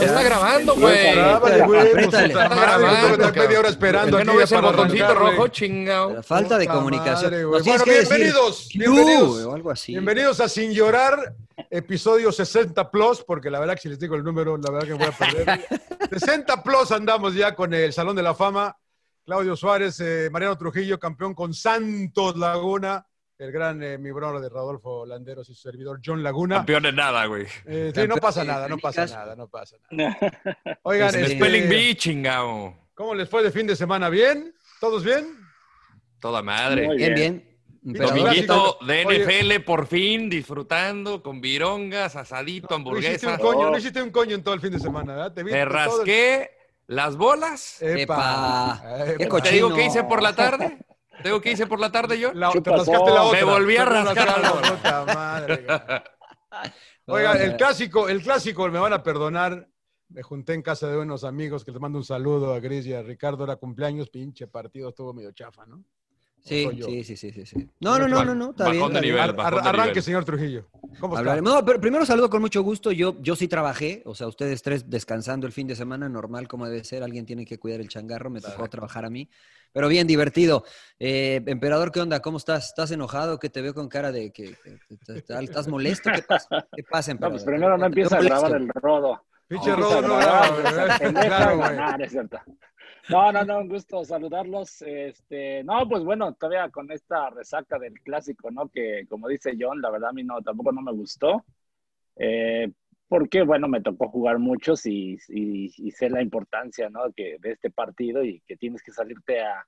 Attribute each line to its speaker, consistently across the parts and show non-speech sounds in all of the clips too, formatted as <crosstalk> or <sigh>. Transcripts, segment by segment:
Speaker 1: Está grabando, güey.
Speaker 2: Está
Speaker 1: grabando.
Speaker 2: media hora esperando.
Speaker 1: ¿Por qué no
Speaker 2: aquí
Speaker 1: ves el
Speaker 2: para
Speaker 1: botoncito
Speaker 2: arrancar, güey.
Speaker 1: rojo, chingado?
Speaker 3: La falta de
Speaker 2: Puta
Speaker 3: comunicación.
Speaker 2: madre,
Speaker 3: Nos
Speaker 2: güey.
Speaker 3: tienes
Speaker 2: Bueno,
Speaker 3: que decir,
Speaker 2: bienvenidos.
Speaker 3: "Tú",
Speaker 2: bienvenidos.
Speaker 3: o algo así.
Speaker 2: Bienvenidos a Sin Llorar, episodio 60 Plus, porque la verdad que si les digo el número, la verdad que voy a
Speaker 3: <laughs>
Speaker 2: perder. 60 Plus andamos ya con el Salón de la Fama. Claudio Suárez, eh, Mariano Trujillo, campeón con Santos Laguna. El gran, eh, mi brother de Rodolfo Landeros y su servidor John Laguna.
Speaker 1: Campeón de nada, güey.
Speaker 2: Eh, sí, no pasa
Speaker 3: de
Speaker 2: nada, no pasa
Speaker 3: Américas.
Speaker 2: nada, no pasa nada. <laughs> Oigan,
Speaker 3: Este-
Speaker 1: Pues, Spelling
Speaker 2: este,
Speaker 1: Bee, chingado.
Speaker 2: ¿cómo les fue de fin de semana? ¿Bien? ¿Todos bien?
Speaker 1: Toda madre.
Speaker 4: Muy
Speaker 3: Bien, bien.
Speaker 2: Pero-
Speaker 1: Dominguito de
Speaker 2: Oye.
Speaker 1: NFL por fin disfrutando con virongas, asadito,
Speaker 2: No hiciste un
Speaker 1: hamburguesas.
Speaker 2: coño,
Speaker 4: Oh.
Speaker 2: no hiciste un coño en todo el fin de semana, ¿verdad? Te vi
Speaker 1: Me
Speaker 2: todo el-
Speaker 1: rasqué las bolas.
Speaker 3: Epa.
Speaker 2: Epa.
Speaker 3: Eh, Qué
Speaker 1: ¿Te digo
Speaker 3: cochino.
Speaker 1: qué hice por la tarde? ¿Te digo qué hice por la tarde yo?
Speaker 2: La- te
Speaker 4: ¿Qué pasó?
Speaker 2: rascaste la
Speaker 4: Me
Speaker 2: otra.
Speaker 1: volví a
Speaker 2: Te
Speaker 1: rascar
Speaker 2: rascaste
Speaker 1: la
Speaker 2: la
Speaker 1: otra.
Speaker 2: otra, madre, güey. Oigan, el clásico, el clásico, me van a perdonar. Me junté en casa de unos amigos que les mando un saludo a Gris y a Ricardo. Era cumpleaños, pinche partido, estuvo medio chafa, ¿no?
Speaker 3: Sí,
Speaker 2: soy yo.
Speaker 3: sí, sí, sí, sí, sí. No, no, no, no, no, está
Speaker 1: Bajón
Speaker 3: bien.
Speaker 1: de
Speaker 3: está bien.
Speaker 1: nivel.
Speaker 2: Ar-
Speaker 1: bajón de
Speaker 2: ar- arranque,
Speaker 1: nivel.
Speaker 2: señor Trujillo. ¿Cómo está?
Speaker 3: Hablaré- No, pero primero saludo con mucho gusto. Yo, yo sí trabajé, o sea, ustedes tres descansando el fin de semana, normal como debe ser. Alguien tiene que cuidar el changarro, me tocó trabajar a mí, pero bien divertido. Eh, emperador, ¿qué onda? ¿Cómo estás? ¿Estás enojado? ¿Qué te veo con cara de que que- que- que- que- estás molesto? ¿Qué pasa? ¿Qué pasa,
Speaker 4: No,
Speaker 3: emperador?
Speaker 4: pues primero no
Speaker 3: Te veo
Speaker 4: empieza a
Speaker 3: molesto.
Speaker 4: grabar el rodo.
Speaker 2: Pinche
Speaker 4: No,
Speaker 2: rodo,
Speaker 4: empieza
Speaker 2: no
Speaker 4: a
Speaker 2: graba,
Speaker 4: grabar,
Speaker 2: güey.
Speaker 4: se pendeja,
Speaker 2: Claro,
Speaker 4: güey.
Speaker 2: güey.
Speaker 4: Nah, no es cierto. No, no, no, un gusto saludarlos. Este, no, pues bueno, todavía con esta resaca del clásico, ¿no? Que como dice John, la verdad a mí no, tampoco no me gustó. Eh, porque, bueno, me tocó jugar muchos y, y- y sé la importancia, ¿no? Que, de este partido y que tienes que salirte a,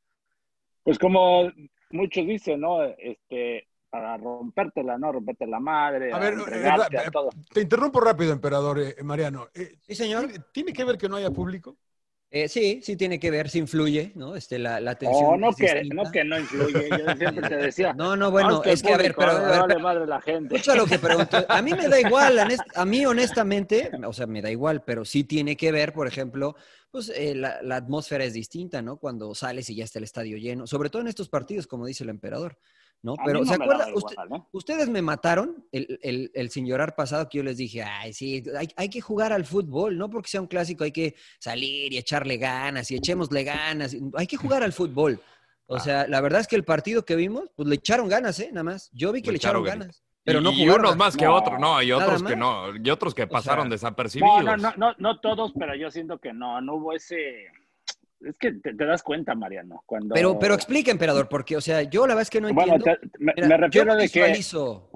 Speaker 4: pues como muchos dicen, ¿no? Este, para rompértela, ¿no? Romperte la madre,
Speaker 2: A
Speaker 4: a
Speaker 2: ver, eh,
Speaker 4: entregarte
Speaker 2: eh,
Speaker 4: a todo.
Speaker 2: Te interrumpo rápido, emperador eh, Mariano. Eh,
Speaker 3: Sí, señor.
Speaker 2: ¿tiene- ¿Tiene que ver que no haya público?
Speaker 3: Eh, sí, sí tiene que ver, sí influye, ¿no? Este, la, la atención.
Speaker 4: Oh, no
Speaker 3: es
Speaker 4: que,
Speaker 3: distinta.
Speaker 4: no que no influye, yo siempre te decía.
Speaker 3: <laughs> No, no, bueno,
Speaker 4: "Hazte
Speaker 3: es que a ver,
Speaker 4: público,
Speaker 3: pero,
Speaker 4: no
Speaker 3: a
Speaker 4: le
Speaker 3: ver,
Speaker 4: vale
Speaker 3: pero-
Speaker 4: madre la gente.
Speaker 3: Escucha
Speaker 4: <laughs>
Speaker 3: lo que pregunto. A mí me da igual, honest- a mí honestamente, o sea, me da igual, pero sí tiene que ver, por ejemplo, pues eh, la, la atmósfera es distinta, ¿no? Cuando sales y ya está el estadio lleno, sobre todo en estos partidos, como dice el emperador, ¿no?
Speaker 4: A mí
Speaker 3: Pero
Speaker 4: no
Speaker 3: ¿se
Speaker 4: me
Speaker 3: acuerda?
Speaker 4: daba
Speaker 3: Usted-
Speaker 4: igual, ¿eh? ¿no?
Speaker 3: ustedes me mataron el, el, el sin llorar pasado que yo les dije, ay, sí, hay, hay que jugar al fútbol, no porque sea un clásico, hay que salir y echarle ganas y echémosle ganas, y- hay que jugar al fútbol.
Speaker 1: Ah.
Speaker 3: O sea, la verdad es que el partido que vimos, pues le echaron ganas, ¿eh? Nada más. Yo vi que
Speaker 1: Le
Speaker 3: le echaron
Speaker 1: echaron
Speaker 3: ganas. Pero no
Speaker 1: y
Speaker 3: jugaron.
Speaker 1: unos más que
Speaker 4: No,
Speaker 1: otros, no, y otros
Speaker 3: nada
Speaker 1: que no, y otros que pasaron desapercibidos.
Speaker 4: No, no, no, no, no todos, pero yo siento que no, no hubo ese... Es que te, te das cuenta, Mariano, cuando...
Speaker 3: Pero, pero explica, emperador, porque, o sea, yo la verdad es que no
Speaker 4: Bueno,
Speaker 3: entiendo.
Speaker 4: te- me,
Speaker 3: Mira,
Speaker 4: me refiero
Speaker 3: yo me
Speaker 4: de que...
Speaker 3: visualizo.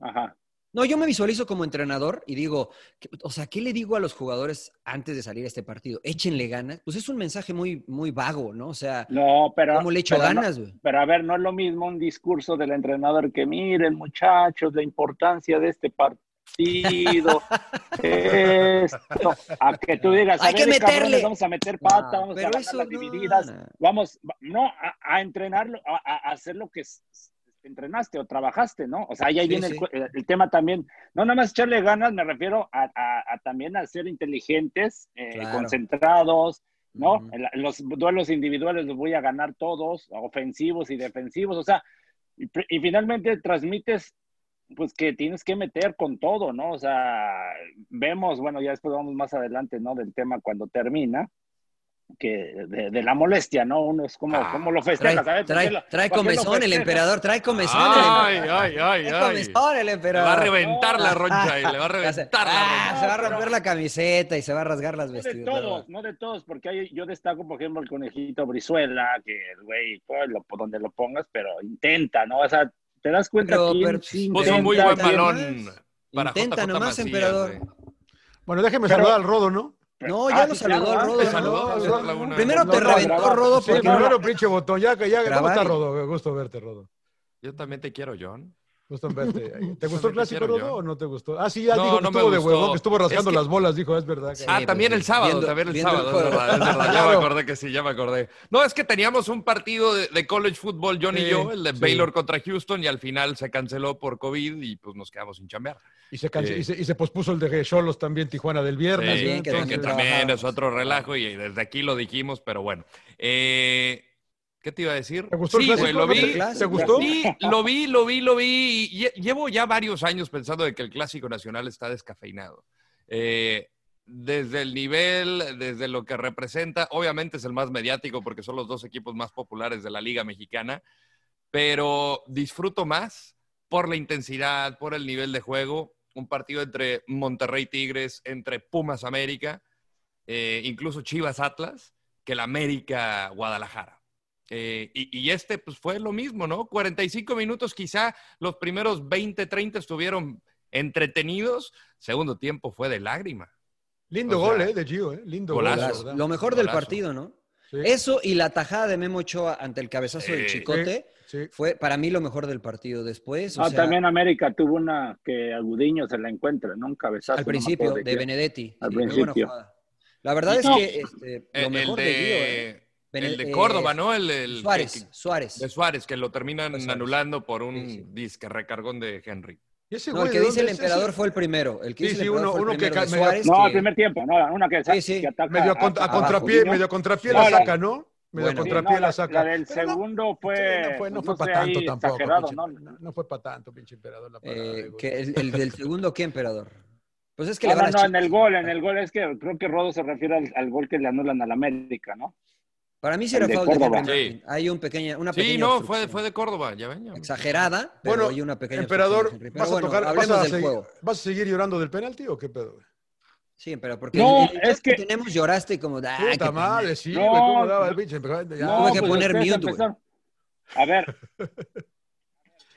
Speaker 4: Ajá.
Speaker 3: No, yo me visualizo como entrenador y digo, que- o sea, ¿qué le digo a los jugadores antes de salir a este partido? Échenle ganas. Pues es un mensaje muy, muy vago, ¿no? O sea,
Speaker 4: No, pero...
Speaker 3: ¿cómo le echo
Speaker 4: pero no-
Speaker 3: ganas, güey?
Speaker 4: Pero a ver, no es lo mismo un discurso del entrenador que miren, muchachos, la importancia de este
Speaker 3: <laughs>
Speaker 4: partido. esto, a que tú digas, a
Speaker 3: Hay que
Speaker 4: ver, cabrones,
Speaker 3: meterle.
Speaker 4: vamos a meter pata,
Speaker 3: No,
Speaker 4: vamos a
Speaker 3: pero
Speaker 4: ganar
Speaker 3: eso
Speaker 4: las
Speaker 3: no,
Speaker 4: divididas,
Speaker 3: no.
Speaker 4: vamos, va- no, a, a entrenarlo, a, a- a hacer lo que s- s- entrenaste o trabajaste, ¿no? O sea, ahí ahí
Speaker 3: Sí,
Speaker 4: viene el
Speaker 3: sí.
Speaker 4: cu- El, el tema también, no nada más echarle ganas, me refiero a, a- a también a ser inteligentes, eh,
Speaker 3: Claro.
Speaker 4: concentrados, ¿no?
Speaker 3: Ujú.
Speaker 4: En la- Los duelos individuales los voy a ganar todos, ofensivos y defensivos, o sea, y, pr- y finalmente transmites, pues que tienes que meter con todo, ¿no? O sea, vemos, bueno, ya después vamos más adelante, ¿no? Del tema cuando termina, que de, de la molestia, ¿no? Uno es como, ¿cómo lo festeja?
Speaker 3: Ah, Trae,
Speaker 4: ¿sabes? Este, ¿Por
Speaker 3: trae,
Speaker 4: qué lo-
Speaker 3: trae
Speaker 4: por qué lo
Speaker 3: comezón el
Speaker 4: festeja?
Speaker 3: emperador, trae comezón.
Speaker 1: Ay,
Speaker 3: el
Speaker 1: ay, ay,
Speaker 3: Trae
Speaker 1: ay.
Speaker 3: comezón el
Speaker 1: Le
Speaker 3: emperador.
Speaker 1: va a reventar la roncha ahí, le va a
Speaker 3: <laughs> Ya sé.
Speaker 1: reventar la
Speaker 3: Ah,
Speaker 1: roncha.
Speaker 3: se va a romper la camiseta y se va a rasgar las
Speaker 4: No de
Speaker 3: vestiduras.
Speaker 4: todos, no de todos, porque hay- yo destaco, por ejemplo, el conejito Brizuela, que el güey, pues, lo- por donde lo pongas, pero intenta, ¿no? O sea, te das cuenta
Speaker 3: Pero- pues,
Speaker 4: que
Speaker 3: pero-
Speaker 1: Puso un muy buen
Speaker 4: intenta,
Speaker 1: balón para
Speaker 3: Intenta
Speaker 1: JJ
Speaker 3: nomás,
Speaker 1: Macías,
Speaker 3: emperador.
Speaker 1: güey.
Speaker 2: Bueno, déjeme
Speaker 4: Pero-
Speaker 2: saludar al Rodo, ¿no?
Speaker 3: No, ya
Speaker 4: Ah,
Speaker 3: lo
Speaker 4: sí,
Speaker 3: saludó
Speaker 4: claro,
Speaker 3: el
Speaker 4: ah,
Speaker 3: Rodo.
Speaker 1: Te
Speaker 3: ¿no?
Speaker 1: saludó,
Speaker 3: O sea,
Speaker 1: saludó la una-
Speaker 3: Primero
Speaker 4: No,
Speaker 3: te
Speaker 4: no,
Speaker 3: reventó
Speaker 4: grababa.
Speaker 3: Rodo
Speaker 2: Sí,
Speaker 3: porque
Speaker 4: no,
Speaker 2: primero pinche botón. Ya, ya, ¿cómo
Speaker 3: Grabar
Speaker 2: está
Speaker 3: y-
Speaker 2: Rodo? Gusto verte, Rodo.
Speaker 1: Yo también te quiero, John.
Speaker 2: Gusto en verte.
Speaker 3: <laughs>
Speaker 2: ¿Te gustó
Speaker 1: También te
Speaker 2: el clásico,
Speaker 1: quiero,
Speaker 2: Rodo,
Speaker 1: John.
Speaker 2: o no te gustó? Ah, sí, ya
Speaker 1: No,
Speaker 2: dijo que
Speaker 1: no me
Speaker 2: estuvo de
Speaker 1: gustó.
Speaker 2: huevo, que estuvo rascando
Speaker 1: Es que-
Speaker 2: las bolas, dijo, es verdad.
Speaker 3: Sí,
Speaker 2: cabrón.
Speaker 1: Ah, también
Speaker 3: pues,
Speaker 1: el sábado,
Speaker 3: viendo-
Speaker 1: también el
Speaker 3: viendo
Speaker 1: sábado.
Speaker 3: el
Speaker 1: es
Speaker 3: juego.
Speaker 1: verdad, es verdad, ya
Speaker 2: Claro.
Speaker 1: me acordé que sí, ya me acordé. No, es que teníamos un partido de, de college football, John
Speaker 2: Sí,
Speaker 1: y yo, el de
Speaker 2: sí.
Speaker 1: Baylor contra Houston, y al final se canceló por COVID y pues nos quedamos sin chambear.
Speaker 2: Y se, canse-
Speaker 1: Eh.
Speaker 2: y, se, y se pospuso el de Cholos también, Tijuana del viernes.
Speaker 1: Sí,
Speaker 2: ¿no?
Speaker 3: bien,
Speaker 1: que,
Speaker 2: Entonces,
Speaker 1: que
Speaker 3: también
Speaker 1: también
Speaker 3: trabajábamos.
Speaker 1: es otro relajo y desde aquí lo dijimos, pero bueno. Eh, ¿Qué te iba a decir?
Speaker 2: ¿Te gustó el
Speaker 1: sí,
Speaker 2: clásico?
Speaker 1: güey, lo
Speaker 2: ¿No te-
Speaker 1: vi.
Speaker 2: ¿Te gustó?
Speaker 1: Sí, lo vi, lo vi, lo vi. y lle- Llevo ya varios años pensando de que el Clásico Nacional está descafeinado. Eh, desde el nivel, desde lo que representa, obviamente es el más mediático porque son los dos equipos más populares de la Liga Mexicana, pero disfruto más por la intensidad, por el nivel de juego. Un partido entre Monterrey Tigres, entre Pumas América, eh, incluso Chivas Atlas, que el América Guadalajara. Eh, y, y este pues fue lo mismo, ¿no? 45 minutos quizá, los primeros 20, 30 estuvieron entretenidos, segundo tiempo fue de lágrima.
Speaker 2: Lindo
Speaker 1: O sea,
Speaker 2: gol, ¿eh? De Gio, ¿eh? Lindo
Speaker 1: golazo.
Speaker 2: gol. la
Speaker 3: Golazo.
Speaker 2: verdad.
Speaker 3: Lo mejor del
Speaker 1: Golazo.
Speaker 3: partido, ¿no?
Speaker 2: Sí.
Speaker 3: Eso y la tajada de Memo Ochoa ante el cabezazo del
Speaker 1: Sí.
Speaker 3: chicote
Speaker 2: Sí.
Speaker 3: fue para mí lo mejor del partido. Después, o
Speaker 4: Ah,
Speaker 3: sea,
Speaker 4: también América tuvo una que Agudiño se la encuentra, ¿no? Un cabezazo.
Speaker 3: al
Speaker 4: no me
Speaker 3: principio
Speaker 4: acuerdo
Speaker 3: de,
Speaker 4: quién.
Speaker 3: Benedetti.
Speaker 4: Al
Speaker 3: y muy buena
Speaker 4: principio.
Speaker 3: jugada. La verdad es
Speaker 4: No.
Speaker 3: que este,
Speaker 1: Eh,
Speaker 3: lo
Speaker 1: El,
Speaker 3: mejor
Speaker 1: de,
Speaker 3: de, Guido, ¿eh? Bene-
Speaker 1: el de
Speaker 3: eh,
Speaker 1: Córdoba, ¿no? El, el-
Speaker 3: Suárez,
Speaker 1: que-
Speaker 3: Suárez.
Speaker 1: de Suárez, que lo terminan
Speaker 3: Suárez.
Speaker 1: anulando por un
Speaker 3: Sí, sí.
Speaker 1: disque recargón de Henry.
Speaker 2: ¿Y ese
Speaker 3: No, el
Speaker 2: güey
Speaker 3: que
Speaker 2: de
Speaker 3: dice el
Speaker 2: dónde es ese?
Speaker 3: emperador fue el primero. El que
Speaker 2: Sí,
Speaker 3: dice el
Speaker 2: sí,
Speaker 3: emperador
Speaker 2: uno-
Speaker 3: fue el
Speaker 2: uno que
Speaker 3: primero de
Speaker 2: ca- medio-
Speaker 3: Suárez,
Speaker 4: No, al
Speaker 3: que-
Speaker 4: primer tiempo, no, una que,
Speaker 3: Sí, sí.
Speaker 4: que ataca.
Speaker 2: Medio a, cont- a
Speaker 4: ataca
Speaker 2: contrapié,
Speaker 4: Agudiño.
Speaker 2: medio a contrapié
Speaker 4: No,
Speaker 2: la
Speaker 4: la-
Speaker 2: saca, ¿no? Medio a
Speaker 3: Bueno.
Speaker 2: contrapié
Speaker 4: Sí, no,
Speaker 2: la saca.
Speaker 4: La del
Speaker 2: Pero no-
Speaker 4: segundo
Speaker 2: Sí,
Speaker 4: fue.
Speaker 2: no fue, no
Speaker 4: pues,
Speaker 2: fue
Speaker 4: no
Speaker 2: para
Speaker 4: sé, ahí
Speaker 2: tanto tampoco.
Speaker 4: exagerado,
Speaker 2: pinche-
Speaker 4: ¿no?
Speaker 2: no, fue para tanto, pinche emperador. La parada,
Speaker 3: eh,
Speaker 2: güey.
Speaker 3: que el, el del segundo, ¿qué emperador? Pues es que
Speaker 4: No,
Speaker 3: le van
Speaker 4: Ah, no,
Speaker 3: a
Speaker 4: no, en
Speaker 3: Chivas.
Speaker 4: el gol, en el gol es que creo que Rodo se refiere al, al gol que le anulan al América, ¿no?
Speaker 3: Para mí sí
Speaker 4: el
Speaker 3: era
Speaker 4: de
Speaker 3: foul de Henry
Speaker 4: Córdoba.
Speaker 3: Martin.
Speaker 1: Sí.
Speaker 3: Hay un pequeña, una pequeña
Speaker 1: Sí, no, fue,
Speaker 3: obstrucción.
Speaker 1: fue de Córdoba, ya ven. ya ven.
Speaker 3: exagerada, pero
Speaker 2: Bueno,
Speaker 3: hay una pequeña
Speaker 2: Emperador,
Speaker 3: obstrucción de Henry. Pero
Speaker 2: ¿vas a
Speaker 3: bueno,
Speaker 2: tocar, vas
Speaker 3: hablemos
Speaker 2: a
Speaker 3: del
Speaker 2: seguir-
Speaker 3: juego.
Speaker 2: vas a seguir llorando del penalti o qué pedo? güey?
Speaker 3: Sí, pero porque
Speaker 4: No,
Speaker 3: el- el chat
Speaker 4: es que-
Speaker 3: tenemos lloraste como ah, qué
Speaker 2: Puta
Speaker 3: pena.
Speaker 2: madre, sí,
Speaker 4: No,
Speaker 2: güey, ¿cómo daba el
Speaker 4: no. pues,
Speaker 2: pinche emperador? Ya.
Speaker 3: tuve
Speaker 1: pues,
Speaker 3: que poner
Speaker 4: ustedes
Speaker 3: mute, güey.
Speaker 4: empezaron. A
Speaker 2: <laughs>
Speaker 4: ver.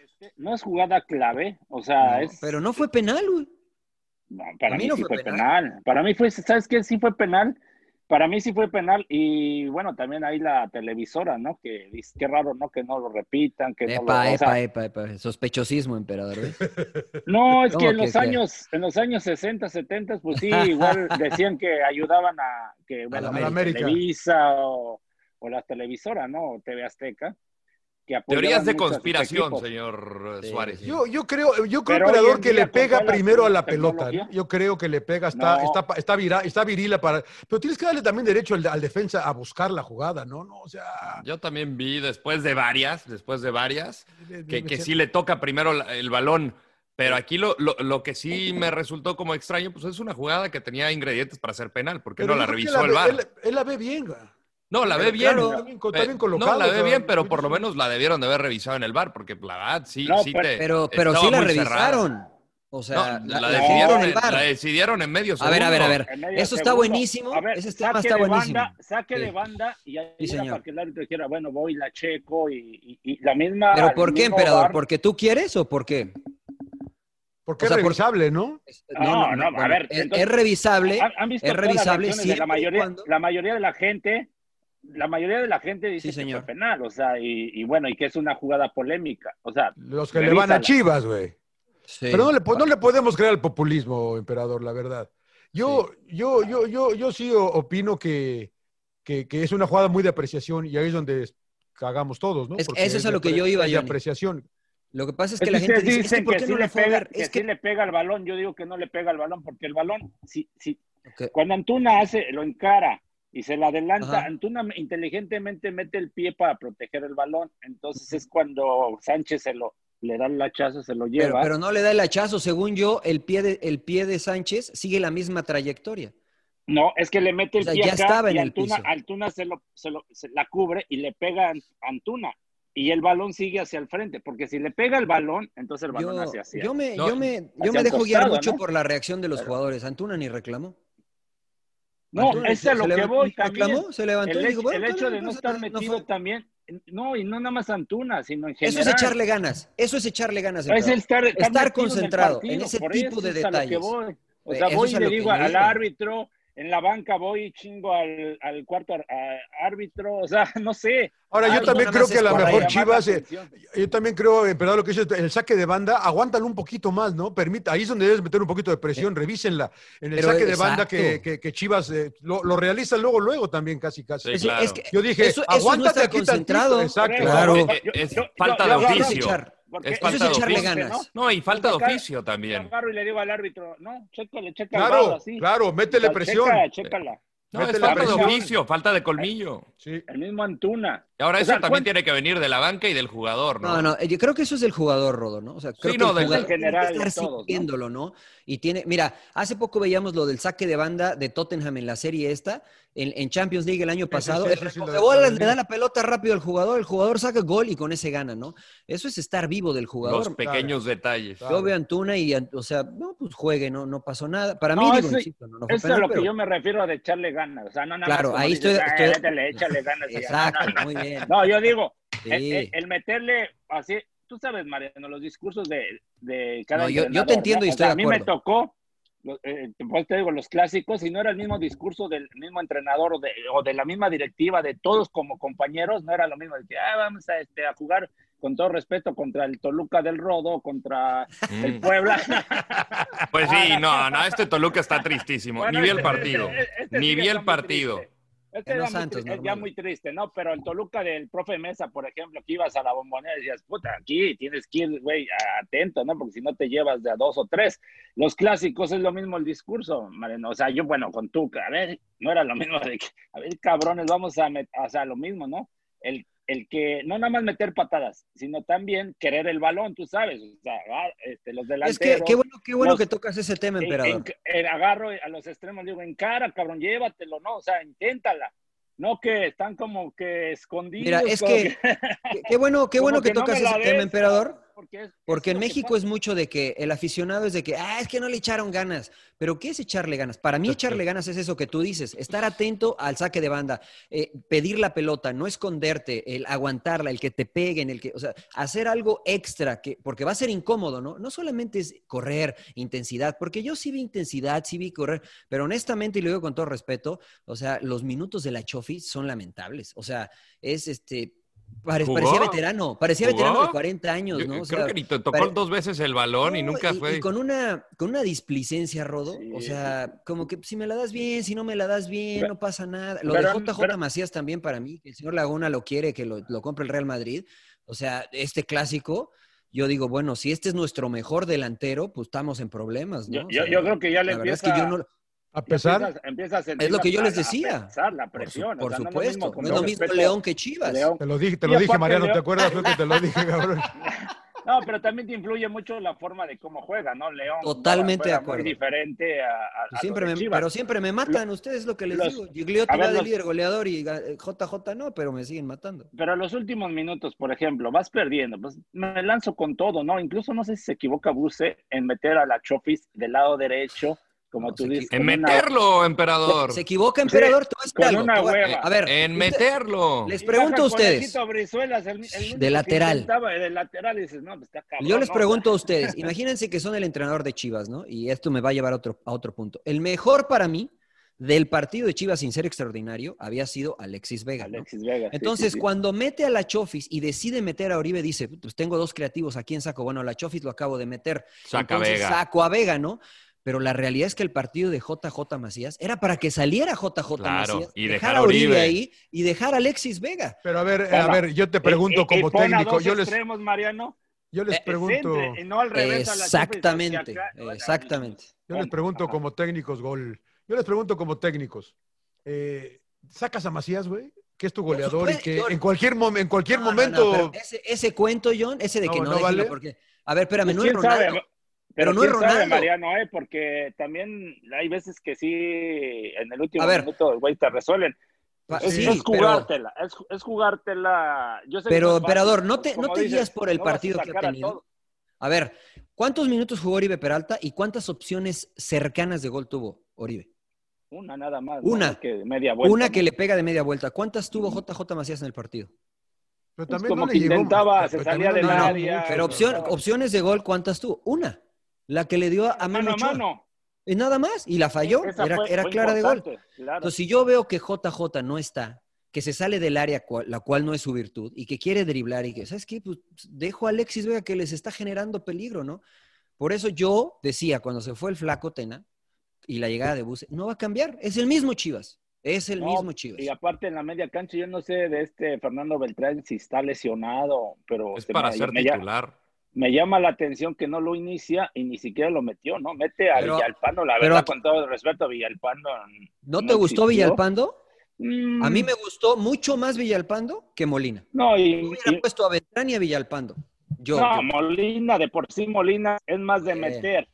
Speaker 4: Este, No es jugada clave, o sea,
Speaker 3: No,
Speaker 4: es.
Speaker 3: pero no fue penal, güey.
Speaker 4: No, para
Speaker 3: A mí
Speaker 4: mí,
Speaker 3: no
Speaker 4: sí
Speaker 3: fue
Speaker 4: fue
Speaker 3: penal.
Speaker 4: penal. Para mí fue, ¿sabes qué? Sí fue penal. Para mí sí fue penal. Y bueno, también hay la televisora, ¿no? Que dice, qué raro, ¿no? Que no lo repitan, que no
Speaker 3: Epa,
Speaker 4: lo. o sea,
Speaker 3: epa, epa, epa. Sospechosismo, emperador. ¿ves?
Speaker 4: No, es
Speaker 3: ¿Cómo
Speaker 4: que en
Speaker 3: que
Speaker 4: los
Speaker 3: qué?
Speaker 4: años, en los años 60, 70, pues
Speaker 3: <laughs>
Speaker 4: sí, igual decían que ayudaban a que bueno,
Speaker 2: América. América.
Speaker 4: Televisa o, o las televisoras, ¿no? O TV Azteca. Que apoyaban
Speaker 1: Teorías de
Speaker 4: mucho a sus
Speaker 1: conspiración,
Speaker 4: equipos.
Speaker 1: señor eh,
Speaker 3: Sí,
Speaker 1: Suárez.
Speaker 3: sí.
Speaker 2: Yo, yo creo, yo creo
Speaker 4: Pero hoy
Speaker 2: emperador,
Speaker 4: en
Speaker 2: que
Speaker 4: día,
Speaker 2: le
Speaker 4: con
Speaker 2: pega
Speaker 4: toda la
Speaker 2: primero a la pelota.
Speaker 4: tecnología.
Speaker 2: ¿no? Yo creo que le pega, está,
Speaker 4: No.
Speaker 2: está, pa- está, vira- está virila para. Pero tienes que darle también derecho al, al defensa a buscar la jugada, ¿no? no o sea.
Speaker 1: Yo también vi después de varias, después de varias,
Speaker 2: de-
Speaker 1: que,
Speaker 2: de-
Speaker 1: que sí le toca primero la- el balón. Pero aquí lo, lo, lo que sí me resultó como extraño, pues es una jugada que tenía ingredientes para ser penal, porque
Speaker 2: pero
Speaker 1: no la
Speaker 2: yo creo que
Speaker 1: revisó el
Speaker 2: ve-
Speaker 1: VAR.
Speaker 2: Él, él la ve bien, güey.
Speaker 1: No, la ve
Speaker 2: Pero
Speaker 1: bien.
Speaker 2: claro, está bien co- está
Speaker 1: Pe-
Speaker 2: bien colocado,
Speaker 1: No, la
Speaker 2: o
Speaker 1: ve
Speaker 2: sea,
Speaker 1: bien, pero por lo
Speaker 2: sí, sí.
Speaker 1: menos la debieron de haber revisado en el bar, porque la verdad sí,
Speaker 4: No,
Speaker 1: sí
Speaker 2: pues,
Speaker 1: te-
Speaker 4: pero-
Speaker 3: Pero, pero
Speaker 1: estaba
Speaker 3: sí la
Speaker 1: muy cerrada.
Speaker 3: revisaron. O sea,
Speaker 1: No, la,
Speaker 3: la
Speaker 1: decidieron
Speaker 3: vieron
Speaker 1: en,
Speaker 3: el VAR.
Speaker 1: la decidieron en medio
Speaker 3: A ver, a ver, a
Speaker 1: segundo.
Speaker 3: ver.
Speaker 4: En medio
Speaker 3: Eso está
Speaker 4: segundo.
Speaker 3: buenísimo.
Speaker 4: A ver,
Speaker 3: Ese tema
Speaker 4: saque
Speaker 3: está
Speaker 4: de
Speaker 3: buenísimo.
Speaker 4: Banda, saque
Speaker 3: Sí.
Speaker 4: de banda y ahí
Speaker 3: Sí,
Speaker 4: era
Speaker 3: señor.
Speaker 4: para que el árbitro dijera, bueno, voy, la checo y, y- y la misma.
Speaker 3: Pero
Speaker 4: el
Speaker 3: ¿por qué,
Speaker 4: mismo
Speaker 3: emperador?
Speaker 4: VAR.
Speaker 3: ¿Porque tú quieres o por qué?
Speaker 2: Porque
Speaker 3: O sea,
Speaker 2: es
Speaker 3: por-
Speaker 2: revisable, ¿no?
Speaker 3: Es-
Speaker 4: No, no, a ver,
Speaker 3: es,
Speaker 4: entonces-
Speaker 3: es revisable.
Speaker 4: ¿Han- han visto
Speaker 3: es
Speaker 4: todas las
Speaker 3: revisable
Speaker 4: acciones de
Speaker 3: siempre
Speaker 4: la
Speaker 3: y
Speaker 4: mayoría,
Speaker 3: cuando-
Speaker 4: la mayoría de la gente, la mayoría de la gente dice
Speaker 3: Sí, señor.
Speaker 4: que fue penal, o sea, y, y bueno, y que es una jugada polémica, o sea,
Speaker 2: Los que le van a
Speaker 4: Revísala.
Speaker 2: Chivas, güey.
Speaker 3: Sí.
Speaker 2: Pero no le, po- no le podemos creer al populismo, emperador, la verdad. Yo, yo, yo, yo, yo sí o- opino que, que, que es una jugada muy de apreciación y ahí es donde es- cagamos todos, ¿no?
Speaker 3: Es-
Speaker 2: Porque
Speaker 3: eso es a
Speaker 2: de
Speaker 3: lo que
Speaker 2: apre-
Speaker 3: yo iba,
Speaker 2: es de
Speaker 3: Johnny.
Speaker 2: apreciación.
Speaker 3: Lo que pasa es
Speaker 4: es
Speaker 3: que
Speaker 4: que
Speaker 3: la gente
Speaker 4: ustedes
Speaker 3: dice, "Es que
Speaker 4: dicen
Speaker 3: ¿por
Speaker 4: que,
Speaker 3: qué
Speaker 4: sí
Speaker 3: no
Speaker 4: le
Speaker 3: lo fue a
Speaker 4: pega,
Speaker 3: ver?".
Speaker 4: que
Speaker 3: Es
Speaker 4: sí le pega el balón, yo digo que no le pega el balón porque el balón, si, si,
Speaker 3: Ok.
Speaker 4: cuando Antuna hace, lo encara y se la adelanta,
Speaker 3: Ajá.
Speaker 4: Antuna inteligentemente mete el pie para proteger el balón, entonces es cuando Sánchez se lo le da el hachazo, se lo
Speaker 3: Pero,
Speaker 4: lleva.
Speaker 3: pero no le da el hachazo. Según yo, el pie de, el pie de Sánchez sigue la misma trayectoria.
Speaker 4: No, es que le mete el
Speaker 3: O sea,
Speaker 4: pie
Speaker 3: ya
Speaker 4: acá
Speaker 3: estaba
Speaker 4: y
Speaker 3: en el
Speaker 4: Antuna,
Speaker 3: piso.
Speaker 4: Antuna se, lo, se lo- se la cubre y le pega a Antuna. Y el balón sigue hacia el frente, porque si le pega el balón, entonces el balón
Speaker 3: Yo,
Speaker 4: hacia hacia
Speaker 3: yo me,
Speaker 4: No,
Speaker 3: yo me, yo
Speaker 4: hacia
Speaker 3: me
Speaker 4: el
Speaker 3: dejo guiar
Speaker 4: costado,
Speaker 3: mucho
Speaker 4: ¿no?
Speaker 3: por la reacción de los jugadores. Antuna ni reclamó.
Speaker 4: No,
Speaker 3: Antuna
Speaker 4: es a
Speaker 3: se
Speaker 4: lo que
Speaker 3: levantó-
Speaker 4: voy también.
Speaker 3: reclamó, se levantó
Speaker 4: el,
Speaker 3: y
Speaker 4: hecho-
Speaker 3: dijo, bueno,
Speaker 4: el
Speaker 3: está
Speaker 4: hecho
Speaker 3: bien,
Speaker 4: de no
Speaker 3: pasa
Speaker 4: estar
Speaker 3: nada, no
Speaker 4: metido también, no, y no nada más Antuna, sino en general.
Speaker 3: Eso es echarle ganas. Eso es echarle ganas.
Speaker 4: Es el
Speaker 3: emperador.
Speaker 4: estar, estar metido el
Speaker 3: concentrado en
Speaker 4: partido,
Speaker 3: ese
Speaker 4: por
Speaker 3: tipo
Speaker 4: eso
Speaker 3: de
Speaker 4: es a lo que
Speaker 3: detalles.
Speaker 4: voy. O
Speaker 3: Eh,
Speaker 4: sea,
Speaker 3: eso
Speaker 4: voy
Speaker 3: es
Speaker 4: y
Speaker 3: a
Speaker 4: le
Speaker 3: lo que
Speaker 4: digo
Speaker 3: yo
Speaker 4: al
Speaker 3: digo.
Speaker 4: árbitro, en la banca voy y chingo al, al cuarto ar- a- árbitro, o sea, <laughs> no sé.
Speaker 2: Ahora, yo
Speaker 4: Algo
Speaker 2: también
Speaker 4: nada
Speaker 2: creo
Speaker 4: más
Speaker 2: que a
Speaker 4: es
Speaker 2: lo
Speaker 4: para
Speaker 2: mejor
Speaker 4: llamar la
Speaker 2: Chivas, eh,
Speaker 4: atención.
Speaker 2: yo también creo, eh, perdón, lo que dice el saque de banda, aguántalo un poquito más, ¿no? Permita, ahí es donde debes meter un poquito de presión, revísenla. En el
Speaker 3: Pero,
Speaker 2: saque de
Speaker 3: exacto.
Speaker 2: banda que, que- que Chivas eh, lo, lo realiza luego, luego también, casi, casi.
Speaker 1: Sí, claro. Es que
Speaker 2: yo dije,
Speaker 3: eso- eso no
Speaker 2: aguántate
Speaker 3: está
Speaker 2: aquí
Speaker 3: concentrado.
Speaker 2: tantito. Exacto.
Speaker 3: Claro.
Speaker 1: Eh, eh, Es, falta de
Speaker 4: yo- yo-
Speaker 1: oficio.
Speaker 3: echar.
Speaker 4: Porque
Speaker 1: Es
Speaker 4: eso
Speaker 1: falta de
Speaker 3: es echarle
Speaker 1: oficio.
Speaker 3: ganas.
Speaker 1: No, y falta de
Speaker 4: Porque acá-
Speaker 1: oficio también.
Speaker 4: Agarro y le digo al árbitro, no, chécale, checa el
Speaker 2: Claro,
Speaker 4: vado, así.
Speaker 2: claro, métele
Speaker 4: Checa-
Speaker 2: presión.
Speaker 4: Chécala,
Speaker 1: No, es
Speaker 2: Métele
Speaker 1: falta de
Speaker 2: presión.
Speaker 1: oficio, falta de colmillo.
Speaker 2: Sí.
Speaker 4: El mismo Antuna.
Speaker 1: Y ahora
Speaker 4: O
Speaker 1: eso
Speaker 4: sea,
Speaker 1: también
Speaker 4: ¿cuánto-
Speaker 1: tiene que venir de la banca y del jugador, ¿no?
Speaker 3: No, no, eh, yo creo que eso es del jugador, Rodo, ¿no? O sea, creo
Speaker 1: no,
Speaker 3: que
Speaker 1: del-
Speaker 3: el jugador
Speaker 4: en
Speaker 3: tiene que
Speaker 4: general,
Speaker 3: estar
Speaker 4: todos, ¿no?
Speaker 3: sintiéndolo, ¿no? Y tiene, mira, hace poco veíamos lo del saque de banda de Tottenham en la serie esta, en, en Champions League el año pasado.
Speaker 2: sí,
Speaker 3: el
Speaker 2: sí, sí, lo-
Speaker 3: recogebolas
Speaker 2: lo-
Speaker 3: le da la pelota rápido al jugador, el jugador saca gol y con ese gana, ¿no? Eso es estar vivo del
Speaker 1: Los
Speaker 3: jugador.
Speaker 1: pequeños detalles.
Speaker 2: Claro.
Speaker 3: Yo veo a Antuna y, an- o sea, no, pues juegue, no, no pasó nada. Para mí,
Speaker 4: No,
Speaker 3: digo,
Speaker 4: eso-
Speaker 3: insisto, Pues no, no fue
Speaker 4: Eso es
Speaker 3: penal,
Speaker 4: lo que
Speaker 3: <laughs> pero-
Speaker 4: yo me refiero de echarle ganas. O sea, no nada
Speaker 3: Claro,
Speaker 4: más como
Speaker 3: ahí
Speaker 4: dices,
Speaker 3: estoy-
Speaker 4: "Ah,
Speaker 3: estoy-
Speaker 4: métele, échale ganas. y ya".
Speaker 3: Exacto,
Speaker 4: No, no,
Speaker 3: muy
Speaker 4: <laughs> no.
Speaker 3: bien.
Speaker 4: No, yo digo,
Speaker 3: Sí.
Speaker 4: el, el- el meterle así, tú sabes, Mariano, los discursos de, de cada
Speaker 3: No, yo- yo te
Speaker 4: entrenador,
Speaker 3: entiendo y
Speaker 4: O
Speaker 3: estoy
Speaker 4: sea,
Speaker 3: de
Speaker 4: A mí me
Speaker 3: acuerdo.
Speaker 4: tocó, lo- eh, pues te digo, los clásicos, y no era el mismo discurso del mismo entrenador o de, o de la misma directiva, de todos como compañeros, no era lo mismo. de que, "Ah, vamos a, este, a jugar con todo respeto contra el Toluca del Rodo, contra el
Speaker 1: Mm.
Speaker 4: Puebla.
Speaker 3: <laughs>
Speaker 1: Pues sí, no, no, este Toluca está tristísimo.
Speaker 4: Bueno,
Speaker 1: Ni vi el
Speaker 4: este-
Speaker 1: partido.
Speaker 4: este- este
Speaker 1: Ni
Speaker 4: sí
Speaker 1: vi
Speaker 4: está
Speaker 1: el
Speaker 4: muy
Speaker 1: partido.
Speaker 4: triste. Este
Speaker 3: Ganó
Speaker 4: era muy
Speaker 3: Santos,
Speaker 4: tri- es ya
Speaker 3: normal.
Speaker 4: muy triste, ¿no? Pero el Toluca del profe Mesa, por ejemplo, que ibas a la bombonera y decías, puta, aquí tienes que ir, güey, a- atento, ¿no? Porque si no te llevas de a dos o tres. Los clásicos es lo mismo el discurso, Mariano. O sea, yo, bueno, con Tuca, a ver, no era lo <laughs> mismo de que, a ver, cabrones, vamos a, met- o sea, lo mismo, ¿no? El, el que, no nada más meter patadas, sino también querer el balón, tú sabes, o sea, ah, este, los
Speaker 3: Es
Speaker 4: delanteros.
Speaker 3: que qué bueno, qué bueno
Speaker 4: los-
Speaker 3: que tocas ese tema,
Speaker 4: En-
Speaker 3: emperador.
Speaker 4: en- en- agarro a los extremos, digo, en cara, cabrón, llévatelo, ¿no? O sea, inténtala. No que están como que escondidos.
Speaker 3: Mira, es
Speaker 4: como
Speaker 3: que qué- qué bueno, qué
Speaker 4: como
Speaker 3: bueno que
Speaker 4: no me
Speaker 3: tocas
Speaker 4: la
Speaker 3: ese
Speaker 4: des,
Speaker 3: tema, emperador.
Speaker 4: <laughs> Porque, es-
Speaker 3: Porque
Speaker 4: es
Speaker 3: en
Speaker 4: lo que
Speaker 3: México
Speaker 4: pasa.
Speaker 3: es mucho de que el aficionado es de que, ah, es que no le echaron ganas. Pero ¿qué es echarle ganas? Para mí echarle ganas es eso que tú dices, estar atento al saque de banda, eh, pedir la pelota, no esconderte, el aguantarla, el que te peguen, el que, o sea, hacer algo extra, que, porque va a ser incómodo, ¿no? No solamente es correr, intensidad, porque yo sí vi intensidad, sí vi correr, pero honestamente, y lo digo con todo respeto, o sea, los minutos de la Chofi son lamentables. O sea, es este... pare-
Speaker 1: ¿Jugó?
Speaker 3: parecía veterano, parecía veterano de
Speaker 1: ¿Jugó?
Speaker 3: 40 años,
Speaker 1: Yo
Speaker 3: ¿no? O
Speaker 1: creo
Speaker 3: sea,
Speaker 1: que ni te tocó
Speaker 3: pare-
Speaker 1: dos veces el balón y
Speaker 3: no,
Speaker 1: nunca fue.
Speaker 3: con una, con una displicencia, Rodo. O
Speaker 4: Sí.
Speaker 3: sea, como que si me la das bien, si no me la das bien,
Speaker 4: Pero-
Speaker 3: no pasa nada. Lo
Speaker 4: pero-
Speaker 3: de JJ
Speaker 4: pero-
Speaker 3: Macías también para mí, que el señor Laguna lo quiere, que lo, lo compre el Real Madrid. O sea, este clásico, yo digo, bueno, si este es nuestro mejor delantero, pues estamos en problemas, ¿no?
Speaker 4: Yo,
Speaker 3: O
Speaker 4: yo-
Speaker 3: sea,
Speaker 4: yo creo que ya le
Speaker 3: la verdad es
Speaker 4: empieza,
Speaker 3: que yo no...
Speaker 2: A pesar,
Speaker 4: empieza- empieza a sentir
Speaker 3: Es lo que
Speaker 4: la-
Speaker 3: yo les
Speaker 4: la-
Speaker 3: decía.
Speaker 4: a pesar, la
Speaker 3: Por, su-
Speaker 4: presión.
Speaker 3: por
Speaker 4: o sea, no es lo mismo
Speaker 3: supuesto, no
Speaker 4: con
Speaker 3: es
Speaker 4: todo
Speaker 3: lo mismo
Speaker 4: respeto,
Speaker 3: León que Chivas.
Speaker 4: León.
Speaker 2: te lo dije, te
Speaker 4: Y
Speaker 2: lo dije
Speaker 4: aparte,
Speaker 2: Mariano,
Speaker 4: Leo-
Speaker 2: ¿te acuerdas? Fue que te lo dije, cabrón.
Speaker 4: No, pero también te influye mucho la forma de cómo juega, ¿no? León.
Speaker 3: Totalmente
Speaker 4: juega
Speaker 3: de acuerdo.
Speaker 4: Muy diferente a, a- a
Speaker 3: pues Siempre
Speaker 4: lo de
Speaker 3: me-
Speaker 4: Chivas.
Speaker 3: pero siempre me matan, ustedes es lo que les
Speaker 4: los-
Speaker 3: digo. Gigliotti
Speaker 4: a ver,
Speaker 3: va de
Speaker 4: los-
Speaker 3: líder goleador y eh, JJ no, pero me siguen matando.
Speaker 4: Pero los últimos minutos, por ejemplo, vas perdiendo, pues me lanzo con todo, ¿no? Incluso no sé si se equivoca Buse en meter a la Chofis del lado derecho, como
Speaker 3: No,
Speaker 4: tú
Speaker 3: se
Speaker 4: dices.
Speaker 1: En
Speaker 4: con una-
Speaker 1: meterlo, emperador.
Speaker 3: Se equivoca, emperador. te voy a decir
Speaker 4: con
Speaker 3: algo,
Speaker 4: una
Speaker 3: te voy a-
Speaker 4: hueva.
Speaker 3: A ver,
Speaker 1: En
Speaker 3: usted-
Speaker 1: meterlo.
Speaker 3: les
Speaker 4: Y
Speaker 3: pregunto a
Speaker 4: baja
Speaker 3: ustedes.
Speaker 4: Conejito Brizuelas, el- el único que
Speaker 3: lateral.
Speaker 4: intentaba, De lateral, y dices, no, pues está cabrón,
Speaker 3: Yo les
Speaker 4: ¿no?
Speaker 3: pregunto
Speaker 4: <laughs>
Speaker 3: a ustedes, imagínense que son el entrenador de Chivas, ¿no? Y esto me va a llevar a otro, a otro punto. El mejor para mí del partido de Chivas sin ser extraordinario había sido Alexis Vega. ¿no?
Speaker 4: Alexis Vega. sí,
Speaker 3: Entonces,
Speaker 4: sí, sí.
Speaker 3: cuando mete a la Chofis y decide meter a Oribe, dice, pues tengo dos creativos, ¿a quién saco? Bueno, a la Chofis lo acabo de meter.
Speaker 1: Saca
Speaker 3: Entonces,
Speaker 1: Vega.
Speaker 3: Saco a Vega, ¿no? Pero la realidad es que el partido de JJ Macías era para que saliera JJ
Speaker 1: Claro,
Speaker 3: Macías,
Speaker 1: y
Speaker 3: dejar
Speaker 1: dejar a
Speaker 3: a Oribe,
Speaker 1: Oribe.
Speaker 3: ahí y dejar a Alexis Vega.
Speaker 2: Pero a ver, eh, a
Speaker 4: Bueno,
Speaker 2: ver, yo te
Speaker 4: Y-
Speaker 2: pregunto
Speaker 4: y- y
Speaker 2: como
Speaker 4: eh, pon a
Speaker 2: técnico,
Speaker 4: dos
Speaker 2: yo les,
Speaker 4: extremos, Mariano,
Speaker 2: yo les
Speaker 3: Eh,
Speaker 2: pregunto,
Speaker 4: centre, y no al revés a la Chofis,
Speaker 3: Exactamente,
Speaker 4: hacia acá. Bueno,
Speaker 3: exactamente.
Speaker 2: yo les
Speaker 4: Bueno,
Speaker 2: pregunto
Speaker 4: ajá.
Speaker 2: como técnicos, gol. Yo les pregunto como técnicos, eh, ¿sacas a Macías, güey? Que es tu goleador y
Speaker 3: supuesto,
Speaker 2: que
Speaker 3: yo-
Speaker 2: en cualquier, mom- en cualquier
Speaker 3: Pues, No, no, no,
Speaker 2: momento...
Speaker 3: pero ese, ese cuento, John, ese de que
Speaker 2: No,
Speaker 3: no,
Speaker 2: no
Speaker 3: déjenlo
Speaker 2: vale.
Speaker 3: porque... A ver, espérame, no es
Speaker 4: ¿Quién sabe?
Speaker 3: Ronaldo.
Speaker 4: Pero,
Speaker 3: Pero no
Speaker 4: quién
Speaker 3: es
Speaker 4: sabe,
Speaker 3: Ronaldo.
Speaker 4: Mariano, ¿eh? porque también hay veces que sí, en el último
Speaker 3: A ver.
Speaker 4: minuto, güey, te resuelven.
Speaker 3: Pa-
Speaker 4: Es,
Speaker 3: sí,
Speaker 4: es
Speaker 3: pero-
Speaker 4: jugártela, es, es jugártela. Yo sé que
Speaker 3: Pero,
Speaker 4: no es fácil,
Speaker 3: emperador, no te,
Speaker 4: como
Speaker 3: no te
Speaker 4: dices,
Speaker 3: guías por el
Speaker 4: no vas a
Speaker 3: partido que ha
Speaker 4: sacar a
Speaker 3: tenido.
Speaker 4: todos.
Speaker 3: A ver, ¿cuántos minutos jugó Oribe Peralta y cuántas opciones cercanas de gol tuvo Oribe?
Speaker 4: Una nada más. ¿no?
Speaker 3: Una.
Speaker 4: Que media vuelta,
Speaker 3: Una
Speaker 4: ¿no?
Speaker 3: que le pega de media vuelta. ¿Cuántas tuvo JJ Macías en el partido?
Speaker 2: Pero
Speaker 4: Es
Speaker 2: también
Speaker 4: como
Speaker 2: no
Speaker 4: que
Speaker 2: le llegó,
Speaker 4: intentaba,
Speaker 2: pero
Speaker 4: se
Speaker 2: también
Speaker 4: salía
Speaker 2: no
Speaker 4: del
Speaker 2: le llegó
Speaker 4: área,
Speaker 2: mucho,
Speaker 3: Pero
Speaker 2: ¿no?
Speaker 3: opción, opciones de gol, ¿cuántas tuvo? Una. La que le dio a Manu
Speaker 4: Mano a
Speaker 3: Ochoa.
Speaker 4: mano.
Speaker 3: Y nada más. Y la falló.
Speaker 4: Esa
Speaker 3: Era,
Speaker 4: fue-
Speaker 3: era
Speaker 4: fue
Speaker 3: clara de gol.
Speaker 4: importante, claro.
Speaker 3: Entonces, si yo veo que JJ no está, que se sale del área, cual- la cual no es su virtud, y que quiere driblar y que, ¿sabes qué? Pues dejo a Alexis Vega que les está generando peligro, ¿no? Por eso yo decía, cuando se fue el flaco Tena y la llegada de Buse, no va a cambiar. Es el mismo Chivas. Es el
Speaker 4: No,
Speaker 3: mismo Chivas.
Speaker 4: Y aparte en la media cancha, yo no sé de este Fernando Beltrán si está lesionado, pero
Speaker 1: Es
Speaker 4: se
Speaker 1: para
Speaker 4: me-
Speaker 1: ser
Speaker 4: me llama-
Speaker 1: titular.
Speaker 4: me llama la atención que no lo inicia y ni siquiera lo metió, ¿no? Mete a
Speaker 3: Pero-
Speaker 4: Villalpando, la
Speaker 3: pero
Speaker 4: verdad,
Speaker 3: aquí-
Speaker 4: con todo el respeto, Villalpando. n-
Speaker 3: ¿No te gustó
Speaker 4: existió.
Speaker 3: Villalpando?
Speaker 4: Mm,
Speaker 3: A mí me gustó mucho más Villalpando que Molina.
Speaker 4: No,
Speaker 3: Yo
Speaker 4: y,
Speaker 3: hubiera
Speaker 4: y-
Speaker 3: puesto a Beltrán y a Villalpando. Yo,
Speaker 4: no,
Speaker 3: yo-
Speaker 4: Molina, de por sí Molina es más de
Speaker 3: Sí.
Speaker 4: meter.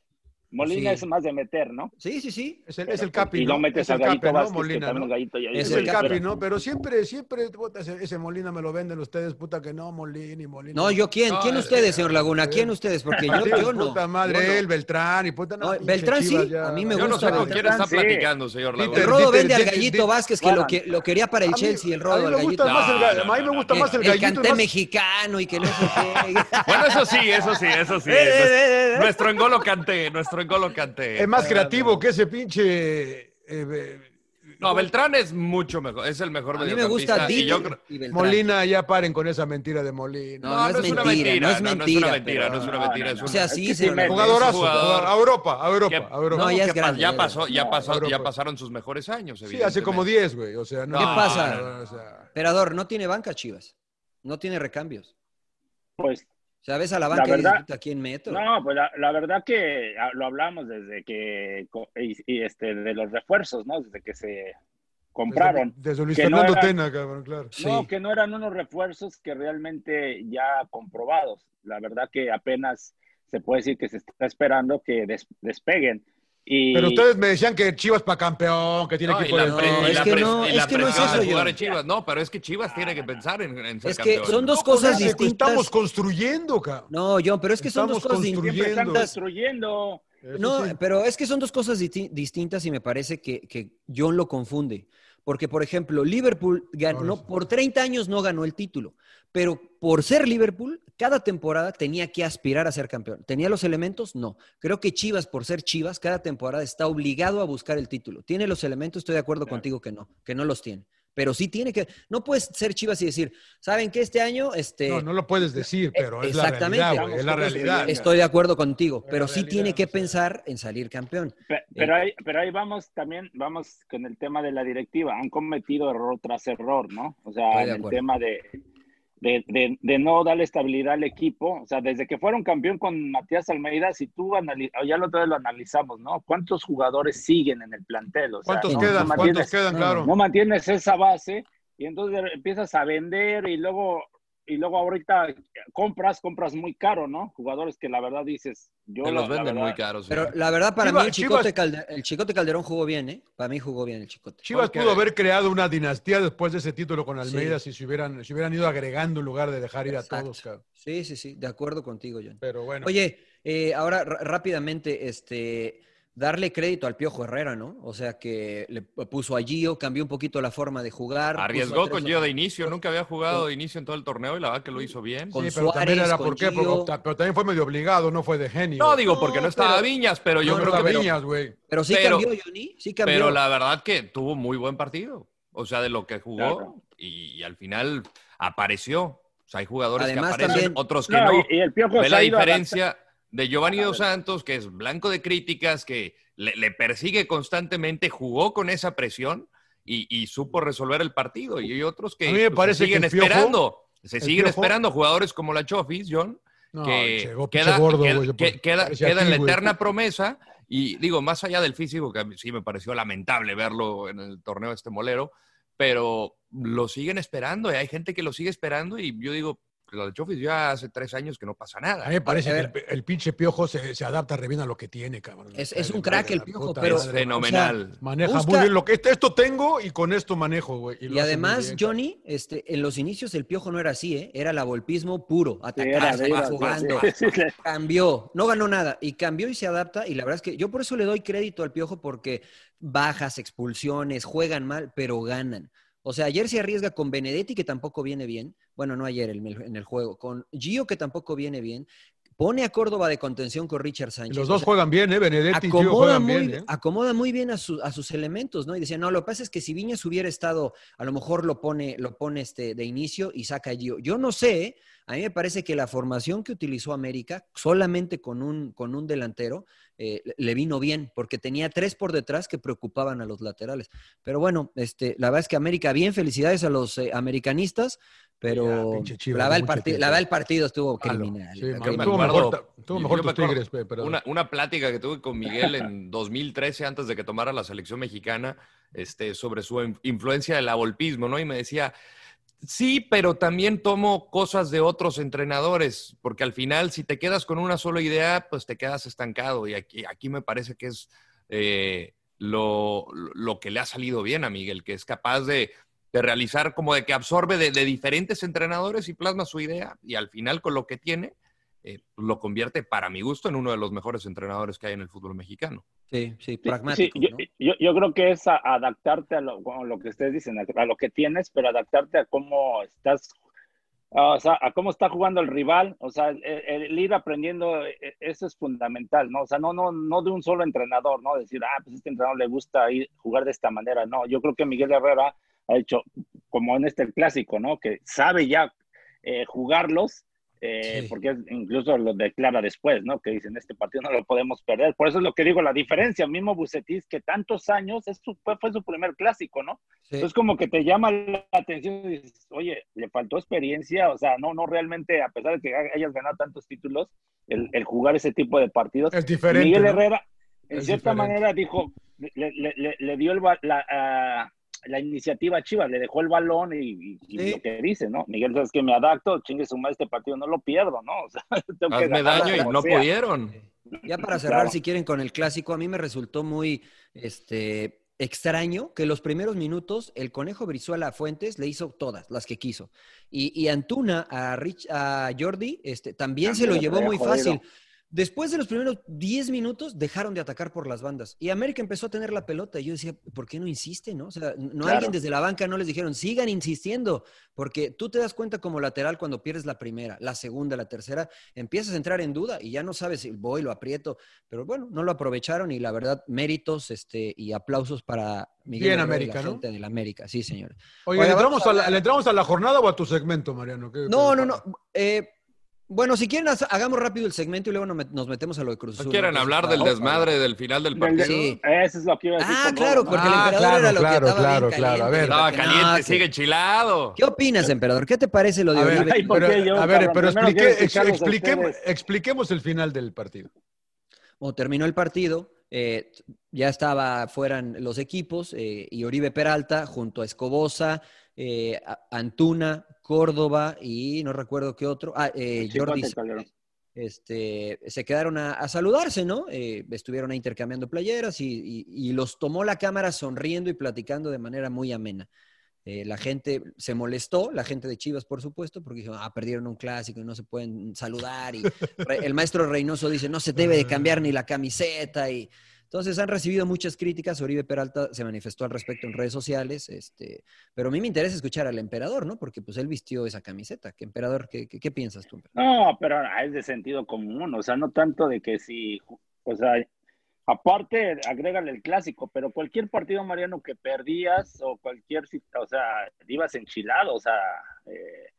Speaker 4: Molina
Speaker 3: Sí.
Speaker 4: es más de meter, ¿no?
Speaker 3: Sí, sí, sí.
Speaker 2: Es el,
Speaker 4: Pero
Speaker 2: es el
Speaker 4: pues,
Speaker 2: Capi.
Speaker 4: Y lo
Speaker 2: ¿no?
Speaker 4: metes
Speaker 2: es el
Speaker 4: a Gallito
Speaker 2: Capi, ¿no?
Speaker 4: Vázquez, que
Speaker 2: Molina,
Speaker 4: también
Speaker 2: ¿no?
Speaker 4: Gallito ya
Speaker 2: Es
Speaker 3: Es
Speaker 4: dice,
Speaker 2: el
Speaker 3: el
Speaker 4: "Espera".
Speaker 2: Capi, ¿no? Pero siempre, siempre, puta, ese, ese Molina me lo venden ustedes, puta, que no, Molina y Molina.
Speaker 3: No, yo quién,
Speaker 2: No,
Speaker 3: quién
Speaker 2: eh,
Speaker 3: ustedes, señor Laguna,
Speaker 2: eh,
Speaker 3: quién ustedes, porque yo,
Speaker 2: Partidos,
Speaker 3: yo no.
Speaker 2: Puta
Speaker 3: yo
Speaker 2: madre,
Speaker 3: no.
Speaker 2: él, Beltrán y puta.
Speaker 3: No,
Speaker 2: pinche
Speaker 3: Beltrán sí,
Speaker 2: Chivas, ya,
Speaker 3: a mí me
Speaker 1: Yo no
Speaker 3: gusta
Speaker 1: sé con quién
Speaker 3: Beltrán,
Speaker 1: está
Speaker 4: sí.
Speaker 1: platicando, señor
Speaker 3: El
Speaker 2: Dieter,
Speaker 1: Laguna.
Speaker 3: rodo
Speaker 2: Dieter,
Speaker 3: vende al
Speaker 2: Dieter,
Speaker 3: gallito
Speaker 2: Dieter.
Speaker 3: Vázquez, que lo,
Speaker 4: Bueno,
Speaker 3: que lo quería para el
Speaker 2: A mí-
Speaker 3: Chelsea, el
Speaker 2: a mí
Speaker 3: rodo
Speaker 2: me
Speaker 3: al gallito.
Speaker 2: gusta más el, ga-
Speaker 1: No, no,
Speaker 2: a mí me
Speaker 1: no,
Speaker 2: gusta
Speaker 1: no.
Speaker 2: más el
Speaker 3: el,
Speaker 2: gallito. es
Speaker 3: canté
Speaker 2: más-
Speaker 3: mexicano y que no sé
Speaker 2: <laughs>
Speaker 3: qué.
Speaker 1: Bueno, eso sí, eso sí, eso sí.
Speaker 3: <laughs> Eh, eh, eh, eh.
Speaker 1: Nues- Nuestro engolo canté, nuestro engolo canté.
Speaker 2: Es más creativo que ese pinche. eh, eh,
Speaker 1: No, Beltrán es mucho mejor, es el mejor
Speaker 3: A mí me gusta
Speaker 1: mediocampista, y yo creo-
Speaker 3: Dieter y Beltrán.
Speaker 2: Molina, ya paren con esa mentira de Molina.
Speaker 3: No, no, es mentira, no es mentira.
Speaker 1: una mentira,
Speaker 3: pero-
Speaker 1: no es una mentira, es
Speaker 3: O
Speaker 1: una-
Speaker 3: sea,
Speaker 4: Es
Speaker 3: sí,
Speaker 4: que
Speaker 3: señor
Speaker 4: sí,
Speaker 3: Laguna,
Speaker 2: Jugadorazo,
Speaker 3: es un jugador.
Speaker 2: jugador- a Europa, a
Speaker 1: que-
Speaker 2: Europa, a Europa.
Speaker 3: No, ya es
Speaker 1: que pa-
Speaker 3: grande, ya
Speaker 1: ya
Speaker 3: es
Speaker 1: pasó,
Speaker 3: grande.
Speaker 1: ya
Speaker 2: No,
Speaker 1: pasó, ya
Speaker 2: Europa.
Speaker 1: pasaron sus mejores años,
Speaker 2: Sí, hace como 10,
Speaker 1: evidentemente.
Speaker 2: güey. O sea, no.
Speaker 1: ¿Qué
Speaker 3: pasa?
Speaker 2: no, o sea,
Speaker 3: Emperador, no tiene banca, Chivas. No tiene recambios.
Speaker 4: Pues
Speaker 3: O sea, ves a la
Speaker 4: La
Speaker 3: banca y dices,
Speaker 4: verdad-
Speaker 3: "Puta, ¿a quién meto?
Speaker 4: No, pues la, la verdad que ah, lo hablamos desde que co- y, y, este de los refuerzos, ¿no? Desde que se compraron.
Speaker 2: Desde, desde Luis
Speaker 4: que no
Speaker 2: Fernando
Speaker 4: era-
Speaker 2: Tena, cabrón, claro.
Speaker 3: Sí.
Speaker 4: No, que no eran unos refuerzos que realmente ya comprobados. La verdad que apenas se puede decir que se está esperando que des- despeguen. Y
Speaker 2: Pero ustedes me decían que Chivas para campeón, que tiene
Speaker 1: No, y
Speaker 2: equipo
Speaker 1: la
Speaker 2: de
Speaker 3: No,
Speaker 1: pre- y
Speaker 3: es
Speaker 1: la
Speaker 3: que
Speaker 1: pres-
Speaker 3: no,
Speaker 1: y
Speaker 3: es
Speaker 1: la
Speaker 3: que no es
Speaker 1: presión de
Speaker 3: eso,
Speaker 1: jugar
Speaker 3: John.
Speaker 1: a Chivas. No, pero es que Chivas tiene que pensar en, en ser
Speaker 3: Es que
Speaker 1: campeón.
Speaker 3: son dos
Speaker 2: No,
Speaker 3: cosas
Speaker 2: joder,
Speaker 3: distintas.
Speaker 2: Estamos construyendo, cabrón.
Speaker 3: No, John, pero es que son dos
Speaker 2: Estamos
Speaker 3: cosas distintas.
Speaker 4: siempre están
Speaker 2: construyendo.
Speaker 4: construyendo.
Speaker 2: Eso
Speaker 3: No,
Speaker 2: sí.
Speaker 3: pero es que son dos cosas disti- distintas y me parece que, que John lo confunde. Porque, por ejemplo, Liverpool ganó,
Speaker 2: Ahora sí.
Speaker 3: por 30 años no ganó el título, pero por ser Liverpool, cada temporada tenía que aspirar a ser campeón. ¿Tenía los elementos? No. Creo que Chivas, por ser Chivas, cada temporada está obligado a buscar el título. ¿Tiene los elementos? Estoy de acuerdo contigo que no, que no los tiene. Pero sí tiene que, no puedes ser Chivas y decir, ¿saben qué? Este año, este,
Speaker 2: No, no lo puedes decir, pero es la
Speaker 3: eh, Exactamente.
Speaker 2: realidad, güey, Es la
Speaker 4: Estamos
Speaker 2: realidad.
Speaker 3: estoy de acuerdo contigo,
Speaker 2: Pero
Speaker 3: pero
Speaker 2: la
Speaker 3: sí tiene
Speaker 2: realidad,
Speaker 3: que
Speaker 2: o sea.
Speaker 3: pensar en salir campeón.
Speaker 4: Pe- Pero ahí, pero ahí vamos también, vamos con el tema de la directiva. Han cometido error tras error, ¿no? O sea,
Speaker 3: Estoy de
Speaker 4: en el
Speaker 3: acuerdo.
Speaker 4: tema de, de, de- de no darle estabilidad al equipo. O sea, desde que fueron campeón con Matías Almeida, si tú analizas, ya la otra vez lo analizamos, ¿no? ¿Cuántos jugadores siguen en el plantel? O sea,
Speaker 2: ¿Cuántos
Speaker 4: no-
Speaker 2: quedan?
Speaker 4: no
Speaker 2: ¿Cuántos
Speaker 4: mantienes-
Speaker 2: quedan,
Speaker 3: no,
Speaker 2: claro?
Speaker 4: no mantienes esa base y entonces empiezas a vender y luego y luego ahorita compras, compras muy caro, ¿no? Jugadores que la verdad dices, yo
Speaker 1: Que
Speaker 4: la-
Speaker 1: los
Speaker 4: la
Speaker 1: venden
Speaker 4: verdad-
Speaker 1: muy caros. eh. sí.
Speaker 3: Pero la verdad, para
Speaker 2: Chivas-
Speaker 3: mí el Chicote,
Speaker 2: Chivas-
Speaker 3: Calde- el Chicote Calderón jugó bien, ¿eh? Para mí jugó bien el Chicote.
Speaker 2: Chivas
Speaker 1: Porque-
Speaker 2: pudo haber creado una dinastía después de ese título con Almeida
Speaker 3: Sí.
Speaker 2: si se hubieran, si hubieran ido agregando en lugar de dejar ir a
Speaker 3: Exacto.
Speaker 2: todos, cabrón.
Speaker 3: Sí, sí, sí, de acuerdo contigo, John.
Speaker 2: Pero bueno.
Speaker 3: Oye, eh, ahora r- rápidamente, este, darle crédito al Piojo Herrera, ¿no? O sea, que le p- puso a Gio, cambió un poquito la forma de jugar. puso a
Speaker 1: Arriesgó con
Speaker 3: tres-
Speaker 1: Gio de inicio, nunca había jugado de inicio en todo el torneo y la verdad que lo hizo bien.
Speaker 3: con
Speaker 2: sí, pero también
Speaker 3: Suárez,
Speaker 2: era
Speaker 3: con
Speaker 2: por qué,
Speaker 3: Gio.
Speaker 2: porque- pero también fue medio obligado, no fue de genio.
Speaker 1: No digo porque
Speaker 2: No,
Speaker 1: no estaba
Speaker 2: pero-
Speaker 1: Viñas, pero
Speaker 2: No,
Speaker 1: yo creo
Speaker 2: no
Speaker 1: que lo-
Speaker 2: Viñas, güey.
Speaker 3: Pero sí
Speaker 1: pero-
Speaker 3: cambió, Johnny, sí cambió.
Speaker 1: Pero la verdad que tuvo muy buen partido. O sea, de lo que jugó
Speaker 4: Claro.
Speaker 1: y, y al final apareció. O sea, hay jugadores
Speaker 3: Además,
Speaker 1: que aparecen,
Speaker 3: también-
Speaker 1: otros que no.
Speaker 4: No, y, y el
Speaker 2: pues
Speaker 4: piojo
Speaker 1: Ve
Speaker 4: se
Speaker 1: la
Speaker 4: ha ido
Speaker 1: diferencia de Giovanni
Speaker 4: A
Speaker 1: Dos
Speaker 4: ver.
Speaker 1: Santos, que es blanco de críticas, que le, le persigue constantemente, jugó con esa presión y, y supo resolver el partido. Y hay otros que
Speaker 2: A mí me
Speaker 1: pues,
Speaker 2: parece
Speaker 1: se
Speaker 2: que
Speaker 1: siguen
Speaker 2: el Piojo-
Speaker 1: esperando. Se
Speaker 2: el
Speaker 1: siguen
Speaker 2: Piojo-
Speaker 1: esperando jugadores como la Chofis, John,
Speaker 2: No,
Speaker 1: que
Speaker 2: llegó pinche
Speaker 1: queda,
Speaker 2: gordo,
Speaker 1: queda-
Speaker 2: güey, pues,
Speaker 1: que- queda-
Speaker 2: parecía
Speaker 1: queda en la
Speaker 2: aquí, güey.
Speaker 1: eterna promesa. Y digo, más allá del físico, que a mí sí me pareció lamentable verlo en el torneo eh, este molero, pero lo siguen esperando. y hay gente que lo sigue esperando y yo digo, lo de Chofis ya hace tres años que no pasa nada.
Speaker 2: A mí me parece que el, el pinche piojo se, se adapta re bien a lo que tiene, cabrón.
Speaker 3: Es, es un crack el piojo,
Speaker 2: puta
Speaker 3: pero.
Speaker 1: es fenomenal.
Speaker 3: o sea,
Speaker 2: Maneja
Speaker 3: busca-
Speaker 2: muy bien lo que este- esto tengo y con esto manejo, güey. lo hace
Speaker 3: Y
Speaker 2: muy
Speaker 3: además,
Speaker 2: bien, cabrón.
Speaker 3: Johnny, este, en los inicios el piojo no era así, ¿eh? Era el abolpismo puro,
Speaker 4: era,
Speaker 3: atacar,
Speaker 4: era,
Speaker 3: salir
Speaker 4: sí,
Speaker 3: jugando.
Speaker 4: sí, sí.
Speaker 3: Cambió, no ganó nada y cambió y se adapta. Y la verdad es que yo por eso le doy crédito al piojo porque bajas, expulsiones, juegan mal, pero ganan. O sea, ayer se arriesga con Benedetti, que tampoco viene bien. Bueno, no ayer en el, en el juego. Con Gio, que tampoco viene bien. Pone a Córdoba de contención con Richard
Speaker 2: Y
Speaker 3: Sánchez.
Speaker 2: Los
Speaker 3: O
Speaker 2: dos
Speaker 3: sea,
Speaker 2: juegan bien, ¿eh? Benedetti y Gio
Speaker 3: acomoda
Speaker 2: juegan
Speaker 3: muy,
Speaker 2: bien. ¿eh?
Speaker 3: acomoda muy bien a, su- a sus elementos, ¿no? Y decía, no, lo que pasa es que si Viñas hubiera estado, a lo mejor lo pone, lo pone este, de inicio y saca a Gio. Yo no sé, a mí me parece que la formación que utilizó América, solamente con un, con un delantero, eh, le- le vino bien, porque tenía tres por detrás que preocupaban a los laterales. Pero bueno, este, la verdad es que América, bien, felicidades a los eh, americanistas,
Speaker 2: Ya,
Speaker 3: pero
Speaker 2: pinche Chivas,
Speaker 3: la,
Speaker 2: de
Speaker 3: verdad el
Speaker 2: mucho
Speaker 3: parti-
Speaker 2: tiempo.
Speaker 3: la verdad el partido estuvo
Speaker 2: Malo.
Speaker 3: criminal.
Speaker 2: Sí,
Speaker 1: Yo me
Speaker 2: Tuvo
Speaker 1: acuerdo-
Speaker 2: mejor ta- tuvo
Speaker 1: yo-
Speaker 2: mejor
Speaker 1: yo me
Speaker 2: tus
Speaker 1: acuerdo
Speaker 2: Tigres, pe- pero-
Speaker 1: Una, una plática que tuve con Miguel en <laughs> 2013, antes de que tomara la selección mexicana, este, sobre su in- influencia del abolpismo, ¿no? Y me decía, sí, pero también tomo cosas de otros entrenadores, porque al final, si te quedas con una sola idea, pues te quedas estancado. Y aquí, aquí me parece que es eh, lo, lo que le ha salido bien a Miguel, que es capaz de de realizar como de que absorbe de, de diferentes entrenadores y plasma su idea y al final con lo que tiene eh, lo convierte, para mi gusto, en uno de los mejores entrenadores que hay en el fútbol mexicano.
Speaker 3: Sí, sí, eh,
Speaker 4: Sí,
Speaker 3: pragmático.
Speaker 4: sí, yo,
Speaker 3: ¿no?
Speaker 4: yo- yo creo que es a- adaptarte a lo, a lo que ustedes dicen, a, a lo que tienes, pero adaptarte a cómo estás, a, o sea, a cómo está jugando el rival, o sea, el, el ir aprendiendo, e- e- eso es fundamental, ¿no? O sea, no, no, no de un solo entrenador, ¿no? Decir, ah, pues este entrenador le gusta ir, jugar de esta manera, no, yo creo que Miguel Herrera ha hecho, como en este clásico, ¿no? Que sabe ya eh, jugarlos eh,
Speaker 3: Sí.
Speaker 4: porque es- incluso lo declara después, ¿no? Que dicen, este partido no lo podemos perder. Por eso es lo que digo, la diferencia, mismo Bucetich, que tantos años, es su- fue, fue su primer clásico, ¿no?
Speaker 3: Sí.
Speaker 4: Entonces como que te llama la atención y dices, oye, le faltó experiencia, o sea, no, no realmente, a pesar de que ha- hayas ganado tantos títulos, el, el jugar ese tipo de partidos.
Speaker 2: Es diferente.
Speaker 4: Miguel
Speaker 2: ¿no?
Speaker 4: Herrera, en
Speaker 2: Es
Speaker 4: cierta
Speaker 2: diferente.
Speaker 4: manera, dijo, le, le- le- le dio el, ba- la, ah, la iniciativa a Chivas, le dejó el balón y, y- y
Speaker 3: Sí.
Speaker 4: lo que dice, ¿no? Miguel, sabes que me adapto, chingue su madre, este partido no lo pierdo, ¿no? <laughs> O sea, tengo que
Speaker 1: Hazme
Speaker 4: ganarlo
Speaker 1: daño y
Speaker 4: como
Speaker 1: no
Speaker 4: sea.
Speaker 1: pudieron.
Speaker 3: Ya para cerrar,
Speaker 4: Claro.
Speaker 3: si quieren, con el clásico, a mí me resultó muy este, extraño que los primeros minutos el conejo Brizuela a Fuentes le hizo todas las que quiso. Y, y Antuna a, Rich, a Jordi este, también se lo
Speaker 4: También lo
Speaker 3: llevó
Speaker 4: traía
Speaker 3: muy
Speaker 4: jodido.
Speaker 3: fácil. Después de los primeros 10 minutos dejaron de atacar por las bandas y América empezó a tener la pelota. Y yo decía, ¿por qué no insisten? No? O sea, no
Speaker 4: Claro.
Speaker 3: alguien desde la banca no les dijeron, sigan insistiendo, porque tú te das cuenta como lateral cuando pierdes la primera, la segunda, la tercera, empiezas a entrar en duda y ya no sabes si voy, lo aprieto, pero bueno, no lo aprovecharon y la verdad, méritos este, y aplausos para Miguel
Speaker 2: Bien,
Speaker 3: Herrera y
Speaker 2: América,
Speaker 3: la
Speaker 2: ¿no?
Speaker 3: gente del América, sí, señor.
Speaker 2: Oye,
Speaker 3: Oye,
Speaker 2: ¿le
Speaker 3: vamos
Speaker 2: entramos,
Speaker 3: a
Speaker 2: a la,
Speaker 3: hablar-
Speaker 2: ¿le entramos a la jornada o a tu segmento, Mariano? ¿Qué-
Speaker 3: No,
Speaker 2: qué-
Speaker 3: no, no, eh, bueno, si quieren, haz- hagamos rápido el segmento y luego nos met- nos metemos a lo de Cruz
Speaker 1: ¿No
Speaker 3: Azul,
Speaker 1: quieren
Speaker 3: que es
Speaker 1: hablar
Speaker 3: para-
Speaker 1: del desmadre del final del
Speaker 4: Del-
Speaker 1: partido?
Speaker 3: Sí.
Speaker 4: Eso es lo que iba a decir.
Speaker 3: Ah,
Speaker 4: con
Speaker 3: claro,
Speaker 4: Rodo, ¿no?
Speaker 3: porque el
Speaker 2: Ah,
Speaker 3: emperador
Speaker 2: claro,
Speaker 3: era lo
Speaker 2: claro,
Speaker 3: que estaba bien
Speaker 2: claro, claro. A
Speaker 3: caliente,
Speaker 2: ver.
Speaker 3: lo
Speaker 1: Estaba
Speaker 3: que
Speaker 1: caliente,
Speaker 3: no hace.
Speaker 1: sigue chilado.
Speaker 3: ¿Qué opinas, emperador? ¿Qué te parece lo de
Speaker 2: A ver,
Speaker 3: Oribe?
Speaker 4: Ay, ¿por
Speaker 2: pero,
Speaker 4: qué yo,
Speaker 2: a ver,
Speaker 4: cabrón?
Speaker 2: pero
Speaker 4: Primero
Speaker 2: explique-
Speaker 4: quiero
Speaker 2: ex-
Speaker 4: escucharlos a
Speaker 2: expliquemos-
Speaker 4: ustedes.
Speaker 2: expliquemos el final del partido.
Speaker 3: Cuando terminó el partido, eh, ya estaba fueran los equipos eh, y Oribe Peralta junto a Escobosa, eh, a- Antuna, Córdoba y no recuerdo qué otro. Ah, eh,
Speaker 4: Sí,
Speaker 3: Jordi.
Speaker 4: cuenta, cabrón.
Speaker 3: Este, se quedaron a, a saludarse, ¿no? Eh, estuvieron ahí intercambiando playeras y, y- y los tomó la cámara sonriendo y platicando de manera muy amena. Eh, la gente se molestó, la gente de Chivas, por supuesto, porque dijeron, ah, perdieron un clásico y no se pueden saludar. Y re- el maestro Reynoso dice, no se debe de cambiar ni la camiseta. Y entonces han recibido muchas críticas. Oribe Peralta se manifestó al respecto en redes sociales. Este, pero a mí me interesa escuchar al emperador, ¿no? Porque pues él vistió esa camiseta. ¿Qué emperador? ¿Qué, qué- qué piensas tú? emperador?
Speaker 4: No, pero es de sentido común, o sea, no tanto de que si, o sea, aparte, agrégale el clásico, pero cualquier partido, Mariano, que perdías o cualquier, si- o sea, ibas enchilado, o sea, eh,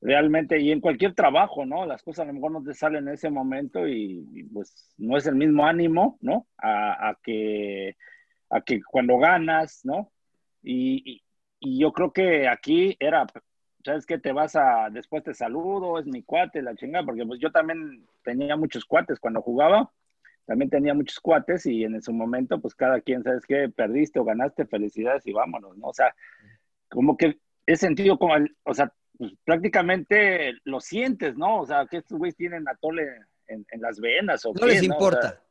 Speaker 4: realmente, y en cualquier trabajo, ¿no? Las cosas a lo mejor no te salen en ese momento y, y, pues no es el mismo ánimo, ¿no? A, a que, a que cuando ganas, ¿no? Y, y- y yo creo que aquí era ¿sabes qué? Te vas a, después te saludo, es mi cuate, la chingada, porque pues yo también tenía muchos cuates cuando jugaba, también tenía muchos cuates y en su momento, pues cada quien, ¿sabes qué? Perdiste o ganaste, felicidades y vámonos, ¿no? O sea, como que es sentido como, el- o sea, pues, prácticamente lo sientes, ¿no? O sea, que estos güeyes tienen atole en, en las venas. ¿o
Speaker 3: No
Speaker 4: qué,
Speaker 3: les
Speaker 4: O
Speaker 3: importa.
Speaker 4: sea,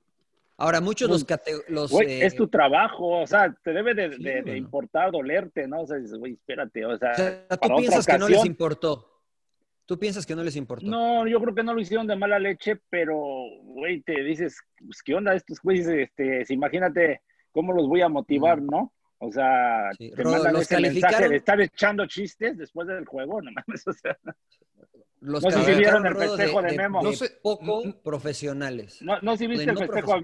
Speaker 3: Ahora, muchos los...
Speaker 4: Pues,
Speaker 3: cate- los,
Speaker 4: güey,
Speaker 3: eh,
Speaker 4: es tu trabajo, o sea, te debe de, de- de
Speaker 3: bueno.
Speaker 4: importar, dolerte, ¿no? O sea, dices, güey, espérate, o sea,
Speaker 3: o sea, tú
Speaker 4: para otra
Speaker 3: piensas que no les
Speaker 4: ocasión,
Speaker 3: importó. Tú piensas que no les importó.
Speaker 4: No, yo creo que no lo hicieron de mala leche, pero, güey, te dices, pues, ¿qué onda estos güeyes? Este, si imagínate cómo los voy a motivar, ¿no? O sea, te
Speaker 3: Rodo,
Speaker 4: mandan
Speaker 3: Mm. ¿los
Speaker 4: ese mensaje
Speaker 3: calificaron?
Speaker 4: de estar echando chistes después del juego, no mames, <laughs> o sea,
Speaker 3: Los
Speaker 4: no sé si
Speaker 3: calificaron,
Speaker 4: vieron el
Speaker 3: Rodo,
Speaker 4: festejo de Memo.
Speaker 3: de
Speaker 4: No sé-
Speaker 3: poco profesionales.
Speaker 4: no, no si viste
Speaker 3: De
Speaker 4: el
Speaker 3: no
Speaker 4: festejo, eh,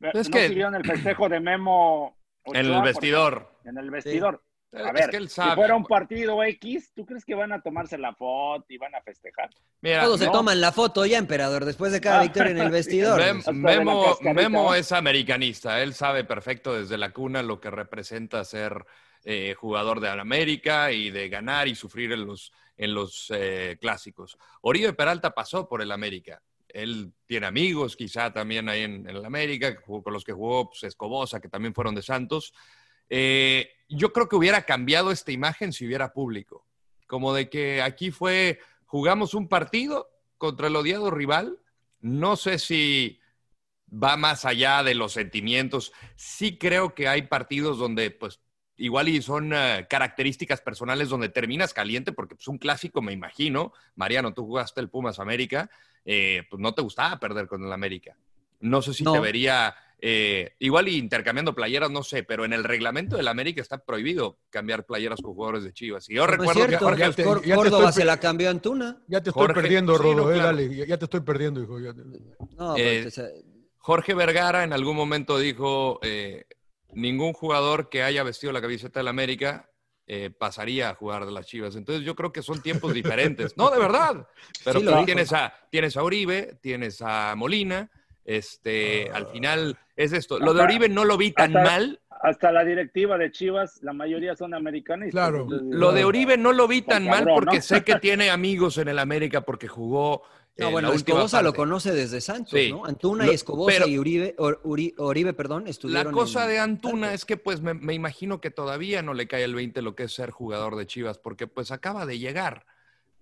Speaker 3: profes-
Speaker 1: Es
Speaker 4: no
Speaker 1: que-
Speaker 4: si vieron el festejo de Memo. Ochoa,
Speaker 1: En el
Speaker 4: por-
Speaker 1: vestidor.
Speaker 4: En el vestidor.
Speaker 1: Eh,
Speaker 4: A
Speaker 1: es
Speaker 4: ver,
Speaker 1: que él
Speaker 4: si
Speaker 1: sabe,
Speaker 4: fuera un
Speaker 1: güey.
Speaker 4: partido X, ¿tú crees que van a tomarse la foto y van a festejar?
Speaker 1: Mira,
Speaker 3: Todos se
Speaker 1: no,
Speaker 3: toman la foto ya, emperador, después de
Speaker 4: Ah,
Speaker 3: cada victoria
Speaker 4: <laughs>
Speaker 3: en el vestidor.
Speaker 1: Mem-
Speaker 4: Hasta de la
Speaker 1: Memo,
Speaker 4: cascarita,
Speaker 1: Memo
Speaker 4: ¿eh?
Speaker 1: es americanista, él sabe perfecto desde la cuna lo que representa ser eh, jugador de América y de ganar y sufrir en los, en los eh, clásicos. Oribe Peralta pasó por el América. Él tiene amigos quizá también ahí en, en el América, que jugó- con los que jugó pues, Escobosa, que también fueron de Santos. Eh, yo creo que hubiera cambiado esta imagen si hubiera público. Como de que aquí fue, jugamos un partido contra el odiado rival. No sé si va más allá de los sentimientos. Sí creo que hay partidos donde, pues, igual y son eh, características personales donde terminas caliente, porque pues un clásico, me imagino, Mariano, tú jugaste el Pumas América, eh, pues no te gustaba perder con el América. No sé si
Speaker 3: No.
Speaker 1: te vería, eh, igual y intercambiando playeras, no sé, pero en el reglamento del América está prohibido cambiar playeras con jugadores de Chivas. Y yo
Speaker 3: No es
Speaker 1: recuerdo que
Speaker 3: cierto,
Speaker 1: Jorge,
Speaker 2: Jorge,
Speaker 3: Cor-
Speaker 2: ya te
Speaker 3: Córdoba
Speaker 2: estoy-
Speaker 3: se la cambió a Antuna.
Speaker 2: Ya te estoy
Speaker 1: Jorge-
Speaker 2: perdiendo,
Speaker 1: sí,
Speaker 2: Rodo.
Speaker 1: no,
Speaker 2: eh,
Speaker 1: claro.
Speaker 2: dale, ya, ya te estoy perdiendo, hijo. ya te-
Speaker 3: No,
Speaker 1: Eh,
Speaker 3: pues, o sea,
Speaker 1: Jorge Vergara en algún momento dijo, eh, ningún jugador que haya vestido la camiseta del América eh, pasaría a jugar de las Chivas. Entonces yo creo que son tiempos diferentes. No, de verdad. Pero
Speaker 3: Sí, lo
Speaker 1: pues
Speaker 3: dijo.
Speaker 1: tienes, a, tienes a Uribe, tienes a Molina. Este, al final es esto. Lo de
Speaker 4: Ah. Hasta-
Speaker 1: Uribe no lo vi tan
Speaker 4: hasta-
Speaker 1: mal.
Speaker 4: Hasta la directiva de Chivas, la mayoría son americanistas.
Speaker 2: Claro.
Speaker 4: Entonces,
Speaker 1: Lo de Uribe no lo vi tan mal
Speaker 4: Cabrón,
Speaker 1: porque
Speaker 4: ¿no?
Speaker 1: sé que tiene amigos en el América porque jugó.
Speaker 3: no,
Speaker 1: eh,
Speaker 3: bueno,
Speaker 1: la última
Speaker 3: Escobosa lo
Speaker 1: parte.
Speaker 3: conoce desde Santos,
Speaker 1: Sí.
Speaker 3: ¿no? Antuna
Speaker 1: Lo-
Speaker 3: y Escobosa
Speaker 1: pero-
Speaker 3: y Uribe, Or- Uri- Oribe, perdón, estuvieron
Speaker 1: La cosa
Speaker 3: en-
Speaker 1: de Antuna
Speaker 3: Santos.
Speaker 1: es que pues me, me imagino que todavía no le cae el 20 lo que es ser jugador de Chivas, porque pues acaba de llegar.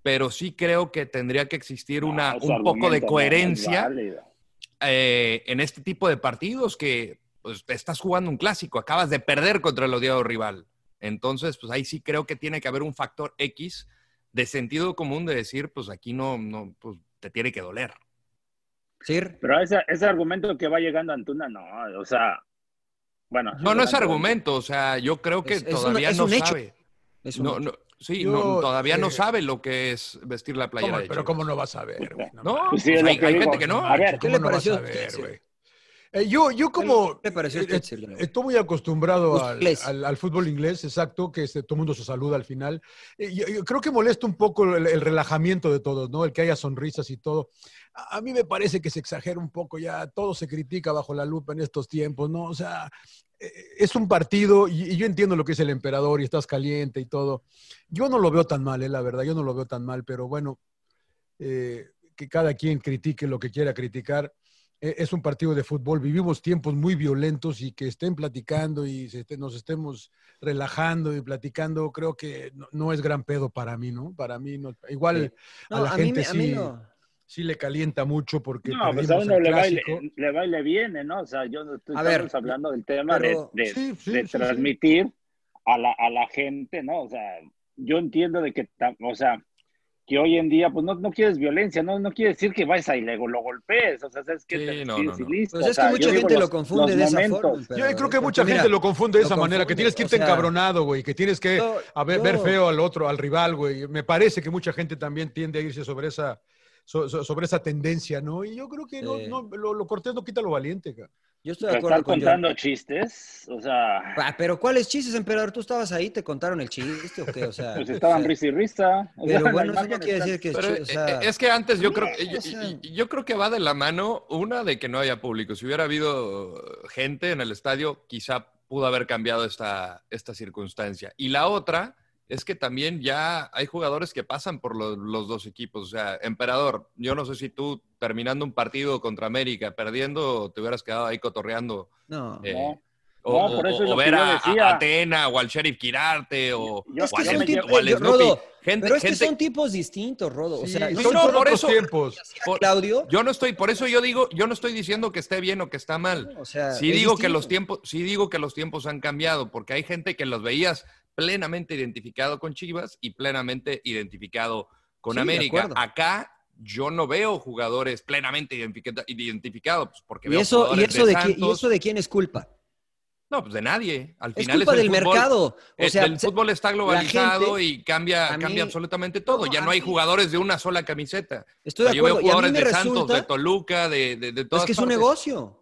Speaker 1: Pero sí creo que tendría que existir una,
Speaker 4: Ah, ese
Speaker 1: un poco de
Speaker 4: argumento no es
Speaker 1: coherencia
Speaker 4: válido.
Speaker 1: eh, en este tipo de partidos que pues, te estás jugando un clásico, acabas de perder contra el odiado rival. Entonces, pues ahí sí creo que tiene que haber un factor X de sentido común de decir, pues aquí no, no, pues te tiene que doler.
Speaker 3: Sir,
Speaker 4: Pero ese, ese argumento que va llegando Antuna, no, o sea, bueno.
Speaker 1: No, no es
Speaker 4: seguramente-
Speaker 1: argumento, o sea, yo creo que
Speaker 3: Es- es una-
Speaker 1: todavía
Speaker 3: es
Speaker 1: no
Speaker 3: un hecho.
Speaker 1: sabe.
Speaker 3: es un-
Speaker 1: No, no, sí,
Speaker 2: Yo,
Speaker 1: no, todavía no
Speaker 2: eh,
Speaker 1: sabe lo que es vestir la
Speaker 2: ¿Cómo?
Speaker 1: playera de
Speaker 2: pero
Speaker 1: Chivas.
Speaker 2: ¿cómo no vas a ver, güey?
Speaker 1: No,
Speaker 4: Pues sí, es
Speaker 1: pues
Speaker 4: lo
Speaker 1: hay,
Speaker 4: que
Speaker 1: hay
Speaker 4: digo.
Speaker 1: gente que no.
Speaker 4: A ver,
Speaker 2: ¿Cómo
Speaker 3: ¿Qué le
Speaker 2: no vas
Speaker 3: pareció
Speaker 2: a
Speaker 3: a usted,
Speaker 2: ver,
Speaker 3: Sir?
Speaker 2: güey? Eh, yo, yo como... eh,
Speaker 3: ¿Qué le pareció a
Speaker 1: Eh,
Speaker 3: usted, Sir Leonardo?
Speaker 2: Estoy muy acostumbrado al,
Speaker 3: Inglés.
Speaker 2: al- al fútbol inglés, exacto, que este, todo el mundo se saluda al final. Eh, yo, yo creo que molesta un poco el, el relajamiento de todos, ¿no? El que haya sonrisas y todo. A, a mí me parece que se exagera un poco ya, todo se critica bajo la lupa en estos tiempos, ¿no? O sea, eh, es un partido y, y yo entiendo lo que es el emperador y estás caliente y todo. Yo no lo veo tan mal, eh, la verdad, yo no lo veo tan mal, pero bueno, eh, que cada quien critique lo que quiera criticar e- es un partido de fútbol. Vivimos tiempos muy violentos y que estén platicando y se esté- nos estemos relajando y platicando, creo que no, no es gran pedo para mí, ¿no? Para mí, no. igual
Speaker 3: No,
Speaker 2: a la
Speaker 3: a mí
Speaker 2: gente
Speaker 3: me- a mí
Speaker 2: sí,
Speaker 3: no.
Speaker 2: sí le calienta mucho porque
Speaker 4: No, pues a
Speaker 2: perdimos
Speaker 4: uno
Speaker 2: el
Speaker 4: le baile,
Speaker 2: clásico.
Speaker 4: le baile viene, ¿no? O sea, yo no estoy
Speaker 3: A ver,
Speaker 4: estamos hablando del tema de-
Speaker 3: pero-
Speaker 4: de,
Speaker 2: Sí, sí,
Speaker 4: de
Speaker 2: sí, sí.
Speaker 4: transmitir A, la, a la gente, ¿no? O sea, yo entiendo de que, ta- o sea, que hoy en día, pues no, no quieres violencia, no, no quiere decir que vayas ahí y luego lo golpees, o sea, sabes que
Speaker 1: Sí,
Speaker 4: te
Speaker 1: no,
Speaker 4: decides
Speaker 1: no,
Speaker 4: y listo,
Speaker 3: Pues
Speaker 4: o
Speaker 3: es que
Speaker 4: sea, yo
Speaker 3: mucha
Speaker 4: digo
Speaker 3: gente
Speaker 4: los-
Speaker 3: lo confunde
Speaker 4: los
Speaker 3: de esa
Speaker 4: momentos.
Speaker 3: forma.
Speaker 2: Yo creo
Speaker 3: emperador,
Speaker 2: que
Speaker 3: porque
Speaker 2: mucha gente
Speaker 3: mira,
Speaker 2: lo confunde de
Speaker 3: lo
Speaker 2: esa manera, que
Speaker 3: confunde,
Speaker 2: tienes que
Speaker 3: o
Speaker 2: irte
Speaker 3: sea,
Speaker 2: encabronado, güey, que tienes que
Speaker 3: yo-
Speaker 2: a ver,
Speaker 3: yo-
Speaker 2: ver feo al otro, al rival, güey. Me parece que mucha gente también tiende a irse sobre esa, so- so- sobre esa tendencia, ¿no? Y yo creo que no,
Speaker 3: Sí.
Speaker 2: no, lo, lo cortés no quita lo valiente, cara.
Speaker 3: Yo estoy de
Speaker 4: Pero
Speaker 3: acuerdo
Speaker 4: estar
Speaker 3: con Jordi.
Speaker 4: contando chistes, o sea,
Speaker 3: Ah, pero ¿cuáles chistes, emperador? ¿Tú estabas ahí? ¿Te contaron el chiste o qué? O sea,
Speaker 4: pues estaban
Speaker 3: o sea,
Speaker 4: risa y risa. O sea,
Speaker 3: Pero
Speaker 4: <laughs> la
Speaker 3: bueno, eso no
Speaker 4: imagen
Speaker 3: quiere
Speaker 4: está-
Speaker 3: decir que...
Speaker 1: Pero,
Speaker 3: chi- o sea,
Speaker 1: eh, es que antes yo creo, que-
Speaker 3: o sea-
Speaker 1: yo, yo creo que va de la mano una de que no haya público. Si hubiera habido gente en el estadio, quizá pudo haber cambiado esta, esta circunstancia. Y la otra es que también ya hay jugadores que pasan por lo- los dos equipos. O sea, Emperador, yo no sé si tú terminando un partido contra América, perdiendo, te hubieras quedado ahí cotorreando
Speaker 3: no,
Speaker 1: eh,
Speaker 4: No.
Speaker 1: O,
Speaker 4: No, por eso es
Speaker 1: o-
Speaker 4: lo
Speaker 1: o
Speaker 4: que
Speaker 1: ver
Speaker 4: yo
Speaker 1: a,
Speaker 4: decía.
Speaker 1: a Atena o al Sheriff Quirarte o,
Speaker 4: Yo-
Speaker 3: Es
Speaker 1: o
Speaker 3: que
Speaker 1: al
Speaker 3: son
Speaker 1: Snoopy,
Speaker 3: tipos-
Speaker 1: o al
Speaker 3: yo-
Speaker 1: Snoopy.
Speaker 3: Rodo,
Speaker 1: Gente-
Speaker 3: pero es que
Speaker 1: gente-
Speaker 3: son tipos distintos, Rodo. o sea,
Speaker 1: no,
Speaker 3: son
Speaker 1: no,
Speaker 3: cosas
Speaker 1: por
Speaker 3: que
Speaker 1: eso.
Speaker 3: hacía
Speaker 1: Por-
Speaker 3: Claudio,
Speaker 1: Yo no estoy, por eso yo digo, yo no estoy diciendo que esté bien o que está mal.
Speaker 3: o sea,
Speaker 1: sí
Speaker 3: Ah, es
Speaker 1: digo que
Speaker 3: distinto.
Speaker 1: los tiempos, sí digo que los tiempos han cambiado, porque hay gente que los veías plenamente identificado con Chivas y plenamente identificado con
Speaker 3: Sí, de
Speaker 1: América.
Speaker 3: acuerdo.
Speaker 1: Acá yo no veo jugadores plenamente identifica- identificados, pues, porque
Speaker 3: ¿Y
Speaker 1: veo
Speaker 3: eso, y,
Speaker 1: jugadores
Speaker 3: eso de qui-
Speaker 1: Santos.
Speaker 3: ¿Y eso de quién es culpa?
Speaker 1: No, pues de nadie. Al
Speaker 3: Es
Speaker 1: final
Speaker 3: culpa
Speaker 1: el
Speaker 3: del
Speaker 1: fútbol.
Speaker 3: mercado. O
Speaker 1: Es-
Speaker 3: sea,
Speaker 1: Eh, el
Speaker 3: se-
Speaker 1: fútbol está globalizado y cambia,
Speaker 3: a mí-
Speaker 1: cambia absolutamente todo.
Speaker 3: No,
Speaker 1: ya
Speaker 3: a
Speaker 1: no hay
Speaker 3: mí-
Speaker 1: jugadores de una sola camiseta.
Speaker 3: Estoy de
Speaker 1: yo veo
Speaker 3: acuerdo. Y a
Speaker 1: jugadores
Speaker 3: mí me
Speaker 1: de Santos,
Speaker 3: resulta-
Speaker 1: de Toluca, de, de, de
Speaker 3: Es
Speaker 1: todas
Speaker 3: que es un
Speaker 1: partes.
Speaker 3: negocio.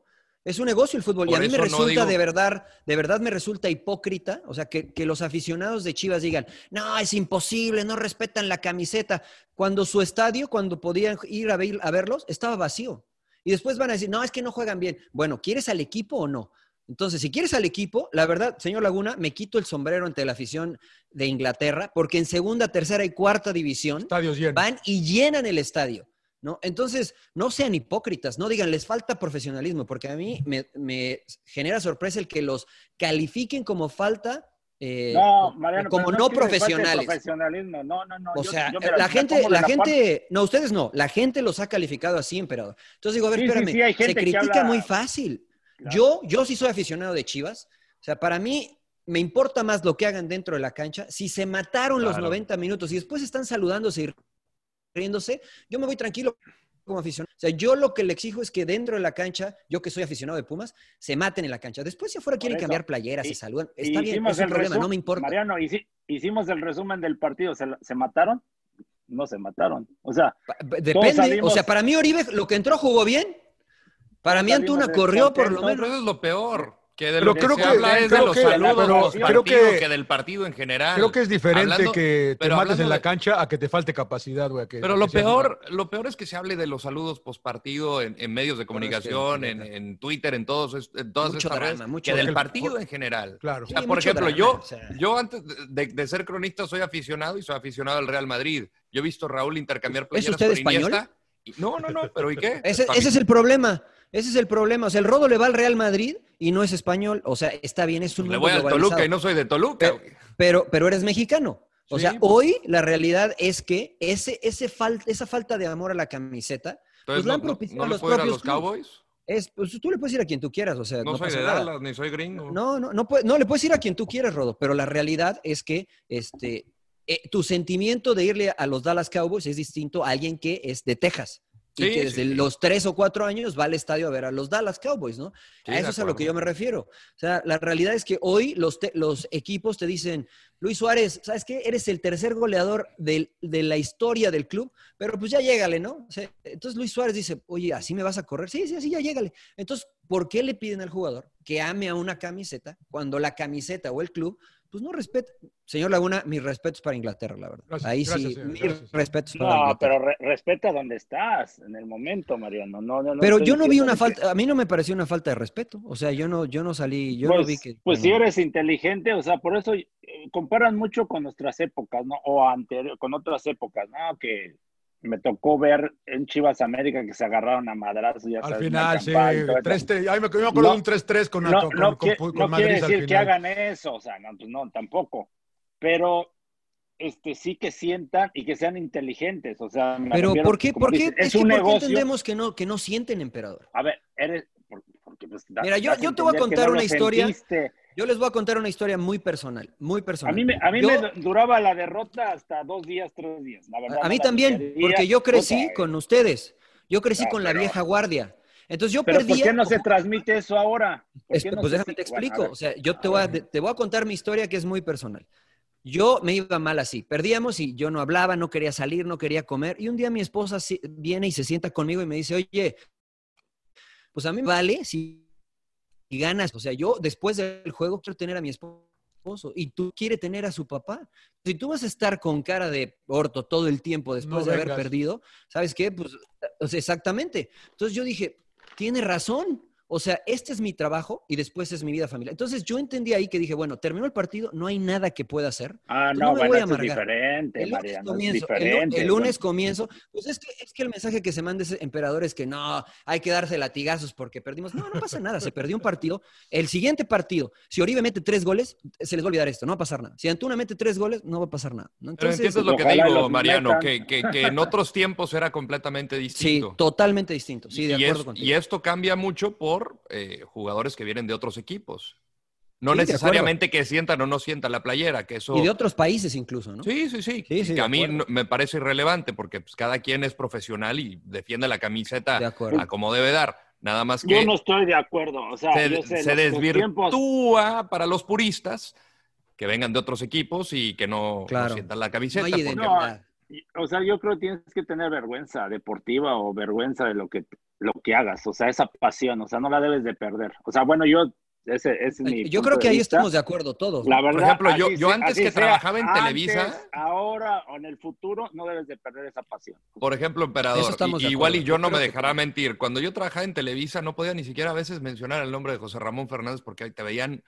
Speaker 3: Es un negocio el fútbol. y
Speaker 1: Por
Speaker 3: a mí me
Speaker 1: eso no
Speaker 3: resulta
Speaker 1: digo-
Speaker 3: de verdad, de verdad me resulta hipócrita. O sea, que, que los aficionados de Chivas digan, no, es imposible, no respetan la camiseta. Cuando su estadio, cuando podían ir a, ver- a verlos, estaba vacío. Y después van a decir, no, es que no juegan bien. Bueno, ¿quieres al equipo o no? Entonces, si quieres al equipo, la verdad, señor Laguna, me quito el sombrero ante la afición de Inglaterra, porque en segunda, tercera y cuarta división
Speaker 2: Estadios llenos.
Speaker 3: van y llenan el estadio. ¿no? Entonces, no sean hipócritas, no digan, les falta profesionalismo, porque a mí me, me genera sorpresa el que los califiquen como falta, eh,
Speaker 4: No,
Speaker 3: o-
Speaker 4: Mariano,
Speaker 3: o como
Speaker 4: pero
Speaker 3: no
Speaker 4: es que me falte
Speaker 3: profesionales.
Speaker 4: profesionalismo. No, no, no.
Speaker 3: O
Speaker 4: yo-
Speaker 3: sea, eh,
Speaker 4: yo, mira,
Speaker 3: la
Speaker 4: me
Speaker 3: gente,
Speaker 4: pongo de
Speaker 3: la
Speaker 4: parte-
Speaker 3: gente, no, ustedes no, la gente los ha calificado así, emperador. Entonces digo, a ver,
Speaker 4: Sí, sí,
Speaker 3: espérame,
Speaker 4: sí, hay
Speaker 3: se
Speaker 4: gente que
Speaker 3: critica
Speaker 4: habla-
Speaker 3: muy fácil.
Speaker 4: Claro.
Speaker 3: Yo, yo sí soy aficionado de Chivas. O sea, para mí me importa más lo que hagan dentro de la cancha. Si se mataron los
Speaker 1: Claro.
Speaker 3: 90 minutos y después están saludándose y riéndose, yo me voy tranquilo como aficionado. O sea, yo lo que le exijo es que dentro de la cancha, yo que soy aficionado de Pumas, se maten en la cancha. Después si afuera quieren
Speaker 4: eso.
Speaker 3: cambiar playeras,
Speaker 4: Y-
Speaker 3: se saludan.
Speaker 4: Y
Speaker 3: Está bien, es un
Speaker 4: el
Speaker 3: problema,
Speaker 4: resu-
Speaker 3: no me importa.
Speaker 4: Mariano, hici- hicimos el resumen del partido. ¿Se, la- se mataron? No se mataron. O sea,
Speaker 3: Pa- pa- Depende.
Speaker 4: salimos-
Speaker 3: O sea, para mí Oribe, lo que entró jugó bien. Para mí
Speaker 4: salimos
Speaker 3: Antuna
Speaker 4: de-
Speaker 3: corrió por lo
Speaker 4: contentos.
Speaker 1: Pero
Speaker 3: menos.
Speaker 1: eso es lo peor. Que de
Speaker 2: Pero
Speaker 1: lo que
Speaker 2: creo
Speaker 1: se
Speaker 2: que-
Speaker 1: habla es de
Speaker 2: creo
Speaker 1: los
Speaker 2: que-
Speaker 1: saludos, de
Speaker 2: pero
Speaker 1: los
Speaker 2: creo
Speaker 1: partidos,
Speaker 2: que-
Speaker 1: que, del partido en general.
Speaker 2: Creo que es diferente
Speaker 1: Hablando-
Speaker 2: que te
Speaker 1: pero
Speaker 2: mates
Speaker 1: hablando
Speaker 2: en la
Speaker 1: de-
Speaker 2: cancha a que te falte capacidad, güey. a que-
Speaker 1: Pero
Speaker 2: a
Speaker 1: lo
Speaker 2: que seas
Speaker 1: peor, lo peor es que se hable de los saludos post partido en, en medios de
Speaker 3: Bueno, es que-
Speaker 1: comunicación, en, en Twitter, en todos, est- en todas
Speaker 3: Mucho
Speaker 1: estas
Speaker 3: drama,
Speaker 1: redes,
Speaker 3: mucho
Speaker 1: que del
Speaker 2: drama.
Speaker 1: partido en general.
Speaker 2: Claro.
Speaker 1: O sea,
Speaker 3: Sí,
Speaker 1: Ah, por
Speaker 3: mucho
Speaker 1: ejemplo,
Speaker 3: drama,
Speaker 1: yo,
Speaker 3: o sea.
Speaker 1: yo antes de, de ser cronista soy aficionado y soy aficionado al Real Madrid. Yo he visto a Raúl intercambiar playeras
Speaker 3: usted
Speaker 1: con
Speaker 3: español?
Speaker 1: Iniesta. Y- no, no, no, pero ¿y qué?
Speaker 3: <laughs> Ese,
Speaker 1: Está
Speaker 3: ese
Speaker 1: bien.
Speaker 3: es el problema. Ese es el problema. O sea, el Rodo le va al Real Madrid y no es español. O sea, está bien, es un
Speaker 1: Le
Speaker 3: mundo
Speaker 1: voy al Toluca y
Speaker 3: globalizado.
Speaker 1: no soy de Toluca. güey.
Speaker 3: pero, pues, pero eres mexicano. O
Speaker 1: Sí,
Speaker 3: sea,
Speaker 1: pues.
Speaker 3: hoy la realidad es que ese, ese fal- esa falta de amor a la camiseta
Speaker 1: Entonces,
Speaker 3: pues le
Speaker 1: no,
Speaker 3: han
Speaker 1: no,
Speaker 3: propiciado
Speaker 1: no le
Speaker 3: los
Speaker 1: puedo ir a
Speaker 3: propios
Speaker 1: los
Speaker 3: clubes.
Speaker 1: Cowboys.
Speaker 3: es, pues, tú le puedes ir a quien tú quieras. O sea,
Speaker 1: No,
Speaker 3: no,
Speaker 1: soy
Speaker 3: pasa
Speaker 1: de
Speaker 3: nada.
Speaker 1: Dallas, ni soy gringo.
Speaker 3: No, no, no, puede- no, le puedes ir a quien tú quieras, Rodo, pero la realidad es que este, eh, tu sentimiento de irle a los Dallas Cowboys es distinto a alguien que es de Texas. Y
Speaker 1: Sí,
Speaker 3: que desde
Speaker 1: sí, sí.
Speaker 3: los tres o cuatro años va al estadio a ver a los Dallas Cowboys, ¿no?
Speaker 1: Sí,
Speaker 3: a
Speaker 1: de
Speaker 3: eso es a lo que
Speaker 1: acuerdo.
Speaker 3: yo me refiero. O sea, la realidad es que hoy los, te- los equipos te dicen, Luis Suárez, ¿sabes qué? Eres el tercer goleador del- de la historia del club, pero pues ya llégale, ¿no? O sea, entonces Luis Suárez dice, oye, ¿así me vas a correr? Sí, sí, así ya llégale. Entonces, ¿por qué le piden al jugador que ame a una camiseta cuando la camiseta o el club, pues no respeta? Señor Laguna, mis respetos para Inglaterra, la verdad.
Speaker 2: Gracias,
Speaker 3: Ahí
Speaker 2: gracias,
Speaker 3: sí,
Speaker 2: señor,
Speaker 3: mis
Speaker 2: gracias.
Speaker 3: respetos para
Speaker 4: no,
Speaker 3: Inglaterra.
Speaker 4: pero re- respeta donde estás en el momento, Mariano. No, no, no
Speaker 3: Pero
Speaker 4: estoy
Speaker 3: yo no vi
Speaker 4: diciendo
Speaker 3: una
Speaker 4: que-
Speaker 3: falta, a mí no me pareció una falta de respeto. O sea, yo no, yo no salí, yo
Speaker 4: pues,
Speaker 3: no vi que.
Speaker 4: pues si eres inteligente, o sea, por eso eh, comparan mucho con nuestras épocas, ¿no? O anterior, con otras épocas, ¿no? Que me tocó ver en Chivas América que se agarraron a madrazo, ya
Speaker 2: Al
Speaker 4: sabes,
Speaker 2: final, sí.
Speaker 4: Macampá y todo eso.
Speaker 2: 3-3. Ay, me, yo me acuerdo
Speaker 4: No,
Speaker 2: de un 3-3 con,
Speaker 4: no,
Speaker 2: con-
Speaker 4: no
Speaker 2: con-
Speaker 4: qui-
Speaker 2: con
Speaker 4: no
Speaker 2: Madrid
Speaker 4: quiere
Speaker 2: al
Speaker 4: decir que
Speaker 2: final.
Speaker 4: hagan eso, o sea, no, pues no, tampoco. Pero este sí que sientan y que sean inteligentes, o sea, me
Speaker 3: Pero
Speaker 4: refiero,
Speaker 3: ¿por qué,
Speaker 4: como
Speaker 3: por qué,
Speaker 4: dices,
Speaker 3: es
Speaker 4: es
Speaker 3: que
Speaker 4: un
Speaker 3: ¿por qué
Speaker 4: negocio?
Speaker 3: entendemos que no, que no sienten emperador?
Speaker 4: A ver, eres por- porque, pues, da-
Speaker 3: Mira, yo-
Speaker 4: das
Speaker 3: yo te voy a
Speaker 4: entender que
Speaker 3: contar
Speaker 4: no
Speaker 3: una
Speaker 4: lo
Speaker 3: historia.
Speaker 4: sentiste.
Speaker 3: Yo les voy a contar una historia muy personal, muy personal.
Speaker 4: A mí, me, a mí
Speaker 3: Yo-
Speaker 4: me duraba la derrota hasta dos días, tres días, la verdad.
Speaker 3: a- a mí
Speaker 4: la
Speaker 3: también,
Speaker 4: mayoría,
Speaker 3: porque yo crecí
Speaker 4: puta,
Speaker 3: con ustedes. Yo crecí
Speaker 4: No,
Speaker 3: con la
Speaker 4: pero-
Speaker 3: vieja guardia. Entonces yo
Speaker 4: Pero
Speaker 3: perdía.
Speaker 4: ¿por qué no se transmite eso ahora? ¿Por
Speaker 3: Es-
Speaker 4: qué no
Speaker 3: pues
Speaker 4: se-
Speaker 3: déjame te
Speaker 4: Bueno, a
Speaker 3: explico.
Speaker 4: ver.
Speaker 3: o sea, yo te
Speaker 4: a
Speaker 3: voy, a,
Speaker 4: ver.
Speaker 3: te voy a contar mi historia que es muy personal. Yo me iba mal así. Perdíamos y yo no hablaba, no quería salir, no quería comer. Y un día mi esposa si- viene y se sienta conmigo y me dice, oye, pues a mí me vale si ganas. O sea, yo después del juego quiero tener a mi esposo y tú quieres tener a su papá. Si tú vas a estar con cara de orto todo el tiempo después
Speaker 2: No
Speaker 3: de haber
Speaker 2: vengas.
Speaker 3: perdido, ¿sabes qué? Pues o sea, exactamente. Entonces yo dije, tiene razón. O sea, este es mi trabajo y después es mi vida familiar. Entonces yo entendí ahí que dije, bueno, terminó el partido, no hay nada que pueda hacer.
Speaker 4: Ah,
Speaker 3: Entonces,
Speaker 4: no,
Speaker 3: Pues
Speaker 4: bueno,
Speaker 3: me voy a
Speaker 4: esto es
Speaker 3: amargar.
Speaker 4: diferente,
Speaker 3: El lunes
Speaker 4: Mariano, es
Speaker 3: comienzo, el lu-
Speaker 4: diferente,
Speaker 3: el lunes
Speaker 4: ¿no?
Speaker 3: comienzo. Pues es que, es que el mensaje que se manda ese emperador es que no, hay que darse latigazos porque perdimos. No, no pasa nada, se perdió un partido. El siguiente partido, si Oribe mete tres goles, se les va a olvidar esto, no va a pasar nada. Si Antuna mete tres goles, no va a pasar nada. ¿no?
Speaker 1: Pero
Speaker 3: Entonces,
Speaker 1: entiendes lo que digo, Mariano, que, que- que en otros tiempos era completamente distinto.
Speaker 3: Totalmente distinto, sí, de
Speaker 1: y,
Speaker 3: acuerdo
Speaker 1: es-
Speaker 3: contigo.
Speaker 1: y esto cambia mucho por eh, jugadores que vienen de otros equipos. No
Speaker 3: Sí, de acuerdo.
Speaker 1: necesariamente que sientan o no sientan la playera, que eso
Speaker 3: Y de otros países incluso, ¿no?
Speaker 1: Sí, sí, sí.
Speaker 3: Sí, sí,
Speaker 1: que
Speaker 3: de
Speaker 1: a mí
Speaker 3: acuerdo.
Speaker 1: no- me parece irrelevante porque pues, cada quien es profesional y defiende la camiseta
Speaker 3: acuerdo.
Speaker 1: a como debe dar. Nada más que
Speaker 4: Yo no estoy de acuerdo. O sea,
Speaker 1: Eh, se,
Speaker 4: yo sé,
Speaker 1: se
Speaker 4: los- los tiempos-
Speaker 1: desvirtúa para los puristas que vengan de otros equipos y que no, no
Speaker 3: Claro.
Speaker 1: sientan la camiseta. porque-
Speaker 4: No, o sea, yo creo que tienes que tener vergüenza deportiva o vergüenza de lo que, lo que hagas. O sea, esa pasión, o sea, no la debes de perder. O sea, bueno, yo, ese, ese es mi.
Speaker 3: Yo
Speaker 4: punto
Speaker 3: creo que ahí
Speaker 4: vista.
Speaker 3: estamos de acuerdo todos. ¿no?
Speaker 4: La verdad,
Speaker 1: ejemplo, yo-
Speaker 4: así
Speaker 1: yo
Speaker 4: sea-
Speaker 1: antes
Speaker 4: así
Speaker 1: que
Speaker 4: sea,
Speaker 1: trabajaba en
Speaker 4: antes,
Speaker 1: Televisa-
Speaker 4: Ahora o en el futuro, no debes de perder esa pasión.
Speaker 1: Por ejemplo,
Speaker 3: Eso
Speaker 1: emperador,
Speaker 3: estamos
Speaker 1: y-
Speaker 3: de
Speaker 1: igual y
Speaker 3: acuerdo.
Speaker 1: yo
Speaker 3: Yo
Speaker 1: no me
Speaker 3: creo que
Speaker 1: dejará mentir. Cuando yo trabajaba en Televisa no podía ni siquiera a veces mencionar el nombre de José Ramón Fernández porque ahí te veían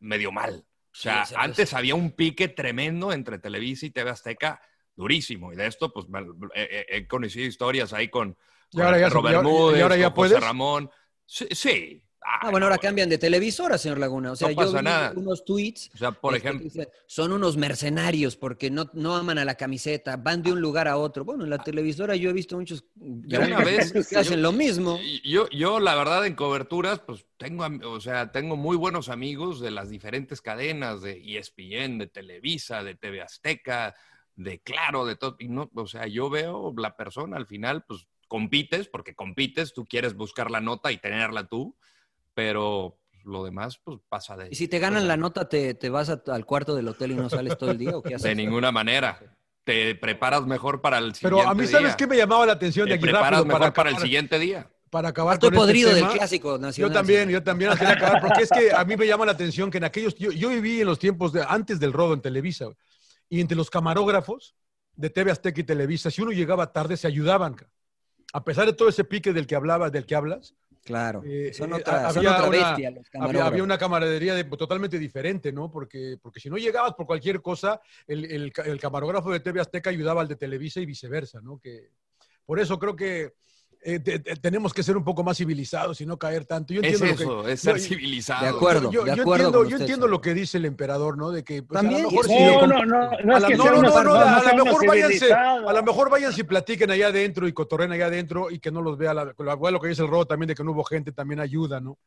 Speaker 1: medio mal. O sea,
Speaker 3: Sí, sí,
Speaker 1: antes había un pique tremendo entre Televisa y TV Azteca, durísimo. Y de esto, pues, me- he, he- he conocido historias ahí con,
Speaker 2: Y
Speaker 1: con
Speaker 2: ahora
Speaker 1: el
Speaker 2: ya
Speaker 1: perro
Speaker 2: se- y ahora- y
Speaker 1: Bermúdez,
Speaker 2: ahora ya
Speaker 1: con José
Speaker 2: puedes.
Speaker 1: Ramón. Sí. sí. Ah,
Speaker 3: Ah, bueno, ahora cambian de televisora, señor Laguna. O sea,
Speaker 1: No
Speaker 3: yo
Speaker 1: pasa
Speaker 3: vi
Speaker 1: nada.
Speaker 3: unos tweets.
Speaker 1: o sea, por
Speaker 3: este, que
Speaker 1: ejemplo,
Speaker 3: dicen, son unos mercenarios porque no, no aman a la camiseta, van de un lugar a otro. Bueno, en la televisora yo he visto muchos
Speaker 1: una vez-
Speaker 3: que hacen lo mismo.
Speaker 1: Yo, yo, la verdad, en coberturas, pues tengo, am- o sea, tengo muy buenos amigos de las diferentes cadenas, de E ESPN, de Televisa, de TV Azteca, de Claro, de todo. Y no, o sea, yo veo la persona al final, pues compites, porque compites, tú quieres buscar la nota y tenerla tú, pero lo demás, pues pasa de.
Speaker 3: Y si te ganan la nota, te, te vas a- al cuarto del hotel y no sales todo el día. ¿o qué haces?
Speaker 1: De ninguna manera. Te preparas mejor para el siguiente
Speaker 2: Pero
Speaker 1: día.
Speaker 2: a mí, ¿sabes qué me llamaba la atención de
Speaker 1: Te
Speaker 2: aquí
Speaker 1: preparas
Speaker 2: rápido?
Speaker 1: mejor para, el
Speaker 2: acabar-
Speaker 1: siguiente día.
Speaker 2: para acabar
Speaker 3: Estoy
Speaker 2: con este
Speaker 3: podrido del
Speaker 2: tema.
Speaker 3: clásico nacional.
Speaker 2: Yo también, yo también la quería acabar, porque es que a mí me llama la atención que en aquellos, yo, yo viví en los tiempos de, antes del robo en Televisa, güey, y entre los camarógrafos de TV Azteca y Televisa, si uno llegaba tarde, se ayudaban. ca. A pesar de todo ese pique del que hablabas, del que hablas,
Speaker 3: Claro.
Speaker 2: eh,
Speaker 3: Son
Speaker 2: eh,
Speaker 3: otra, son
Speaker 2: había
Speaker 3: otra
Speaker 2: una-
Speaker 3: bestia los
Speaker 2: había-
Speaker 3: camarógrafos.
Speaker 2: Había, una camaradería de- pues, totalmente diferente, ¿no? Porque, porque si no llegabas por cualquier cosa, el, el ca- el camarógrafo de TV Azteca ayudaba al de Televisa y viceversa, ¿no? Que, por eso creo que eh, te- te- tenemos que ser un poco más civilizados y no caer tanto. Yo
Speaker 1: Es
Speaker 2: entiendo lo que-
Speaker 1: eso, es ser
Speaker 2: yo- yo-
Speaker 1: civilizado.
Speaker 3: De acuerdo.
Speaker 2: yo, yo
Speaker 3: de acuerdo
Speaker 2: entiendo,
Speaker 3: con
Speaker 2: yo
Speaker 3: usted,
Speaker 2: entiendo
Speaker 3: señor.
Speaker 2: lo que dice el emperador, ¿no? De que pues,
Speaker 3: También,
Speaker 2: a lo mejor
Speaker 3: y-
Speaker 2: si
Speaker 3: No,
Speaker 2: lo-
Speaker 4: no, no, no
Speaker 2: a
Speaker 4: es
Speaker 2: la-
Speaker 4: que
Speaker 2: no,
Speaker 4: sea
Speaker 2: no,
Speaker 4: una
Speaker 2: no, no,
Speaker 4: persona,
Speaker 2: a
Speaker 4: sea
Speaker 2: lo
Speaker 4: uno
Speaker 2: mejor váyanse,
Speaker 4: civilizado.
Speaker 2: a lo mejor váyanse y platiquen allá adentro y cotorren allá adentro y que no los vea la, la- bueno, lo que dice el robo también de que no hubo gente también ayuda, ¿no?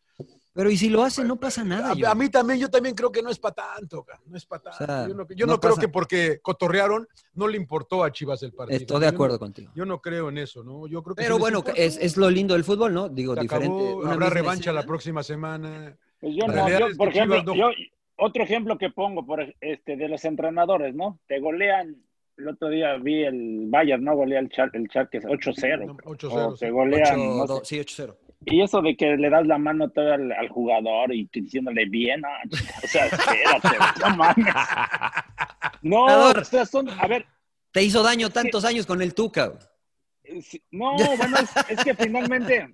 Speaker 3: Pero y si lo hacen, no pasa nada. yo.
Speaker 2: A, a mí también, yo también creo que no es para tanto, ca, no es para tanto.
Speaker 3: O sea,
Speaker 2: yo no, yo
Speaker 3: no
Speaker 2: no creo
Speaker 3: pasa.
Speaker 2: que porque cotorrearon no le importó a Chivas el partido.
Speaker 3: Estoy de
Speaker 2: Yo no-
Speaker 3: acuerdo contigo.
Speaker 2: Yo no creo en eso, ¿no? Yo creo que
Speaker 3: Pero
Speaker 2: sí les
Speaker 3: bueno,
Speaker 2: importa.
Speaker 3: es, es lo lindo del fútbol, ¿no? Digo,
Speaker 2: pues, Se
Speaker 3: diferente.
Speaker 2: acabó,
Speaker 3: una
Speaker 2: habrá
Speaker 3: misma
Speaker 2: revancha
Speaker 3: escena.
Speaker 2: la próxima semana.
Speaker 4: Pues yo
Speaker 2: La
Speaker 4: no,
Speaker 2: realidad
Speaker 4: yo,
Speaker 2: es que
Speaker 4: por ejemplo,
Speaker 2: Chivas no-
Speaker 4: yo, otro ejemplo que pongo por ej- este de los entrenadores, ¿no? Te golean, el otro día vi el Bayern, ¿no? Golea el Char, el Charques 8-0.
Speaker 2: No,
Speaker 4: creo.
Speaker 2: 8-0,
Speaker 4: O te
Speaker 2: sí.
Speaker 4: golean,
Speaker 3: Ocho,
Speaker 4: no sé.
Speaker 3: dos- sí, 8-0.
Speaker 4: Y eso de que le das la mano todavía al, al jugador y que diciéndole bien, ah, o sea, espérate, no
Speaker 3: <laughs>
Speaker 4: mames. No, o sea, son, a ver,
Speaker 3: Te hizo daño tantos años con el Tuca. güey.
Speaker 4: Eh, sí, No, bueno, es, es que finalmente,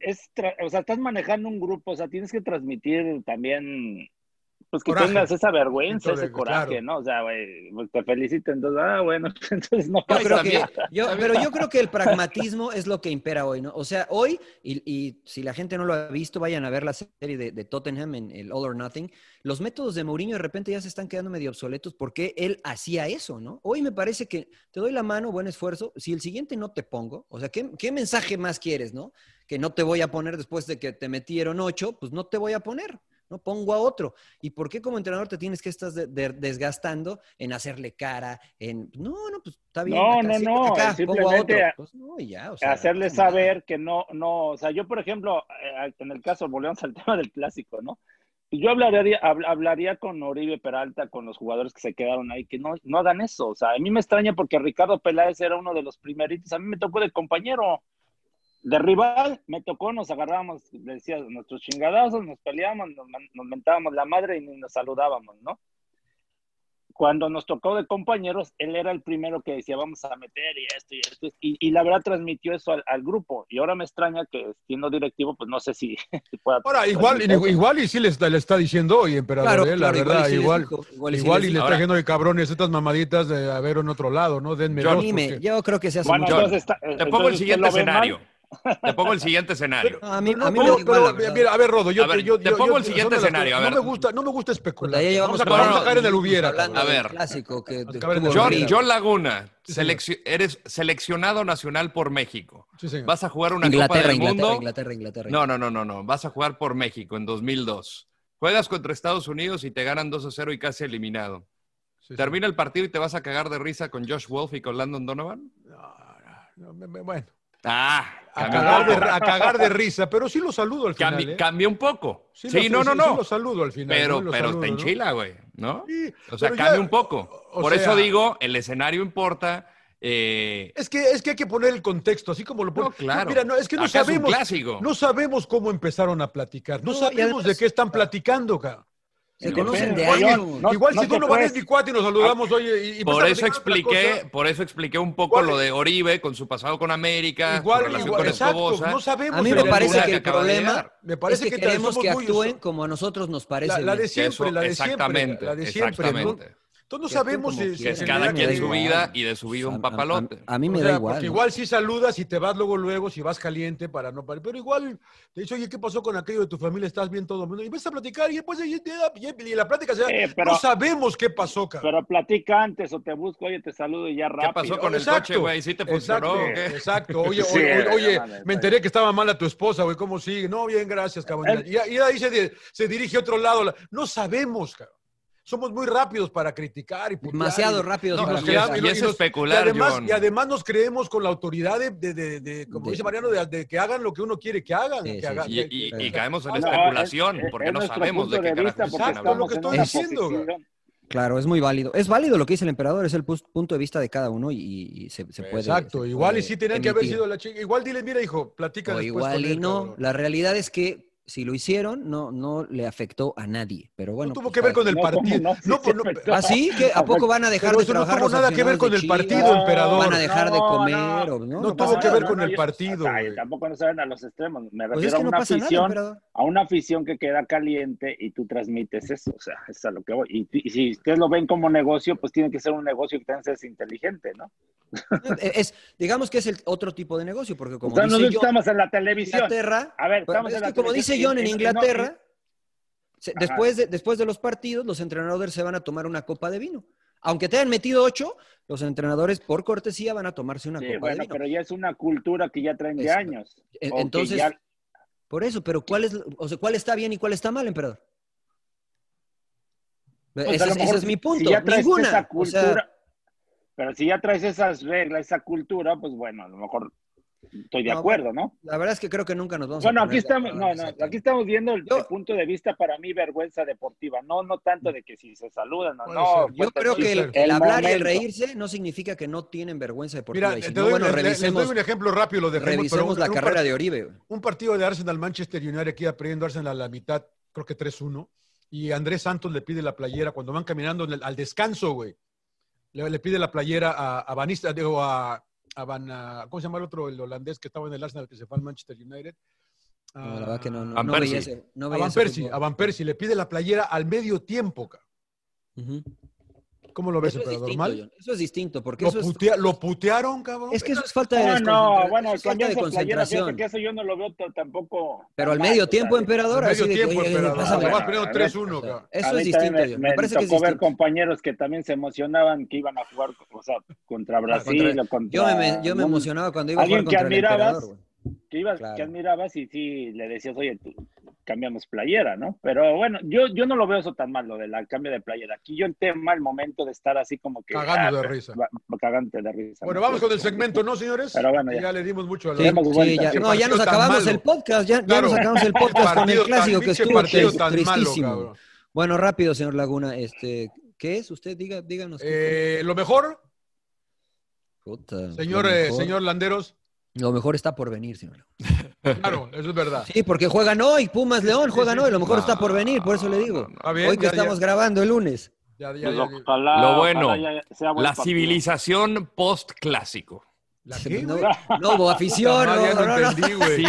Speaker 4: es tra- o sea, estás manejando un grupo, o sea, tienes que transmitir también, pues que
Speaker 2: Coraje.
Speaker 4: tengas esa vergüenza,
Speaker 2: Mucho
Speaker 4: ese
Speaker 2: de-
Speaker 4: coraje,
Speaker 2: claro.
Speaker 4: ¿no? O sea, güey, pues, te felicito, entonces, ah, bueno, <laughs> entonces no
Speaker 3: Yo
Speaker 4: pasa
Speaker 3: creo
Speaker 4: nada.
Speaker 3: que, yo, pero yo creo que el pragmatismo es lo que impera hoy, ¿no? O sea, hoy, y, y si la gente no lo ha visto, vayan a ver la serie de, de Tottenham en el All or Nothing. Los métodos de Mourinho de repente ya se están quedando medio obsoletos porque él hacía eso, ¿no? Hoy me parece que te doy la mano, buen esfuerzo. Si el siguiente no te pongo, o sea, ¿qué, qué mensaje más quieres, no? Que no te voy a poner después de que te metieron ocho, pues no te voy a poner. No pongo a otro. ¿Y por qué como entrenador te tienes que estar de- de- desgastando en hacerle cara? En no, no, pues está bien.
Speaker 4: No,
Speaker 3: acá,
Speaker 4: no,
Speaker 3: sí,
Speaker 4: no,
Speaker 3: acá,
Speaker 4: simplemente
Speaker 3: pongo a otro.
Speaker 4: a-
Speaker 3: Pues no, y ya, o sea,
Speaker 4: hacerle
Speaker 3: no mames.
Speaker 4: saber que no, no, o sea, yo por ejemplo, eh, en el caso, volvemos al <laughs> tema del clásico, ¿no? Yo hablaría, hab- hablaría con Oribe Peralta, con los jugadores que se quedaron ahí, que no, no hagan eso. O sea, a mí me extraña porque Ricardo Peláez era uno de los primeritos. A mí me tocó de compañero, de rival, me tocó, nos agarrábamos, le decía nuestros chingadazos, nos peleábamos, nos, man- nos mentábamos la madre y ni nos saludábamos, ¿no? cuando nos tocó de compañeros, él era el primero que decía, vamos a meter y esto y esto. Y, y la verdad transmitió eso al, al grupo. Y ahora me extraña que siendo directivo, pues no sé si, <laughs> si pueda...
Speaker 2: Ahora, igual,
Speaker 4: transmitir.
Speaker 2: igual y sí le está, le está diciendo hoy, emperador,
Speaker 4: Claro,
Speaker 2: eh, la
Speaker 4: claro, igual
Speaker 2: verdad,
Speaker 4: y sí les
Speaker 2: igual,
Speaker 4: dijo,
Speaker 2: igual,
Speaker 4: igual y sí les
Speaker 2: y le
Speaker 4: dijo.
Speaker 2: está diciendo de cabrones estas mamaditas de haber en otro lado, ¿no? Denme
Speaker 1: Yo-
Speaker 2: dos,
Speaker 1: Dime,
Speaker 2: porque-
Speaker 3: yo creo que se hace
Speaker 1: Bueno,
Speaker 3: mucho.
Speaker 1: entonces está- Te pongo el siguiente escenario. Te pongo el siguiente escenario.
Speaker 3: <laughs> A mí,
Speaker 2: No,
Speaker 3: a mí
Speaker 2: pero-
Speaker 3: me da igual,
Speaker 2: pero,
Speaker 3: la verdad.
Speaker 2: mira, a ver, Rodo, yo
Speaker 1: A ver,
Speaker 2: yo-
Speaker 1: te
Speaker 2: yo-
Speaker 1: pongo
Speaker 2: yo-
Speaker 1: el siguiente
Speaker 2: yo te la-
Speaker 1: escenario, a ver.
Speaker 2: No me gusta, no me gusta especular.
Speaker 3: Ya llevamos
Speaker 2: vamos a,
Speaker 3: cuarenta
Speaker 2: vamos a caer en el
Speaker 3: minutos
Speaker 2: hubiera.
Speaker 3: hablando
Speaker 2: cabrón.
Speaker 3: del
Speaker 1: A ver.
Speaker 3: clásico que
Speaker 2: cabrón,
Speaker 3: tuvo
Speaker 2: yo-
Speaker 1: John,
Speaker 3: horrible.
Speaker 1: John Laguna,
Speaker 2: Sí, señor.
Speaker 1: seleccio- eres seleccionado nacional por México.
Speaker 2: Sí, señor.
Speaker 1: Vas a jugar una Copa
Speaker 3: Inglaterra,
Speaker 1: del
Speaker 3: Inglaterra,
Speaker 1: Mundo.
Speaker 3: Inglaterra, Inglaterra.
Speaker 1: No, no, no, no, no. Vas a jugar por México en 2002. Juegas contra Estados Unidos y te ganan 2 a 0 y casi eliminado.
Speaker 2: Sí, sí.
Speaker 1: Termina el partido y te vas a cagar de risa con Josh Wolf y con Landon Donovan.
Speaker 2: No, me- me- Bueno,
Speaker 1: Ah,
Speaker 2: a
Speaker 1: cambió
Speaker 2: cagar,
Speaker 1: un poco.
Speaker 2: de, a cagar de risa, pero sí lo saludo al final.
Speaker 1: Cambi-
Speaker 2: ¿eh?
Speaker 1: cambió un poco. Sí,
Speaker 2: lo-
Speaker 1: no, no,
Speaker 2: sí,
Speaker 1: no.
Speaker 2: sí lo saludo al final.
Speaker 1: pero
Speaker 2: sí lo
Speaker 1: pero
Speaker 2: saludo,
Speaker 1: te
Speaker 2: ¿no?
Speaker 1: enchila, güey, ¿no?
Speaker 2: Sí,
Speaker 1: O sea,
Speaker 2: pero ya-
Speaker 1: cambia un poco.
Speaker 2: o
Speaker 1: Por eso
Speaker 2: sea-
Speaker 1: digo, el escenario importa. eh,
Speaker 2: Es que, es que hay que poner el contexto, así como lo ponen.
Speaker 1: No, claro.
Speaker 2: Mira, no, es que no
Speaker 1: Acá es un
Speaker 2: sabemos.
Speaker 1: clásico.
Speaker 2: No sabemos cómo empezaron a platicar. No,
Speaker 3: No, y
Speaker 2: sabemos
Speaker 3: además-
Speaker 2: de qué están platicando, cabrón.
Speaker 3: Se conocen de
Speaker 4: Oye,
Speaker 3: años.
Speaker 4: no-
Speaker 2: Igual si
Speaker 4: no
Speaker 2: tú
Speaker 4: te
Speaker 2: no vas
Speaker 4: puedes-
Speaker 2: a mi cuate y nos saludamos, oye, y, y
Speaker 1: Ah, por
Speaker 2: empiezas a
Speaker 1: eso
Speaker 2: platicar otra
Speaker 1: expliqué,
Speaker 2: cosa,
Speaker 1: por eso expliqué un poco
Speaker 2: ¿Cuál
Speaker 1: lo
Speaker 2: es?
Speaker 1: de Oribe con su pasado con América, su
Speaker 2: Igual,
Speaker 1: relación
Speaker 2: igual,
Speaker 1: con ¿eh?
Speaker 2: exacto,
Speaker 1: Escobosa.
Speaker 2: no sabemos.
Speaker 3: A mí me
Speaker 2: pero-
Speaker 3: parece
Speaker 1: Laguna
Speaker 3: que
Speaker 1: que
Speaker 3: el
Speaker 1: acaba de
Speaker 3: problema
Speaker 1: llegar.
Speaker 2: Me parece
Speaker 3: es que,
Speaker 2: que
Speaker 3: queremos
Speaker 2: somos
Speaker 3: que
Speaker 2: muy-
Speaker 3: actúen como a nosotros nos parece.
Speaker 2: La, la
Speaker 3: bien.
Speaker 2: de siempre,
Speaker 1: Eso,
Speaker 2: la de siempre.
Speaker 1: exactamente,
Speaker 2: La de siempre.
Speaker 1: exactamente.
Speaker 2: Entonces entonces no
Speaker 3: Que
Speaker 2: sabemos
Speaker 3: actúen como
Speaker 2: si... si
Speaker 1: Que es
Speaker 3: Sí,
Speaker 2: en
Speaker 1: cada
Speaker 2: realidad
Speaker 1: quien
Speaker 2: que-
Speaker 1: su vida y de su vida
Speaker 3: A-
Speaker 1: un
Speaker 3: a-
Speaker 1: papalote.
Speaker 3: A, a mí me
Speaker 2: O
Speaker 3: da
Speaker 2: sea,
Speaker 3: igual.
Speaker 2: Porque
Speaker 3: ¿no?
Speaker 2: igual sí saludas y te vas luego, luego, si vas caliente para no parar. Pero igual, te dice, oye, ¿qué pasó con aquello de tu familia? ¿Estás bien todo el mundo? Y empiezas a platicar y después y, y- y la plática se da.
Speaker 4: Eh, pero-
Speaker 2: no sabemos qué pasó, cabrón.
Speaker 4: Pero platica antes o te busco, oye, te saludo y ya rápido.
Speaker 1: ¿Qué pasó con el
Speaker 2: Exacto.
Speaker 1: coche, güey? ¿Sí te funcionó?
Speaker 2: Exacto,
Speaker 1: o qué? <laughs>
Speaker 2: exacto. Oye,
Speaker 4: Sí,
Speaker 2: oye,
Speaker 4: la
Speaker 2: oye,
Speaker 4: madre,
Speaker 2: me enteré que estaba mala tu esposa, güey. ¿Cómo sigue? No, bien, gracias,
Speaker 1: Eh,
Speaker 2: cabrón. Y, y ahí se, di- se dirige a otro lado. La- No sabemos, cabrón. Somos muy rápidos para criticar y putear
Speaker 3: Demasiado
Speaker 2: y-
Speaker 3: rápidos
Speaker 2: No, pues
Speaker 3: para
Speaker 2: nos
Speaker 1: y
Speaker 2: quedamos-
Speaker 1: es-
Speaker 2: y
Speaker 1: y
Speaker 2: nos-
Speaker 1: es
Speaker 2: y nos-
Speaker 1: especular,
Speaker 2: y además,
Speaker 1: John.
Speaker 2: y además nos creemos con la autoridad de, de- de- de- como
Speaker 3: De-
Speaker 2: dice Mariano, de, de que hagan lo que uno quiere que hagan.
Speaker 3: Sí,
Speaker 2: que
Speaker 3: sí,
Speaker 2: haga-
Speaker 3: sí.
Speaker 2: que-
Speaker 1: Y, y-
Speaker 2: que-
Speaker 1: y caemos en
Speaker 4: No,
Speaker 1: especulación,
Speaker 4: es- es-
Speaker 1: porque
Speaker 4: es
Speaker 1: no
Speaker 4: nuestro
Speaker 1: sabemos
Speaker 4: punto
Speaker 1: de qué carajo están
Speaker 4: porque
Speaker 2: Exacto,
Speaker 1: hablando.
Speaker 2: lo que
Speaker 4: estamos
Speaker 2: estoy
Speaker 4: en una
Speaker 2: diciendo, güey.
Speaker 4: posición-
Speaker 3: Claro, es muy válido. Es válido lo que dice el emperador, es el pus- punto de vista de cada uno y, y se, se puede.
Speaker 2: Exacto,
Speaker 3: se
Speaker 2: igual y
Speaker 3: puede
Speaker 2: sí tenían que haber
Speaker 3: emitir.
Speaker 2: sido la chica. Igual dile, mira, hijo, platica
Speaker 3: O
Speaker 2: después.
Speaker 3: igual
Speaker 2: con
Speaker 3: y
Speaker 2: él,
Speaker 3: no.
Speaker 2: cabrón".
Speaker 3: La realidad es que si lo hicieron, no, no le afectó a nadie. Pero bueno.
Speaker 2: no tuvo
Speaker 3: pues,
Speaker 2: que ver con el
Speaker 4: No,
Speaker 2: partido.
Speaker 4: ¿cómo no? Sí,
Speaker 2: No, pues, no,
Speaker 4: sí,
Speaker 2: pero-
Speaker 3: ¿Ah, sí? ¿Qué? ¿A poco van a dejar
Speaker 2: Pero
Speaker 3: de
Speaker 2: eso no
Speaker 3: trabajar
Speaker 2: tuvo
Speaker 3: los
Speaker 2: nada que ver
Speaker 3: aficionados
Speaker 2: con
Speaker 3: de
Speaker 2: el
Speaker 3: Chivas?
Speaker 2: partido, emperador.
Speaker 3: ¿Van a dejar de
Speaker 4: No,
Speaker 3: comer?
Speaker 4: no.
Speaker 3: o No,
Speaker 2: No tuvo
Speaker 3: No pasa
Speaker 2: que
Speaker 3: nada.
Speaker 2: ver con el
Speaker 4: yo-
Speaker 2: partido,
Speaker 4: ay,
Speaker 2: güey.
Speaker 4: tampoco no saben a los extremos. Me refiero
Speaker 3: Pues es
Speaker 4: a
Speaker 3: que no
Speaker 4: una
Speaker 3: pasa nada,
Speaker 4: afición,
Speaker 3: emperador.
Speaker 4: a una afición que queda caliente y tú transmites eso. O sea, es a lo que voy. Y, y si ustedes lo ven como negocio, pues tiene que ser un negocio que también es inteligente, ¿no?
Speaker 3: Eh, Es, digamos que es el otro tipo de negocio, porque como
Speaker 4: o sea,
Speaker 3: dice
Speaker 4: nosotros
Speaker 3: John,
Speaker 4: estamos en la
Speaker 3: en
Speaker 4: televisión.
Speaker 3: Inglaterra,
Speaker 4: A ver,
Speaker 3: pero
Speaker 4: estamos
Speaker 3: es
Speaker 4: en la
Speaker 3: que como dice
Speaker 4: televisión,
Speaker 3: John, en
Speaker 4: y- y no-
Speaker 3: Inglaterra, se-
Speaker 4: Ajá.
Speaker 3: después, de, después de los partidos, los entrenadores se van a tomar una copa de vino. Aunque te hayan metido ocho, los entrenadores por cortesía van a tomarse una
Speaker 4: Sí,
Speaker 3: copa de
Speaker 4: bueno,
Speaker 3: vino.
Speaker 4: pero ya es una cultura que ya traen de
Speaker 3: Es-
Speaker 4: años.
Speaker 3: E-
Speaker 4: o que
Speaker 3: Entonces,
Speaker 4: ya-
Speaker 3: por eso, pero ¿cuál es, o sea, cuál está bien y cuál está mal, emperador?
Speaker 4: Pues,
Speaker 3: ese,
Speaker 4: a lo
Speaker 3: es- ese
Speaker 4: mejor,
Speaker 3: es mi
Speaker 4: si
Speaker 3: punto.
Speaker 4: ya traes
Speaker 3: Ninguna.
Speaker 4: esa
Speaker 3: O sea,
Speaker 4: cultura, pero si ya traes esas reglas, esa cultura, pues bueno, a lo mejor estoy de
Speaker 3: No,
Speaker 4: acuerdo, ¿no?
Speaker 3: la verdad es que creo que nunca nos vamos
Speaker 4: Bueno,
Speaker 3: a
Speaker 4: aquí
Speaker 3: poner de
Speaker 4: estamos,
Speaker 3: acuerdo
Speaker 4: no,
Speaker 3: en
Speaker 4: no,
Speaker 3: ese tema.
Speaker 4: aquí estamos viendo el,
Speaker 3: Yo-
Speaker 4: el punto de vista para mí vergüenza deportiva, no, no tanto de que si se saludan o
Speaker 2: Puede
Speaker 4: no. pues,
Speaker 2: ser.
Speaker 3: Yo
Speaker 4: cuesta
Speaker 3: creo que
Speaker 4: chiste,
Speaker 3: el, el hablar y el
Speaker 4: momento.
Speaker 3: reírse no significa que no tienen vergüenza deportiva.
Speaker 2: Mira,
Speaker 3: y si
Speaker 2: te
Speaker 3: no,
Speaker 2: doy,
Speaker 3: bueno,
Speaker 2: le- le- les doy
Speaker 3: revisemos,
Speaker 2: un ejemplo rápido. Lo dejemos,
Speaker 3: revisemos la carrera de Oribe. güey.
Speaker 2: Un partido de Arsenal Manchester United aquí aprendiendo Arsenal a la mitad, creo que 3-1. Y Andrés Santos le pide la playera cuando van caminando en el- al descanso, güey. Le, le pide la playera a, a Vanista, digo, a, a Van, a- ¿cómo se llama el otro? El holandés que estaba en el Arsenal que se fue al Manchester United.
Speaker 3: No, la verdad que no, no,
Speaker 1: Van
Speaker 3: no
Speaker 1: Persie.
Speaker 3: veía ese. No
Speaker 2: a
Speaker 3: veía
Speaker 2: Van
Speaker 3: ese
Speaker 2: Persie,
Speaker 3: fútbol.
Speaker 2: a Van Persie le pide la playera al medio tiempo, cabrón.
Speaker 3: Ujú.
Speaker 2: ¿Cómo lo ves,
Speaker 3: Eso es
Speaker 2: emperador?
Speaker 3: distinto,
Speaker 2: ¿Mal?
Speaker 3: John. Eso es distinto, porque
Speaker 2: Lo,
Speaker 3: eso es,
Speaker 2: putea- lo putearon, cabrón.
Speaker 3: es que eso es falta de,
Speaker 4: No, no,
Speaker 3: desconcentra-
Speaker 4: bueno,
Speaker 3: eso es falta de
Speaker 4: cambiarse playera, fíjate
Speaker 3: concentración.
Speaker 4: que eso yo no lo veo t- tampoco.
Speaker 3: Pero al
Speaker 4: mal,
Speaker 3: medio
Speaker 4: o sea,
Speaker 3: tiempo,
Speaker 4: de-
Speaker 3: emperador, así
Speaker 2: medio
Speaker 3: de que,
Speaker 2: tiempo,
Speaker 3: oye, oye,
Speaker 2: emperador.
Speaker 3: pásame.
Speaker 2: Vas
Speaker 4: bueno,
Speaker 2: perdiendo
Speaker 4: a ver,
Speaker 2: 3-1,
Speaker 3: o sea,
Speaker 2: cabrón.
Speaker 4: A mí
Speaker 3: Eso es
Speaker 4: también
Speaker 3: distinto,
Speaker 4: me,
Speaker 3: John. Me
Speaker 4: me
Speaker 3: parece que es
Speaker 4: tocó ver
Speaker 3: distinto.
Speaker 4: compañeros que también se emocionaban que iban a jugar, o sea, contra Brasil
Speaker 3: Ah, Contra-
Speaker 4: o contra...
Speaker 3: Yo me, yo me
Speaker 4: un-
Speaker 3: emocionaba cuando iba a jugar
Speaker 4: alguien que
Speaker 3: contra el
Speaker 4: admirabas,
Speaker 3: emperador. güey.
Speaker 4: que, ibas,
Speaker 3: Claro.
Speaker 4: que admirabas y sí le decías, oye, tú, cambiamos playera, ¿no? Pero bueno, yo, yo no lo veo eso tan mal, lo del cambio de playera. Aquí yo el tema, el momento de estar así como que...
Speaker 2: Cagando de
Speaker 4: pero-
Speaker 2: risa.
Speaker 4: va- Cagándote de risa.
Speaker 2: Bueno,
Speaker 4: ¿no?
Speaker 3: <laughs>
Speaker 2: vamos con el segmento, ¿no, señores?
Speaker 4: Pero bueno, ya.
Speaker 2: le dimos mucho a
Speaker 3: Sí,
Speaker 2: la...
Speaker 4: Demos
Speaker 3: sí,
Speaker 4: vuelta,
Speaker 3: ya,
Speaker 4: qué
Speaker 3: no, ya
Speaker 2: partido
Speaker 3: nos
Speaker 2: tan
Speaker 3: acabamos
Speaker 2: malo.
Speaker 3: el podcast, ya, ya
Speaker 2: Claro.
Speaker 3: nos acabamos el podcast con el
Speaker 2: Partido tan-
Speaker 3: clásico que
Speaker 2: pinche
Speaker 3: estuvo
Speaker 2: partido
Speaker 3: tris-
Speaker 2: tan malo,
Speaker 3: tristísimo.
Speaker 2: cabrón.
Speaker 3: bueno, rápido, señor Laguna, este, ¿qué es? Usted diga, díganos. qué-
Speaker 2: Eh, lo mejor,
Speaker 3: Puta,
Speaker 2: señor,
Speaker 3: lo
Speaker 2: eh,
Speaker 3: mejor-
Speaker 2: señor Landeros,
Speaker 3: Lo mejor está por venir, señor Laguna.
Speaker 2: claro, eso es verdad.
Speaker 3: Sí, porque juegan hoy, Pumas León, juegan
Speaker 2: sí.
Speaker 3: hoy, lo mejor está por venir, por eso le digo.
Speaker 2: Está bien,
Speaker 3: hoy que
Speaker 2: ya-
Speaker 3: estamos
Speaker 2: ya-
Speaker 3: grabando el lunes.
Speaker 2: Ya, ya,
Speaker 4: Pues
Speaker 2: ya, ya.
Speaker 4: ojalá-
Speaker 1: Lo bueno,
Speaker 4: ojalá ya sea buen
Speaker 1: la
Speaker 4: partido.
Speaker 1: civilización post-clásico.
Speaker 2: qué,
Speaker 3: No,
Speaker 2: güey?
Speaker 3: no hubo afición.
Speaker 2: Jamás, ya
Speaker 3: no,
Speaker 2: no
Speaker 3: no, no.
Speaker 2: entendí, güey. Ya no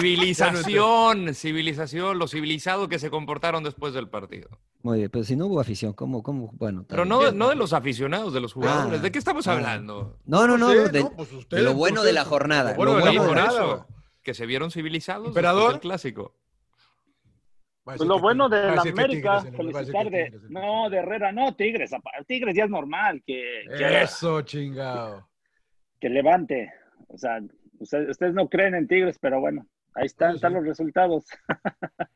Speaker 1: Civilización, civilización, lo civilizado que se comportaron después del partido.
Speaker 3: Muy bien, pero si no hubo afición, ¿cómo? cómo? Bueno, está
Speaker 1: Pero
Speaker 3: bien.
Speaker 1: no, no de los aficionados, de los jugadores.
Speaker 3: Ah,
Speaker 1: ¿De qué estamos
Speaker 3: ah.
Speaker 1: hablando?
Speaker 3: No, no, no.
Speaker 2: Sí,
Speaker 3: de,
Speaker 2: no, pues
Speaker 3: de
Speaker 2: ustedes,
Speaker 3: lo bueno de la
Speaker 2: ustedes,
Speaker 3: jornada.
Speaker 2: lo bueno
Speaker 3: lo
Speaker 2: de la
Speaker 1: Sí, por
Speaker 2: jornada.
Speaker 1: eso, que se vieron civilizados
Speaker 2: Emperador.
Speaker 1: después del clásico.
Speaker 2: Va a
Speaker 4: Pues
Speaker 2: decir
Speaker 4: lo
Speaker 2: que
Speaker 4: bueno
Speaker 2: Tigres,
Speaker 4: de
Speaker 2: va a
Speaker 4: la
Speaker 2: decir que
Speaker 4: América,
Speaker 2: Tigres, va a decir que
Speaker 4: felicitar de.
Speaker 2: Tigres,
Speaker 4: No, de Herrera, no, Tigres. apa- Tigres ya es normal que, que,
Speaker 2: Eso, chingado.
Speaker 4: que levante. O sea, ustedes, ustedes no creen en Tigres, pero bueno, ahí están,
Speaker 2: Sí, sí.
Speaker 4: están los resultados. No,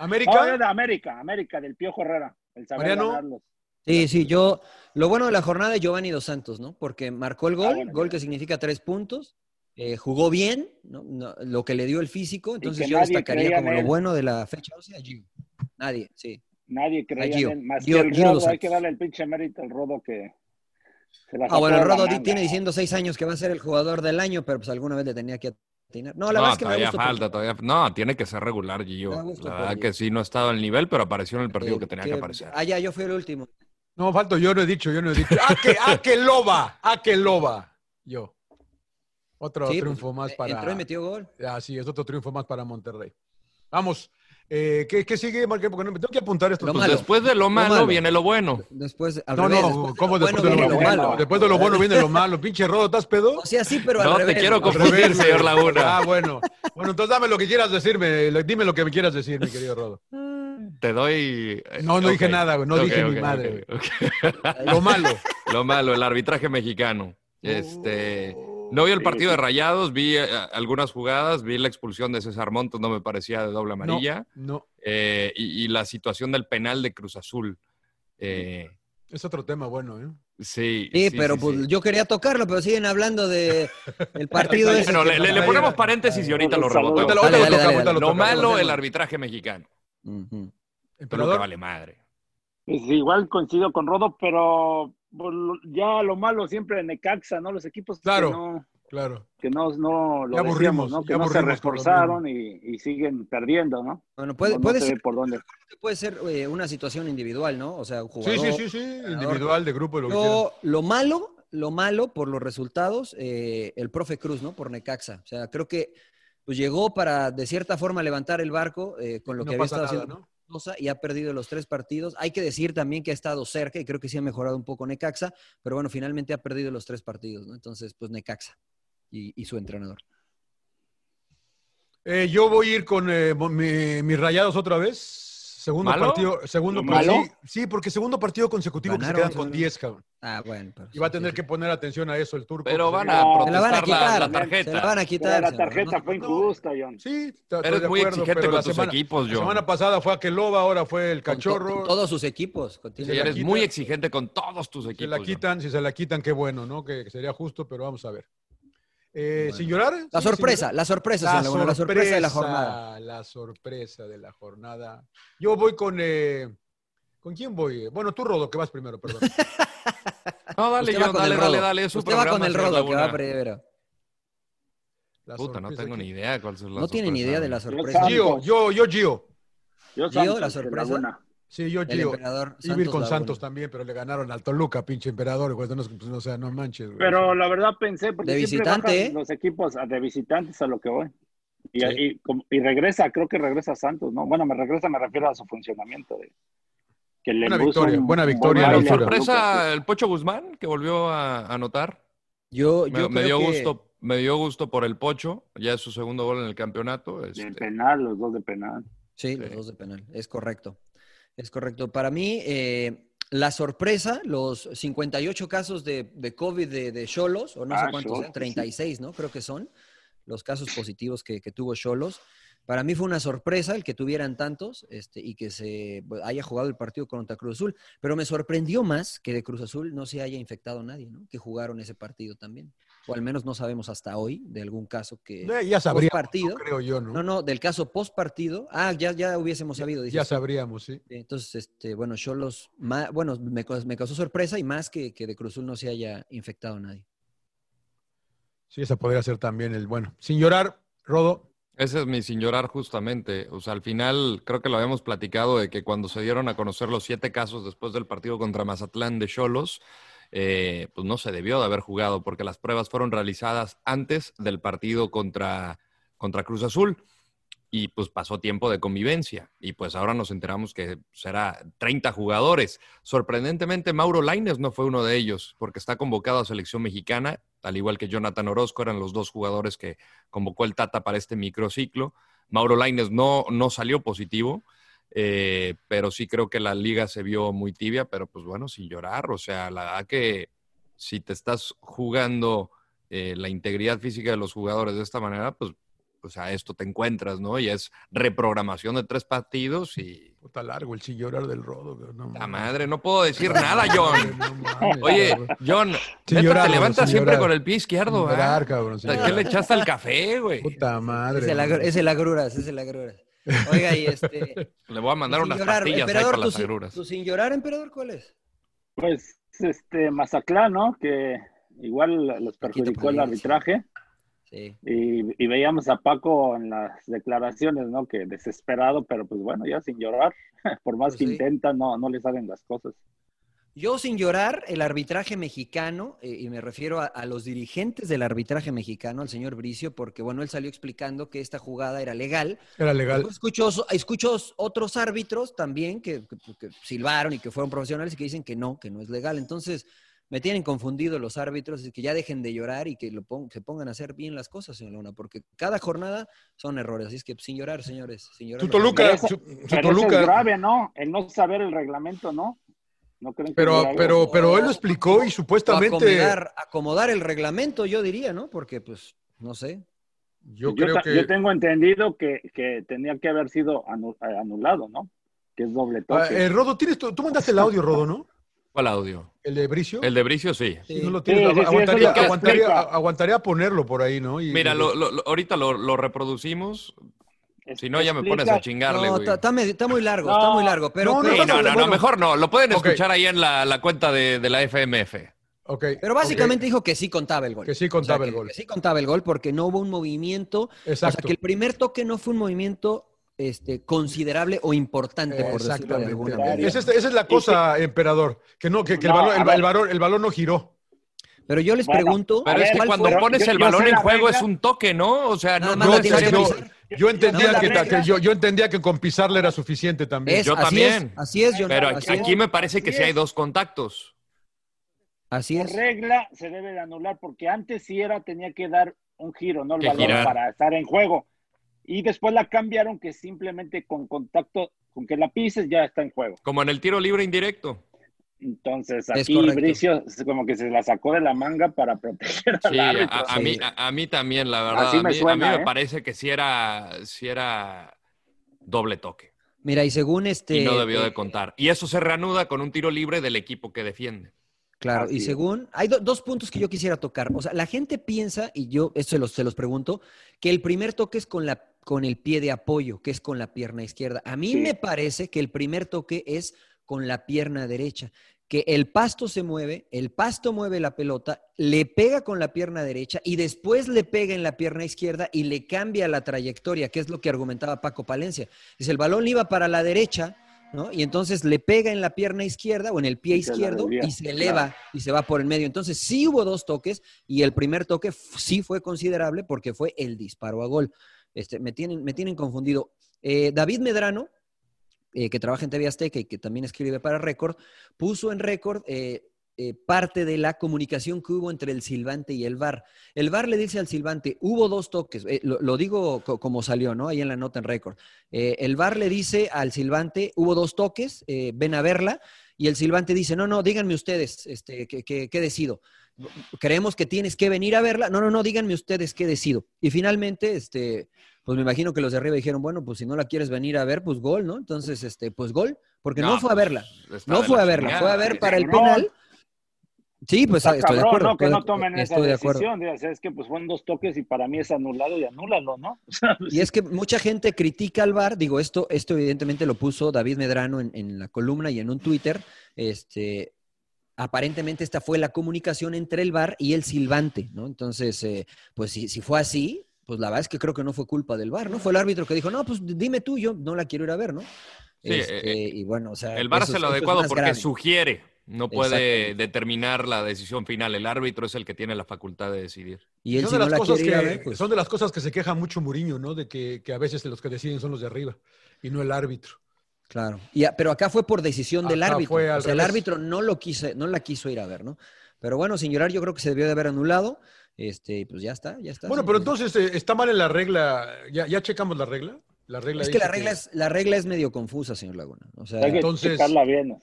Speaker 2: América.
Speaker 4: de América, América, del Piojo Herrera. El saber
Speaker 2: Mariano.
Speaker 4: ganarlos.
Speaker 3: Sí, sí, yo. Lo bueno de la jornada es Giovanni Dos Santos, ¿no? Porque marcó el gol,
Speaker 4: bueno,
Speaker 3: gol
Speaker 4: mira.
Speaker 3: que significa tres puntos. eh, jugó bien, ¿no? No, lo que le dio el físico. Entonces
Speaker 4: que
Speaker 3: yo
Speaker 4: nadie
Speaker 3: destacaría
Speaker 4: creía
Speaker 3: como
Speaker 4: en
Speaker 3: lo
Speaker 4: él.
Speaker 3: bueno de la fecha. O sea, Gio. Nadie, sí.
Speaker 4: Nadie creía
Speaker 3: Gio,
Speaker 4: en él, más
Speaker 3: Gio-
Speaker 4: que el
Speaker 3: Giro
Speaker 4: Rodo.
Speaker 3: dos
Speaker 4: Hay que
Speaker 3: Santos.
Speaker 4: darle el pinche mérito al Rodo que se la
Speaker 3: Ah,
Speaker 4: sacó
Speaker 3: bueno,
Speaker 4: de
Speaker 3: el
Speaker 4: la
Speaker 3: Rodo di-
Speaker 4: manga.
Speaker 3: tiene diciendo seis años que va a ser el jugador del año, pero pues alguna vez le tenía que atinar. No, la
Speaker 1: No,
Speaker 3: verdad es que me
Speaker 1: todavía
Speaker 3: gustó.
Speaker 1: falta, todavía. No, tiene que ser regular,
Speaker 3: Me
Speaker 1: Gio.
Speaker 3: gusta
Speaker 1: La
Speaker 3: por
Speaker 1: verdad
Speaker 3: Gio.
Speaker 1: que sí, no estaba al nivel, pero apareció en el partido
Speaker 3: Eh,
Speaker 1: que tenía que aparecer.
Speaker 3: Ah, ya, yo fui el último.
Speaker 2: No, falto, yo no he dicho, yo no he dicho. ¡Ah, que, ah, que loba! ¡Ah, que loba! Yo. Otro
Speaker 3: Sí,
Speaker 2: triunfo
Speaker 3: pues,
Speaker 2: más
Speaker 3: eh,
Speaker 2: para.
Speaker 3: Entró y metió gol.
Speaker 2: Así es, otro triunfo más para Monterrey. Vamos. eh, ¿qué, qué sigue, Marqués? Porque no me tengo que apuntar esto.
Speaker 3: Lo
Speaker 1: Pues
Speaker 3: malo.
Speaker 1: después de lo malo,
Speaker 3: malo.
Speaker 1: viene lo bueno.
Speaker 3: Después, al
Speaker 2: No,
Speaker 3: revés,
Speaker 2: no, ¿cómo
Speaker 3: después
Speaker 2: después
Speaker 3: de lo bueno viene lo malo?
Speaker 2: Después de lo bueno viene lo malo. Pinche rodo, ¿estás pedo?
Speaker 3: O sea, sí, pero al
Speaker 1: No te
Speaker 3: revés.
Speaker 1: quiero
Speaker 2: Al
Speaker 1: confundir,
Speaker 2: revés,
Speaker 1: señor
Speaker 2: güey.
Speaker 1: Laguna.
Speaker 2: Ah, bueno. Bueno, entonces dame lo que quieras decirme. lo- Dime lo que me quieras decir, mi querido Rodo.
Speaker 1: Te doy.
Speaker 3: Eh,
Speaker 1: eh,
Speaker 2: No, no dije
Speaker 1: Ok,
Speaker 2: nada, güey, no
Speaker 1: ok,
Speaker 2: dije
Speaker 1: ok,
Speaker 2: mi madre,
Speaker 1: ok, ok.
Speaker 2: <laughs> Lo malo.
Speaker 1: Lo malo, el arbitraje mexicano. Este,
Speaker 2: Oh,
Speaker 1: no vi el
Speaker 4: Sí,
Speaker 1: partido de
Speaker 4: sí.
Speaker 1: Rayados, vi eh, algunas jugadas, vi la expulsión de César Montes, no me parecía de doble amarilla,
Speaker 2: No,
Speaker 1: eh, y, y la situación del penal de Cruz Azul. Eh,
Speaker 2: es otro tema bueno, ¿eh?
Speaker 1: sí,
Speaker 3: Sí, pero
Speaker 1: sí,
Speaker 3: pues
Speaker 1: sí.
Speaker 3: yo quería tocarlo, pero siguen
Speaker 2: <laughs>
Speaker 3: hablando de el partido ese.
Speaker 1: Bueno,
Speaker 3: que-
Speaker 1: le, le- le ponemos paréntesis y ahorita lo
Speaker 4: Un saludo.
Speaker 1: rebotamos.
Speaker 2: Ahorita lo-
Speaker 3: Dale,
Speaker 2: ahorita lo
Speaker 3: dale,
Speaker 2: toca,
Speaker 3: dale,
Speaker 2: ahorita
Speaker 3: dale.
Speaker 2: lo
Speaker 1: Lo
Speaker 2: toca,
Speaker 1: malo,
Speaker 2: Marcelo.
Speaker 1: el arbitraje mexicano.
Speaker 3: Ujú.
Speaker 1: Pero que
Speaker 2: Emperador,
Speaker 1: vale madre.
Speaker 4: Pues igual coincido con Rodo, pero pues, lo- ya lo malo siempre en Necaxa, ¿no? Los equipos
Speaker 2: Claro.
Speaker 4: que no,
Speaker 2: claro.
Speaker 4: que no, no lo
Speaker 2: Ya aburrimos,
Speaker 4: decíamos, ¿no? Que
Speaker 2: ya
Speaker 4: no se
Speaker 2: aburrimos con lo
Speaker 4: reforzaron y, y siguen perdiendo, ¿no?
Speaker 3: Bueno, puede,
Speaker 4: no, no
Speaker 3: puede
Speaker 4: se
Speaker 3: ser,
Speaker 4: ve por dónde.
Speaker 3: puede ser eh, una situación individual, ¿no? O sea, un jugador.
Speaker 2: Sí, sí, sí, sí. Individual, de grupo, lo que quieras.
Speaker 3: Yo, lo malo, lo malo por los resultados, eh, el profe Cruz, ¿no? Por Necaxa. O sea, creo que pues, llegó para, de cierta forma, levantar el barco eh, con lo
Speaker 2: No
Speaker 3: que había
Speaker 2: pasa
Speaker 3: estado
Speaker 2: nada,
Speaker 3: haciendo
Speaker 2: ¿no?
Speaker 3: Mendoza y ha perdido los tres partidos. Hay que decir también que ha estado cerca y creo que sí ha mejorado un poco Necaxa, pero bueno, finalmente ha perdido los tres partidos, ¿no? Entonces, pues Necaxa y, y su entrenador.
Speaker 2: Eh, yo voy a ir con eh, mo- mi- mis rayados otra vez. Segundo
Speaker 1: ¿Malo?
Speaker 2: partido. Segundo
Speaker 4: ¿Lo
Speaker 2: partido.
Speaker 4: malo?
Speaker 2: Sí, sí, porque segundo partido consecutivo que se
Speaker 3: Ganaron,
Speaker 2: quedan con
Speaker 3: ganaron.
Speaker 2: 10, cabrón.
Speaker 3: Ah, bueno. pero
Speaker 2: Y va a
Speaker 3: sí,
Speaker 2: tener
Speaker 3: sí,
Speaker 2: que
Speaker 3: sí.
Speaker 2: poner atención a eso el turco.
Speaker 1: Pero
Speaker 2: porque
Speaker 1: van
Speaker 2: se-
Speaker 1: a
Speaker 4: No,
Speaker 3: Se la van a
Speaker 1: protestar la,
Speaker 3: quitar. ¿eh?
Speaker 1: la
Speaker 3: Se la
Speaker 1: tarjeta.
Speaker 3: van a
Speaker 4: Pero
Speaker 3: quitar.
Speaker 4: la
Speaker 3: se van a-
Speaker 4: tarjeta fue injusta, John.
Speaker 2: Sí, está- estoy de
Speaker 1: Eres muy
Speaker 2: acuerdo,
Speaker 1: exigente
Speaker 2: pero
Speaker 1: con
Speaker 2: la
Speaker 1: tus
Speaker 2: semana,
Speaker 1: equipos,
Speaker 2: La
Speaker 1: John.
Speaker 2: semana pasada fue aquel loba, ahora fue el
Speaker 3: con to-
Speaker 2: cachorro.
Speaker 3: con todos sus equipos. con-
Speaker 1: Sí,
Speaker 2: Se la
Speaker 1: eres
Speaker 2: quitan.
Speaker 1: muy exigente con todos tus
Speaker 2: Si se
Speaker 1: equipos.
Speaker 2: la
Speaker 1: John.
Speaker 2: quitan, si se la quitan, qué bueno, ¿no? Que, que sería justo, pero vamos a ver. Eh,
Speaker 3: Bueno.
Speaker 2: Sin llorar.
Speaker 3: La
Speaker 2: sí, sin
Speaker 3: sorpresa,
Speaker 2: llorar.
Speaker 3: la sorpresa,
Speaker 2: La
Speaker 3: señor Laguna, la sorpresa de la jornada.
Speaker 2: La sorpresa de la jornada. Yo voy con. eh, ¿Con quién voy? Bueno, tú, Rodo, que vas primero,
Speaker 1: <laughs>
Speaker 2: perdón.
Speaker 1: No, dale,
Speaker 3: Usted va
Speaker 1: John,
Speaker 3: con el
Speaker 1: dale,
Speaker 3: Rodo.
Speaker 1: dale, dale. Es su
Speaker 3: Usted va con
Speaker 1: programa,
Speaker 3: el
Speaker 1: señor
Speaker 3: rodo que va
Speaker 1: Laguna.
Speaker 3: primero.
Speaker 2: La
Speaker 1: Puta, no
Speaker 2: sorpresa
Speaker 1: tengo
Speaker 2: que-
Speaker 1: ni idea cuál es la
Speaker 3: No tiene ni
Speaker 1: sorpresa,
Speaker 3: idea de
Speaker 1: güey.
Speaker 3: la
Speaker 4: Yo
Speaker 3: sorpresa.
Speaker 4: Santos.
Speaker 2: Gio, yo, yo, Gio.
Speaker 4: Yo
Speaker 3: Gio,
Speaker 4: Santos,
Speaker 3: la
Speaker 4: de
Speaker 3: sorpresa.
Speaker 4: Laguna.
Speaker 2: Sí, yo,
Speaker 3: El
Speaker 2: Gio.
Speaker 3: emperador.
Speaker 2: Iba a ir con
Speaker 3: Laguna.
Speaker 2: Santos también, pero le ganaron al Toluca, pinche emperador. güey, no, no, o sea, no manches, güey.
Speaker 4: Pero la verdad pensé, porque
Speaker 3: De
Speaker 4: siempre
Speaker 3: visitante,
Speaker 4: bajan
Speaker 3: ¿eh?
Speaker 4: los equipos a- de visitantes a lo que voy. Y,
Speaker 3: Sí.
Speaker 4: y com- y regresa, creo que regresa Santos, ¿no? Bueno, me regresa, me refiero a su funcionamiento. de- que le
Speaker 2: Buena
Speaker 4: puso
Speaker 2: victoria, buena
Speaker 4: buen
Speaker 2: victoria,
Speaker 1: Bueno,
Speaker 4: baile
Speaker 1: la
Speaker 2: Laura.
Speaker 4: a Toluca,
Speaker 1: sorpresa,
Speaker 4: sí.
Speaker 1: el Pocho Guzmán, que volvió a a anotar.
Speaker 3: Yo,
Speaker 1: Me,
Speaker 3: yo
Speaker 1: me dio
Speaker 3: creo que-
Speaker 1: gusto, me dio gusto por el Pocho. Ya es su segundo gol en el campeonato.
Speaker 4: De
Speaker 1: este,
Speaker 4: penal, los dos de penal.
Speaker 3: Sí,
Speaker 1: Sí.
Speaker 3: los dos de penal, es correcto. Es correcto. Para mí, eh, la sorpresa, los 58 casos de, de COVID de, de Cholos, o no sé
Speaker 4: Ah,
Speaker 3: cuántos,
Speaker 4: Xolos,
Speaker 3: sean,
Speaker 4: sí.
Speaker 3: 36, ¿no? Creo que son los casos positivos que, que tuvo Cholos. Para mí fue una sorpresa el que tuvieran tantos este, y que se haya jugado el partido contra Cruz Azul, pero me sorprendió más que de Cruz Azul no se haya infectado nadie, ¿no? Que jugaron ese partido también. O al menos no sabemos hasta hoy de algún caso que...
Speaker 2: Eh, ya sabríamos,
Speaker 3: partido.
Speaker 2: no creo yo, ¿no?
Speaker 3: No, no, del caso post partido. Ah, ya, ya hubiésemos sabido. dices.
Speaker 2: ya sabríamos, sí.
Speaker 3: Entonces, este, bueno, yo los. Bueno, me, cau- me causó sorpresa y más que, que de Cruzul no se haya infectado nadie.
Speaker 2: Sí, esa podría ser también el bueno. Sin llorar, Rodo.
Speaker 1: Ese es mi sin llorar justamente. O sea, al final creo que lo habíamos platicado de que cuando se dieron a conocer los siete casos después del partido contra Mazatlán de Cholos, eh, pues no se debió de haber jugado porque las pruebas fueron realizadas antes del partido contra, contra Cruz Azul y pues pasó tiempo de convivencia y pues ahora nos enteramos que será 30 jugadores. Sorprendentemente Mauro Laines no fue uno de ellos porque está convocado a selección mexicana, al igual que Jonathan Orozco eran los dos jugadores que convocó el Tata para este microciclo. Mauro Laines no, no salió positivo, eh, pero sí creo que la liga se vio muy tibia, pero pues bueno, sin llorar, o sea, la verdad que si te estás jugando eh, la integridad física de los jugadores de esta manera, pues o sea, esto te encuentras, ¿no? Y es reprogramación de tres partidos y...
Speaker 2: Puta largo el sin llorar del rodo. güey, No,
Speaker 1: La
Speaker 2: mames.
Speaker 1: madre, no puedo decir nada,
Speaker 2: <laughs>
Speaker 1: John.
Speaker 2: No mames,
Speaker 1: Oye,
Speaker 2: cabrón.
Speaker 1: John,
Speaker 2: Sin
Speaker 1: neta,
Speaker 2: llorar,
Speaker 1: te levantas
Speaker 2: sin
Speaker 1: siempre
Speaker 2: llorar.
Speaker 1: con el pie izquierdo,
Speaker 2: Sin
Speaker 1: ¿verdad?
Speaker 2: llorar, cabrón, sin
Speaker 1: ¿A ¿eh? qué
Speaker 2: llorar.
Speaker 1: le echaste al café, güey?
Speaker 2: Puta madre.
Speaker 3: Es el,
Speaker 2: güey.
Speaker 3: agru- es el agruras, es el agruras. Oiga,
Speaker 2: <laughs>
Speaker 3: y este.
Speaker 1: Le voy a mandar
Speaker 3: sin
Speaker 1: unas
Speaker 3: llorar,
Speaker 1: pastillas ahí
Speaker 3: emperador,
Speaker 1: para
Speaker 3: tu
Speaker 1: las
Speaker 3: sin-
Speaker 1: agruras.
Speaker 3: tu sin llorar, emperador, ¿cuál es?
Speaker 4: Pues este Mazatlán, ¿no? Que igual los perjudicó el
Speaker 3: Padilla, sí.
Speaker 4: arbitraje
Speaker 3: Sí.
Speaker 4: y, y veíamos a Paco en las declaraciones, ¿no? Que desesperado, pero pues bueno, ya sin llorar, <laughs> por más
Speaker 3: Pues
Speaker 4: que
Speaker 3: sí.
Speaker 4: intentan, no, no le salen las cosas.
Speaker 3: Yo sin llorar, el arbitraje mexicano, eh, y me refiero a, a los dirigentes del arbitraje mexicano, al señor Bricio, porque bueno, él salió explicando que esta jugada era legal.
Speaker 2: Era legal.
Speaker 3: Después Escucho, os- escucho os- otros árbitros también que, que- que silbaron y que fueron profesionales y que dicen que no, que no es legal. Entonces, me tienen confundido los árbitros, es que ya dejen de llorar y que lo pon- se pongan a hacer bien las cosas, señor Luna, porque cada jornada son errores. Así es que pues, sin llorar, señores, sin llorar.
Speaker 2: Su
Speaker 3: los
Speaker 2: Toluca,
Speaker 4: Pero eso-
Speaker 2: su, su
Speaker 4: Pero eso es
Speaker 2: Toluca.
Speaker 4: grave, ¿no? El no saber el reglamento, ¿no? ¿No creen que es
Speaker 2: Pero,
Speaker 4: grave?
Speaker 2: pero, pero él lo explicó y
Speaker 3: O
Speaker 2: supuestamente.
Speaker 3: acomodar, acomodar el reglamento, yo diría, ¿no? Porque, pues, no sé.
Speaker 2: Yo
Speaker 4: Yo,
Speaker 2: creo
Speaker 4: ta- yo
Speaker 2: que.
Speaker 4: tengo entendido que, que tenía que haber sido anu- eh, anulado, ¿no? Que es doble
Speaker 2: Ah,
Speaker 4: toque.
Speaker 2: eh, Rodo, ¿tienes tú, tú mandaste el audio, Rodo, ¿no?
Speaker 1: ¿Cuál audio?
Speaker 2: El de Bricio.
Speaker 1: El de Bricio, sí.
Speaker 2: Sí, no lo
Speaker 4: Sí,
Speaker 2: tienes.
Speaker 4: sí, sí, eso
Speaker 2: aguantaría,
Speaker 4: es lo que
Speaker 2: aguantaría,
Speaker 4: explica.
Speaker 2: aguantaría ponerlo por ahí, ¿no? Y-
Speaker 1: Mira, lo- lo- lo- ahorita lo, lo reproducimos.
Speaker 4: Es-
Speaker 1: Si no, ya me
Speaker 4: explica-
Speaker 1: pones a chingarle,
Speaker 3: No,
Speaker 1: güey.
Speaker 3: está, está medio- está muy largo,
Speaker 4: No.
Speaker 3: está muy largo. Pero,
Speaker 2: No, no,
Speaker 3: pero-
Speaker 1: Sí, no,
Speaker 2: pásale,
Speaker 1: no, no,
Speaker 2: bueno.
Speaker 1: mejor no. Lo pueden
Speaker 2: Ok.
Speaker 1: escuchar ahí en la, la cuenta de, de la FMF.
Speaker 2: Ok,
Speaker 3: pero
Speaker 2: ok.
Speaker 3: básicamente dijo que sí contaba el gol.
Speaker 2: Que sí contaba el
Speaker 3: que-
Speaker 2: gol.
Speaker 3: que sí contaba el gol porque no hubo un movimiento. O
Speaker 2: Exacto.
Speaker 3: sea, que el primer toque no fue un movimiento este, considerable o importante, por decirlo de alguna manera.
Speaker 2: Exactamente. Esa es, este, esa es la cosa, emperador. Que no, que, que el,
Speaker 4: No,
Speaker 2: balón, el,
Speaker 4: a ver.
Speaker 2: el balón, el balón no giró.
Speaker 3: Pero yo les
Speaker 4: Bueno,
Speaker 3: pregunto.
Speaker 1: Pero
Speaker 4: A
Speaker 1: es
Speaker 4: ver,
Speaker 1: que
Speaker 3: ¿cuál
Speaker 1: cuando
Speaker 3: fue?
Speaker 1: pones
Speaker 4: Yo-
Speaker 1: el
Speaker 4: yo
Speaker 1: balón
Speaker 4: sé
Speaker 1: en
Speaker 4: la
Speaker 1: juego
Speaker 4: regla.
Speaker 1: es un toque, ¿no? O sea,
Speaker 3: Nada
Speaker 1: no,
Speaker 3: más
Speaker 1: no
Speaker 3: lo tienes que
Speaker 1: necesariamente-
Speaker 2: Yo,
Speaker 3: revisar.
Speaker 2: yo entendía
Speaker 3: la
Speaker 2: que,
Speaker 3: regla-
Speaker 2: que yo, yo entendía que con Pizarra era suficiente también.
Speaker 3: Es,
Speaker 1: Yo
Speaker 3: así
Speaker 1: también.
Speaker 3: Es, así es, John.
Speaker 1: Pero
Speaker 3: así,
Speaker 1: aquí,
Speaker 3: es,
Speaker 1: aquí me parece
Speaker 4: Así
Speaker 1: que sí hay
Speaker 4: es.
Speaker 1: dos contactos.
Speaker 3: así
Speaker 4: Por
Speaker 3: es.
Speaker 4: regla se debe de anular porque antes sí era, tenía que dar un giro, no el
Speaker 1: Que
Speaker 4: balón
Speaker 1: girar.
Speaker 4: para estar en juego. Y después la cambiaron que simplemente con contacto, con que la pises ya está en juego.
Speaker 1: Como en el tiro libre indirecto.
Speaker 4: Entonces
Speaker 3: Es
Speaker 4: aquí
Speaker 3: correcto.
Speaker 4: Bricio se- como que se la sacó de la manga para proteger al
Speaker 1: Sí, a,
Speaker 4: árbitro.
Speaker 1: a
Speaker 3: sí.
Speaker 1: mí, a, a mí también, la verdad.
Speaker 4: Así
Speaker 1: a
Speaker 4: me
Speaker 1: mí, a
Speaker 4: suena,
Speaker 1: mí me
Speaker 4: ¿eh?
Speaker 1: parece que sí era, sí era doble toque.
Speaker 3: Mira, y según este.
Speaker 1: y no debió de
Speaker 3: eh,
Speaker 1: contar. Y eso se reanuda con un tiro libre del equipo que defiende.
Speaker 3: Claro,
Speaker 4: Así
Speaker 3: y
Speaker 4: es.
Speaker 3: según, hay do- dos puntos que yo quisiera tocar. O sea, la gente piensa, y yo esto se los, se los pregunto, que el primer toque es con, la, con el pie de apoyo, que es con la pierna izquierda. A mí
Speaker 4: Sí.
Speaker 3: me parece que el primer toque es con la pierna derecha, que el pasto se mueve, el pasto mueve la pelota, le pega con la pierna derecha y después le pega en la pierna izquierda y le cambia la trayectoria, que es lo que argumentaba Paco Palencia. Dice, el balón iba para la derecha, ¿no? Y entonces le pega en la pierna izquierda o en el pie
Speaker 4: Y se la
Speaker 3: izquierdo
Speaker 4: desvía,
Speaker 3: y se eleva y se va por el medio. Entonces sí hubo dos toques y el primer toque f- sí fue considerable porque fue el disparo a gol. Este, me, tienen, me tienen confundido. Eh, David Medrano, eh, que trabaja en TV Azteca y que también escribe para Récord, puso en Récord eh, eh, parte de la comunicación que hubo entre el silbante y el VAR. El VAR le dice al silbante, hubo dos toques, eh, lo, lo digo co- como salió, ¿no? Ahí en la nota en Récord. Eh, el VAR le dice al silbante, hubo dos toques, eh, ven a verla, y el silbante dice, no, no, díganme ustedes este, qué- qué- qué decido creemos que tienes que venir a verla. No, no, no, díganme ustedes qué decido. Y finalmente, este, pues me imagino que los de arriba dijeron, bueno, pues si no la quieres venir a ver, pues gol, ¿no? Entonces, este, pues gol, porque no, fue a
Speaker 1: pues,
Speaker 3: verla.
Speaker 1: está
Speaker 3: No
Speaker 1: de
Speaker 3: fue
Speaker 1: la
Speaker 3: a verla,
Speaker 1: chingada.
Speaker 3: fue a ver para el
Speaker 4: Cabrón.
Speaker 3: penal. Sí, pues
Speaker 4: Está
Speaker 3: estoy de
Speaker 4: cabrón,
Speaker 3: acuerdo.
Speaker 4: ¿no? Que
Speaker 3: estoy de-
Speaker 4: no tomen esa
Speaker 3: estoy de acuerdo.
Speaker 4: decisión. digas, Es que pues fueron dos toques y para mí es anulado y anúlalo, ¿no? O sea,
Speaker 3: Y es que mucha gente critica al VAR, digo, esto, esto evidentemente lo puso David Medrano en, en la columna y en un Twitter. Este, aparentemente esta fue la comunicación entre el VAR y el silbante, ¿no? Entonces, eh, pues si, si fue así, pues la verdad es que creo que no fue culpa del VAR, ¿no? Fue el árbitro que dijo, no, pues dime tú, yo no la quiero ir a ver, ¿no?
Speaker 1: Sí,
Speaker 3: Este,
Speaker 1: eh,
Speaker 3: y bueno, o sea,
Speaker 1: El VAR
Speaker 3: eso
Speaker 1: hace
Speaker 3: es-
Speaker 1: lo
Speaker 3: eso es
Speaker 1: adecuado
Speaker 3: más
Speaker 1: porque
Speaker 3: grave.
Speaker 1: sugiere, no puede determinar la decisión final. El árbitro es el que tiene la facultad de decidir.
Speaker 2: son, de las cosas que,
Speaker 3: pues.
Speaker 2: son de las cosas que se queja mucho Muriño, ¿no? De que, que a veces los que deciden son los de arriba y no el árbitro.
Speaker 3: Claro. Y a- pero acá fue por decisión del
Speaker 2: Acá
Speaker 3: árbitro.
Speaker 2: fue al
Speaker 3: o sea, el
Speaker 2: revés.
Speaker 3: árbitro no lo quise, no la quiso ir a ver, ¿no? Pero bueno, sin llorar, yo creo que se debió de haber anulado. Este, y pues ya está, ya está.
Speaker 2: Bueno, pero entonces eh, está mal en la regla. ¿Ya, ya checamos la regla? La regla
Speaker 3: es
Speaker 2: dice
Speaker 3: que la regla es, la regla es medio confusa, señor Laguna. O sea,
Speaker 2: Hay que Entonces- checarla
Speaker 4: bien.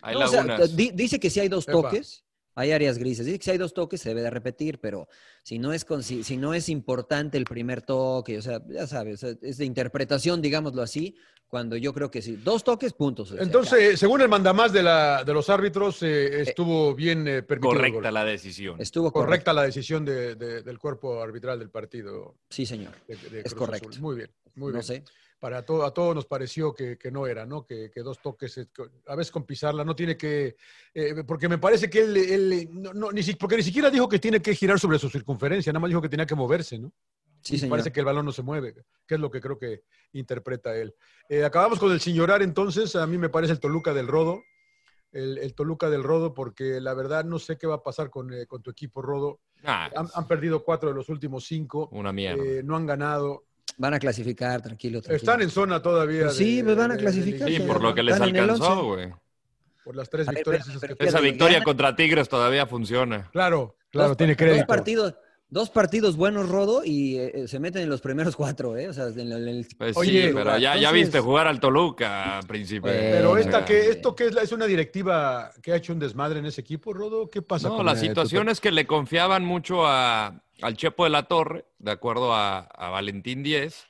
Speaker 1: Hay
Speaker 3: No, o sea,
Speaker 1: lagunas.
Speaker 3: di- dice que si hay dos
Speaker 1: Epa.
Speaker 3: toques, hay áreas grises. Dice que si hay dos toques se debe de repetir, pero si no es con- si, si no es importante el primer toque, o sea, ya sabes, o sea, es de interpretación, digámoslo así, cuando yo creo que sí. Dos toques, puntos. o sea,
Speaker 2: Entonces, eh, según el mandamás de, la, de los árbitros, eh, estuvo bien eh, permitido. el
Speaker 1: Correcta
Speaker 2: gol.
Speaker 1: la decisión.
Speaker 3: Estuvo
Speaker 2: correcta,
Speaker 3: correcta.
Speaker 2: la decisión de- de- del cuerpo arbitral del partido.
Speaker 3: Sí, señor.
Speaker 2: de- de
Speaker 3: Es
Speaker 2: Cruz
Speaker 3: correcto.
Speaker 2: Azul. Muy bien, muy
Speaker 3: No
Speaker 2: bien.
Speaker 3: sé.
Speaker 2: Para todo, a todos nos pareció que, que no era, ¿no? Que, que dos toques, eh, que a veces con pisarla, no tiene que. eh, porque me parece que él. él, eh, no, no, ni si- porque ni siquiera dijo que tiene que girar sobre su circunferencia, nada más dijo que tenía que moverse, ¿no?
Speaker 3: Sí,
Speaker 2: Y
Speaker 3: señor.
Speaker 2: Parece que el balón no se mueve, que es lo que creo que interpreta él. Eh, acabamos con el sin llorar, entonces. A mí me parece el Toluca del Rodo. El, el Toluca del Rodo, porque la verdad no sé qué va a pasar con, eh, con tu equipo, Rodo.
Speaker 1: Ah,
Speaker 2: Han, han perdido cuatro de los últimos cinco.
Speaker 1: Una mierda.
Speaker 2: Eh, no han ganado.
Speaker 3: Van a clasificar, tranquilo, tranquilo.
Speaker 2: Están en zona todavía.
Speaker 3: Pues sí, pues van a clasificar.
Speaker 1: Sí,
Speaker 2: liguilla,
Speaker 1: por lo que les
Speaker 3: Están en el
Speaker 1: alcanzó,
Speaker 3: once.
Speaker 1: güey.
Speaker 2: por las tres
Speaker 3: A ver,
Speaker 2: victorias.
Speaker 3: espérame,
Speaker 2: esas
Speaker 3: pero
Speaker 2: que-
Speaker 1: Esa
Speaker 3: le
Speaker 1: victoria
Speaker 3: gana-
Speaker 1: contra Tigres todavía funciona.
Speaker 2: Claro, claro,
Speaker 3: Dos-
Speaker 2: tiene
Speaker 3: Dos
Speaker 2: crédito.
Speaker 3: partidos, dos partidos buenos, Rodo, y eh, eh, se meten en los primeros cuatro, ¿eh? O sea, en el- en el-
Speaker 1: Pues
Speaker 2: Oye,
Speaker 1: sí, pero ya, ya
Speaker 3: entonces-
Speaker 1: viste jugar al Toluca, príncipe.
Speaker 2: Pero
Speaker 1: O
Speaker 2: esta
Speaker 1: sea,
Speaker 3: Eh.
Speaker 2: que, esto que es, la- es una directiva que ha hecho un desmadre en ese equipo, Rodo, ¿qué pasa?
Speaker 1: No,
Speaker 2: con
Speaker 1: la
Speaker 2: eh, tu-
Speaker 1: situación es que le confiaban mucho a, al Chepo de la Torre, de acuerdo a, a Valentín Díez,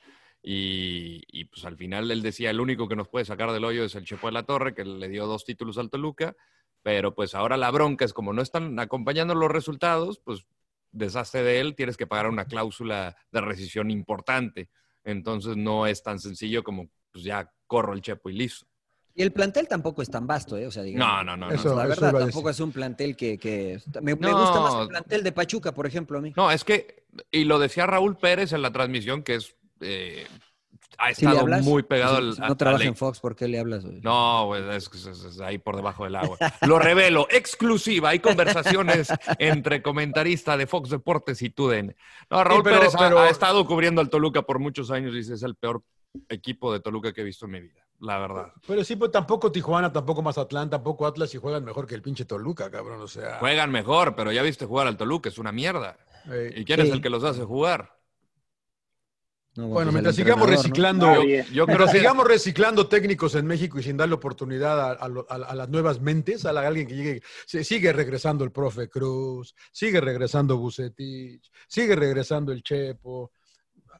Speaker 1: y, y, pues al final él decía, el único que nos puede sacar del hoyo es el Chepo de la Torre, que le dio dos títulos al Toluca, pero pues ahora la bronca es como no están acompañando los resultados, pues deshace de él, tienes que pagar una cláusula de rescisión importante. Entonces no es tan sencillo como pues ya corro el Chepo y listo.
Speaker 3: Y el plantel tampoco es tan vasto, ¿eh? O sea, digamos,
Speaker 1: No, no, no, no.
Speaker 2: Eso-
Speaker 3: la
Speaker 2: iba a
Speaker 3: verdad,
Speaker 2: decir.
Speaker 3: tampoco es un plantel que... que- me, me
Speaker 1: No.
Speaker 3: gusta más el plantel de Pachuca, por ejemplo, a mí.
Speaker 1: No, es que, y lo decía Raúl Pérez en la transmisión, que es eh, ha
Speaker 3: Si le
Speaker 1: estado
Speaker 3: hablas,
Speaker 1: muy pegado
Speaker 3: pues,
Speaker 1: al. a-
Speaker 3: No trabaja
Speaker 1: al-
Speaker 3: en Fox, ¿por qué le hablas? güey?
Speaker 1: No, güey, es, que es- es ahí por debajo del agua. Lo revelo, exclusiva. Hay conversaciones entre comentarista de Fox Deportes y TUDN. No, Raúl
Speaker 2: Sí, pero-
Speaker 1: Pérez ha-
Speaker 2: pero-
Speaker 1: ha, estado cubriendo al Toluca por muchos años y dice, es el peor equipo de Toluca que he visto en mi vida, la verdad.
Speaker 2: Pero sí, pues tampoco Tijuana, tampoco Mazatlán, tampoco Atlas y juegan mejor que el pinche Toluca, cabrón. O sea,
Speaker 1: Juegan mejor, pero ya viste jugar al Toluca, es una mierda.
Speaker 2: eh,
Speaker 1: ¿Y quién es
Speaker 3: Sí.
Speaker 1: el que los hace jugar?
Speaker 3: No,
Speaker 2: bueno,
Speaker 3: pues, al
Speaker 2: mientras sigamos
Speaker 3: entrenador, ¿no?
Speaker 2: reciclando,
Speaker 1: Yo, yo creo
Speaker 2: mientras
Speaker 1: que
Speaker 2: sigamos reciclando técnicos en México y sin darle oportunidad a, a lo- a- a las nuevas mentes, a, la- a alguien que llegue, se- sigue regresando el profe Cruz, sigue regresando Bucetich, sigue regresando el Chepo.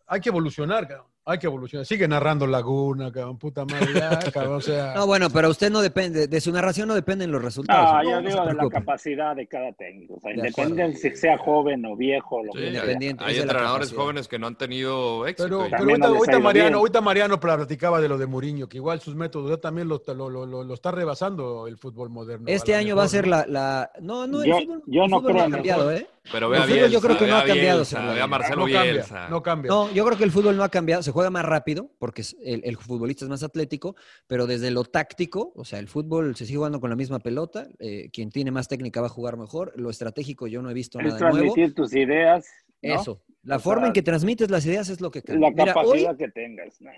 Speaker 2: Hay que evolucionar, cabrón. Hay que evolucionar. Sigue narrando Laguna, cabrón. Puta madre,
Speaker 4: <laughs>
Speaker 2: ya, cabrón. O sea,
Speaker 3: No, bueno, pero usted no depende, de su narración no dependen los resultados.
Speaker 4: No,
Speaker 3: ¿no?
Speaker 4: Ah, yo
Speaker 3: No se
Speaker 4: digo de la
Speaker 3: preocupe.
Speaker 4: capacidad de cada técnico. O sea,
Speaker 3: De
Speaker 4: independiente si
Speaker 3: acuerdo.
Speaker 4: sea joven o viejo, lo
Speaker 1: Sí,
Speaker 4: que sea.
Speaker 1: hay,
Speaker 3: independiente,
Speaker 1: hay
Speaker 3: es de la
Speaker 1: entrenadores
Speaker 3: capacidad.
Speaker 1: jóvenes que no han tenido éxito.
Speaker 2: Pero, pero
Speaker 1: y-
Speaker 4: pues, También
Speaker 2: ahorita,
Speaker 4: no les ha
Speaker 2: ahorita
Speaker 4: ido bien.
Speaker 2: Mariano, ahorita Mariano platicaba de lo de Mourinho, que igual sus métodos ya también lo, lo- lo- lo- lo está rebasando el fútbol moderno.
Speaker 3: Este
Speaker 2: a lo
Speaker 3: año
Speaker 2: mejor,
Speaker 3: va a ser
Speaker 2: ¿no?
Speaker 3: la... la- No, no, el
Speaker 4: Yo-
Speaker 3: fútbol-
Speaker 4: yo
Speaker 3: el
Speaker 4: no
Speaker 3: fútbol
Speaker 4: creo
Speaker 3: ha
Speaker 4: en el
Speaker 3: cambiado, ¿eh?
Speaker 1: Pero vea
Speaker 3: Los Beatles
Speaker 1: bien.
Speaker 3: yo creo que no ha cambiado, señor.
Speaker 1: Ve a Marcelo
Speaker 2: no cambia,
Speaker 1: Bielsa.
Speaker 2: no cambia.
Speaker 3: No, yo creo que el fútbol no ha cambiado, se juega más rápido porque es- el, el futbolista es más atlético, pero desde lo táctico, o sea, el fútbol se sigue jugando con la misma pelota, eh, quien tiene más técnica va a jugar mejor, lo estratégico yo no he visto
Speaker 4: Es
Speaker 3: nada nuevo.
Speaker 4: transmitir tus ideas. ¿no?
Speaker 3: Eso, la
Speaker 4: O
Speaker 3: forma
Speaker 4: sea,
Speaker 3: en que transmites las ideas es lo que cambia.
Speaker 4: La
Speaker 3: Mira, hoy,
Speaker 4: capacidad que tengas. ¿no?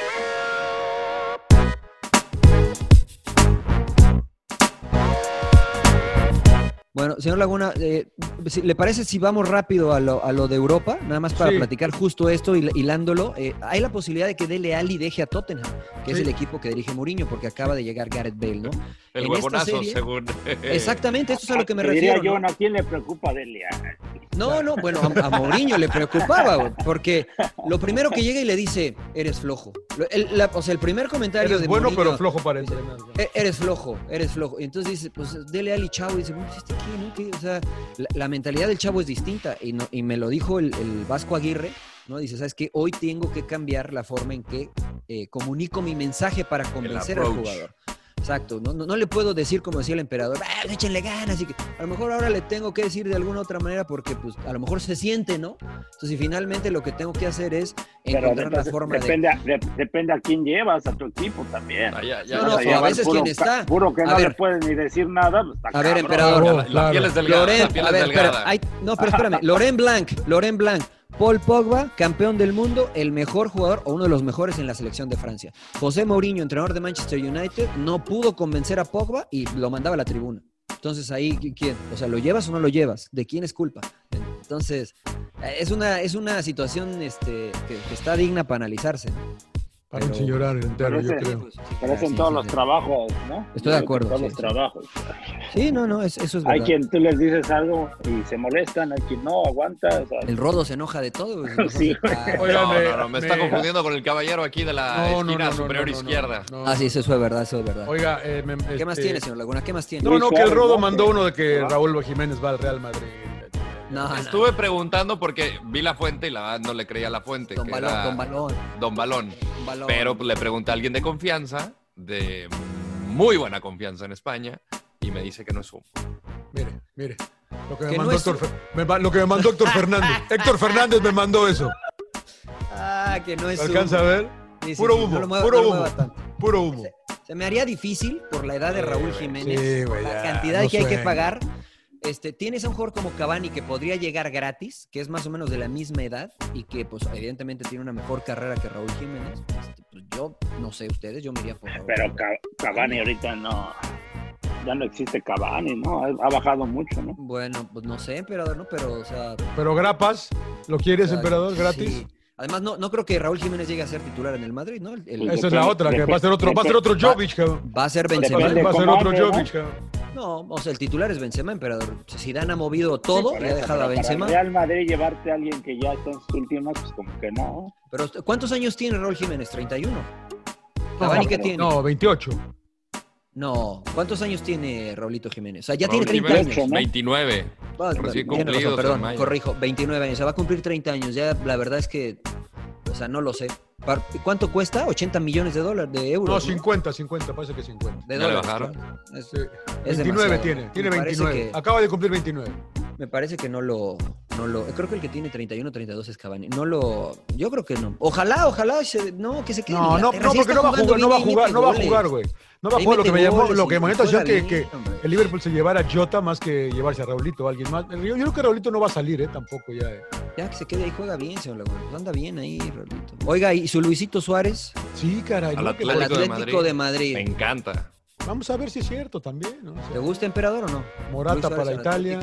Speaker 3: bueno, señor Laguna, eh, si- ¿le parece si vamos rápido a lo, a lo de Europa? Nada más para
Speaker 2: Sí.
Speaker 3: platicar justo esto y hilándolo. eh, hay la posibilidad de que Dele Alli deje a Tottenham, que es
Speaker 2: Sí. Eh,
Speaker 3: el equipo que dirige Mourinho, porque acaba de llegar Gareth Bale, ¿no?
Speaker 1: El
Speaker 3: en esta
Speaker 1: huevonazo,
Speaker 3: serie-
Speaker 1: según. <laughs>
Speaker 3: Exactamente, esto es a lo que me
Speaker 4: Te diría
Speaker 3: refiero. ¿no?
Speaker 4: John, ¿a quién le preocupa Ah, Delia?
Speaker 3: No, no, bueno, a, a Mourinho le preocupaba, güey, porque lo primero que llega y le dice, eres flojo. Lo- el- la- o sea, el primer comentario
Speaker 2: Eres
Speaker 3: de
Speaker 2: bueno, pero
Speaker 3: Mourinho,
Speaker 2: flojo para entrenar. ¿no?
Speaker 3: "E- Eres flojo, eres flojo. Y entonces dice, pues dele al chavo. Y dice, "Pues, ¿este qué, no? ¿Qué?". O sea, la, la mentalidad del chavo es distinta. Y, no- y me lo dijo el, el Vasco Aguirre, ¿no? Dice, ¿sabes qué? Hoy tengo que cambiar la forma en que eh, comunico mi mensaje para convencer al
Speaker 1: approach.
Speaker 3: jugador. O Exacto, no, no, no le puedo decir como decía el emperador, "Ah, échenle ganas, y que a lo mejor ahora le tengo que decir de alguna otra manera porque pues a lo mejor se siente, ¿no? Entonces, y finalmente lo que tengo que hacer es
Speaker 4: Pero
Speaker 3: encontrar la
Speaker 4: entonces,
Speaker 3: forma de...
Speaker 4: depende, a- de- depende a quién llevas, a tu equipo también.
Speaker 1: Ah,
Speaker 3: ya. No, no,
Speaker 4: Vas
Speaker 3: pero a
Speaker 4: llevar
Speaker 3: veces
Speaker 4: puro
Speaker 3: quien
Speaker 4: ca-
Speaker 3: está-
Speaker 4: Puro que
Speaker 3: a
Speaker 4: no le
Speaker 3: ver.
Speaker 4: pueden ni decir nada. pues, está
Speaker 3: A ver,
Speaker 4: cabrón.
Speaker 3: emperador.
Speaker 1: la piel es delgada,
Speaker 3: Loren-
Speaker 1: la piel
Speaker 3: a
Speaker 1: es
Speaker 3: ver,
Speaker 1: delgada.
Speaker 3: espera, hay- no, pero espérame. Loren Blanc, Loren Blanc, Paul Pogba, campeón del mundo, el mejor jugador o uno de los mejores en la selección de Francia. José Mourinho, entrenador de Manchester United, no pudo convencer a Pogba y lo mandaba a la tribuna. Entonces ahí, ¿qui- ¿quién? O sea, ¿lo llevas o no lo llevas? ¿De quién es culpa? Entonces, eh, es una, es una situación este, que, que está digna para analizarse.
Speaker 2: Para un
Speaker 3: Pero-
Speaker 2: llorar entero, yo
Speaker 4: Parece-
Speaker 2: creo.
Speaker 4: Pero es
Speaker 3: Ah, Sí, sí,
Speaker 4: Pues, en todos
Speaker 3: sí.
Speaker 4: los trabajos, ¿no?
Speaker 3: Estoy de
Speaker 4: En
Speaker 3: acuerdo,
Speaker 4: todos
Speaker 3: sí,
Speaker 4: los
Speaker 3: sí.
Speaker 4: trabajos.
Speaker 3: Sí, no, no, es- eso es
Speaker 4: Hay
Speaker 3: verdad.
Speaker 4: quien tú les dices algo y se molestan, hay quien no, aguanta. o sea,
Speaker 3: El rodo se enoja de todo. pues, mejor
Speaker 4: <laughs> Sí,
Speaker 3: se para.
Speaker 1: No,
Speaker 2: Oigan, eh,
Speaker 1: no, no, me está
Speaker 2: me-
Speaker 1: confundiendo con el caballero aquí de
Speaker 2: No,
Speaker 1: la
Speaker 2: no, no,
Speaker 1: esquina
Speaker 2: no,
Speaker 1: superior
Speaker 2: no, no, no,
Speaker 1: izquierda.
Speaker 2: no, no.
Speaker 3: Ah, sí, eso es verdad, eso es verdad.
Speaker 2: Oiga, eh, me-
Speaker 3: ¿Qué más
Speaker 2: este,
Speaker 3: tiene, señor Laguna? ¿Qué más tiene?
Speaker 2: No, no, que el Rodo
Speaker 4: Suárez,
Speaker 2: mandó
Speaker 4: ¿no?
Speaker 2: uno de que
Speaker 4: ¿Ah?
Speaker 2: Raúl Jiménez va al Real Madrid.
Speaker 3: No, no.
Speaker 1: Estuve preguntando porque vi la fuente y la verdad no le creía la fuente.
Speaker 3: Don
Speaker 1: que
Speaker 3: Balón,
Speaker 1: era
Speaker 3: Don Balón,
Speaker 1: Don Balón.
Speaker 3: Don Balón.
Speaker 2: pues,
Speaker 1: Pero le pregunté a alguien de confianza, de muy buena confianza en España, y me dice que no es humo.
Speaker 2: Mire, mire. Lo que me,
Speaker 3: Que
Speaker 2: mandó
Speaker 3: no es-
Speaker 2: Héctor, Fer- me va- lo que me mandó Héctor
Speaker 3: <laughs>
Speaker 2: Fernández. Héctor Fernández me mandó eso.
Speaker 3: Ah, que no es
Speaker 2: ¿Lo alcanza a
Speaker 3: humo.
Speaker 2: ver?
Speaker 3: Sí, sí,
Speaker 2: Puro
Speaker 3: sí, no
Speaker 2: humo,
Speaker 3: lo mueva-
Speaker 2: puro
Speaker 3: no lo mueva
Speaker 2: humo.
Speaker 3: tanto.
Speaker 2: Puro humo.
Speaker 3: Se me haría difícil por la edad de
Speaker 2: Sí,
Speaker 3: Raúl
Speaker 2: güey,
Speaker 3: Jiménez,
Speaker 2: sí, güey,
Speaker 3: por
Speaker 2: ya,
Speaker 3: la cantidad
Speaker 2: no
Speaker 3: que hay que
Speaker 2: sueño.
Speaker 3: pagar. Este, tienes a un jugador como Cavani que podría llegar gratis, que es más o menos de la misma edad y que, pues, evidentemente tiene una mejor carrera que Raúl Jiménez. Este, pues, yo no sé ustedes, yo me iría por Raúl.
Speaker 4: Pero
Speaker 3: Jiménez.
Speaker 4: Ca- Cavani ahorita no. Ya no existe Cavani, ¿no? Ha ha bajado mucho, ¿no?
Speaker 3: bueno, pues no sé, emperador, ¿no? Pero, o sea,
Speaker 2: Pero grapas, ¿lo quieres,
Speaker 3: Exacto,
Speaker 2: emperador,
Speaker 3: sí.
Speaker 2: gratis?
Speaker 3: Además, no, no creo que Raúl Jiménez llegue a ser titular en el Madrid, ¿no? El- el-
Speaker 4: Pues
Speaker 2: Esa es la
Speaker 4: depende-
Speaker 2: otra, que va a ser otro, va a ser otro Jovic, cabrón.
Speaker 3: va a ser
Speaker 2: Va
Speaker 3: Benzema.
Speaker 4: depende
Speaker 2: va a ser
Speaker 4: cómo
Speaker 2: otro
Speaker 4: ande, ¿no?
Speaker 2: Jovic, cabrón.
Speaker 3: No, o sea, el titular es Benzema, emperador. Zidane ha movido todo
Speaker 4: Por
Speaker 3: y ha
Speaker 4: eso,
Speaker 3: dejado a
Speaker 4: pero para
Speaker 3: Benzema.
Speaker 4: el Real Madrid llevarte a alguien que ya está en sus últimas, pues como que no.
Speaker 3: Pero ¿cuántos años tiene Raúl Jiménez? 31. Cavani qué tiene? No.
Speaker 2: No, 28.
Speaker 3: ¿cuántos años tiene Raulito Jiménez? O sea, ya
Speaker 1: Raúl
Speaker 3: tiene 30
Speaker 1: Jiménez,
Speaker 3: años.
Speaker 1: 29.
Speaker 3: Ah,
Speaker 1: recién
Speaker 3: tiene
Speaker 1: cumplidos
Speaker 3: razón,
Speaker 1: en
Speaker 3: perdón,
Speaker 1: mayo.
Speaker 3: corrijo, 29 años. O sea, va a cumplir 30 años. Ya la verdad es que, o sea, no lo sé. Par- ¿Cuánto cuesta? 80 millones de dólares, de
Speaker 2: No,
Speaker 3: euros. ¿no?
Speaker 2: 50, 50, parece que 50.
Speaker 3: De
Speaker 1: ¿Ya le
Speaker 3: dólares.
Speaker 1: bajaron?
Speaker 3: claro. Es-
Speaker 2: Sí.
Speaker 3: Es
Speaker 2: 29
Speaker 3: demasiado.
Speaker 2: tiene, tiene
Speaker 3: Me parece
Speaker 2: 29.
Speaker 3: que-
Speaker 2: Acaba de cumplir 29.
Speaker 3: Me parece que no lo, no lo. Creo que el que tiene 31 32 es Cavani. No lo. Yo creo que no. Ojalá, ojalá. se- no, que se quede. en
Speaker 2: No, no,
Speaker 3: Inglaterra.
Speaker 2: no,
Speaker 3: Sí
Speaker 2: porque
Speaker 3: está
Speaker 2: no va a
Speaker 3: jugando
Speaker 2: jugar, no va a
Speaker 3: bien y
Speaker 2: jugar,
Speaker 3: mete
Speaker 2: no va a
Speaker 3: goles.
Speaker 2: jugar, güey. No va a
Speaker 3: Ahí
Speaker 2: jugar lo que
Speaker 3: mete
Speaker 2: me llamó,
Speaker 3: goles
Speaker 2: lo
Speaker 3: y
Speaker 2: que me llamó la
Speaker 3: juega
Speaker 2: atención que,
Speaker 3: bien,
Speaker 2: que
Speaker 3: hombre.
Speaker 2: el Liverpool se llevara a Jota más que llevarse a Raulito o alguien más. Yo, yo creo que Raulito no va a salir, eh, tampoco ya. eh.
Speaker 3: Ya que se quede ahí, juega bien, señor Laguna. Pues anda bien ahí, Raulito. Oiga, y su Luisito Suárez
Speaker 2: Sí, caray.
Speaker 1: Al
Speaker 2: ¿no? Que-
Speaker 3: al
Speaker 1: Atlético de
Speaker 3: Atlético de Madrid.
Speaker 1: Me encanta.
Speaker 2: Vamos a ver si es cierto también, ¿no? O sea,
Speaker 3: ¿Te gusta, emperador o no? Luis
Speaker 2: Morata
Speaker 3: Suárez
Speaker 2: para
Speaker 3: al
Speaker 2: Italia.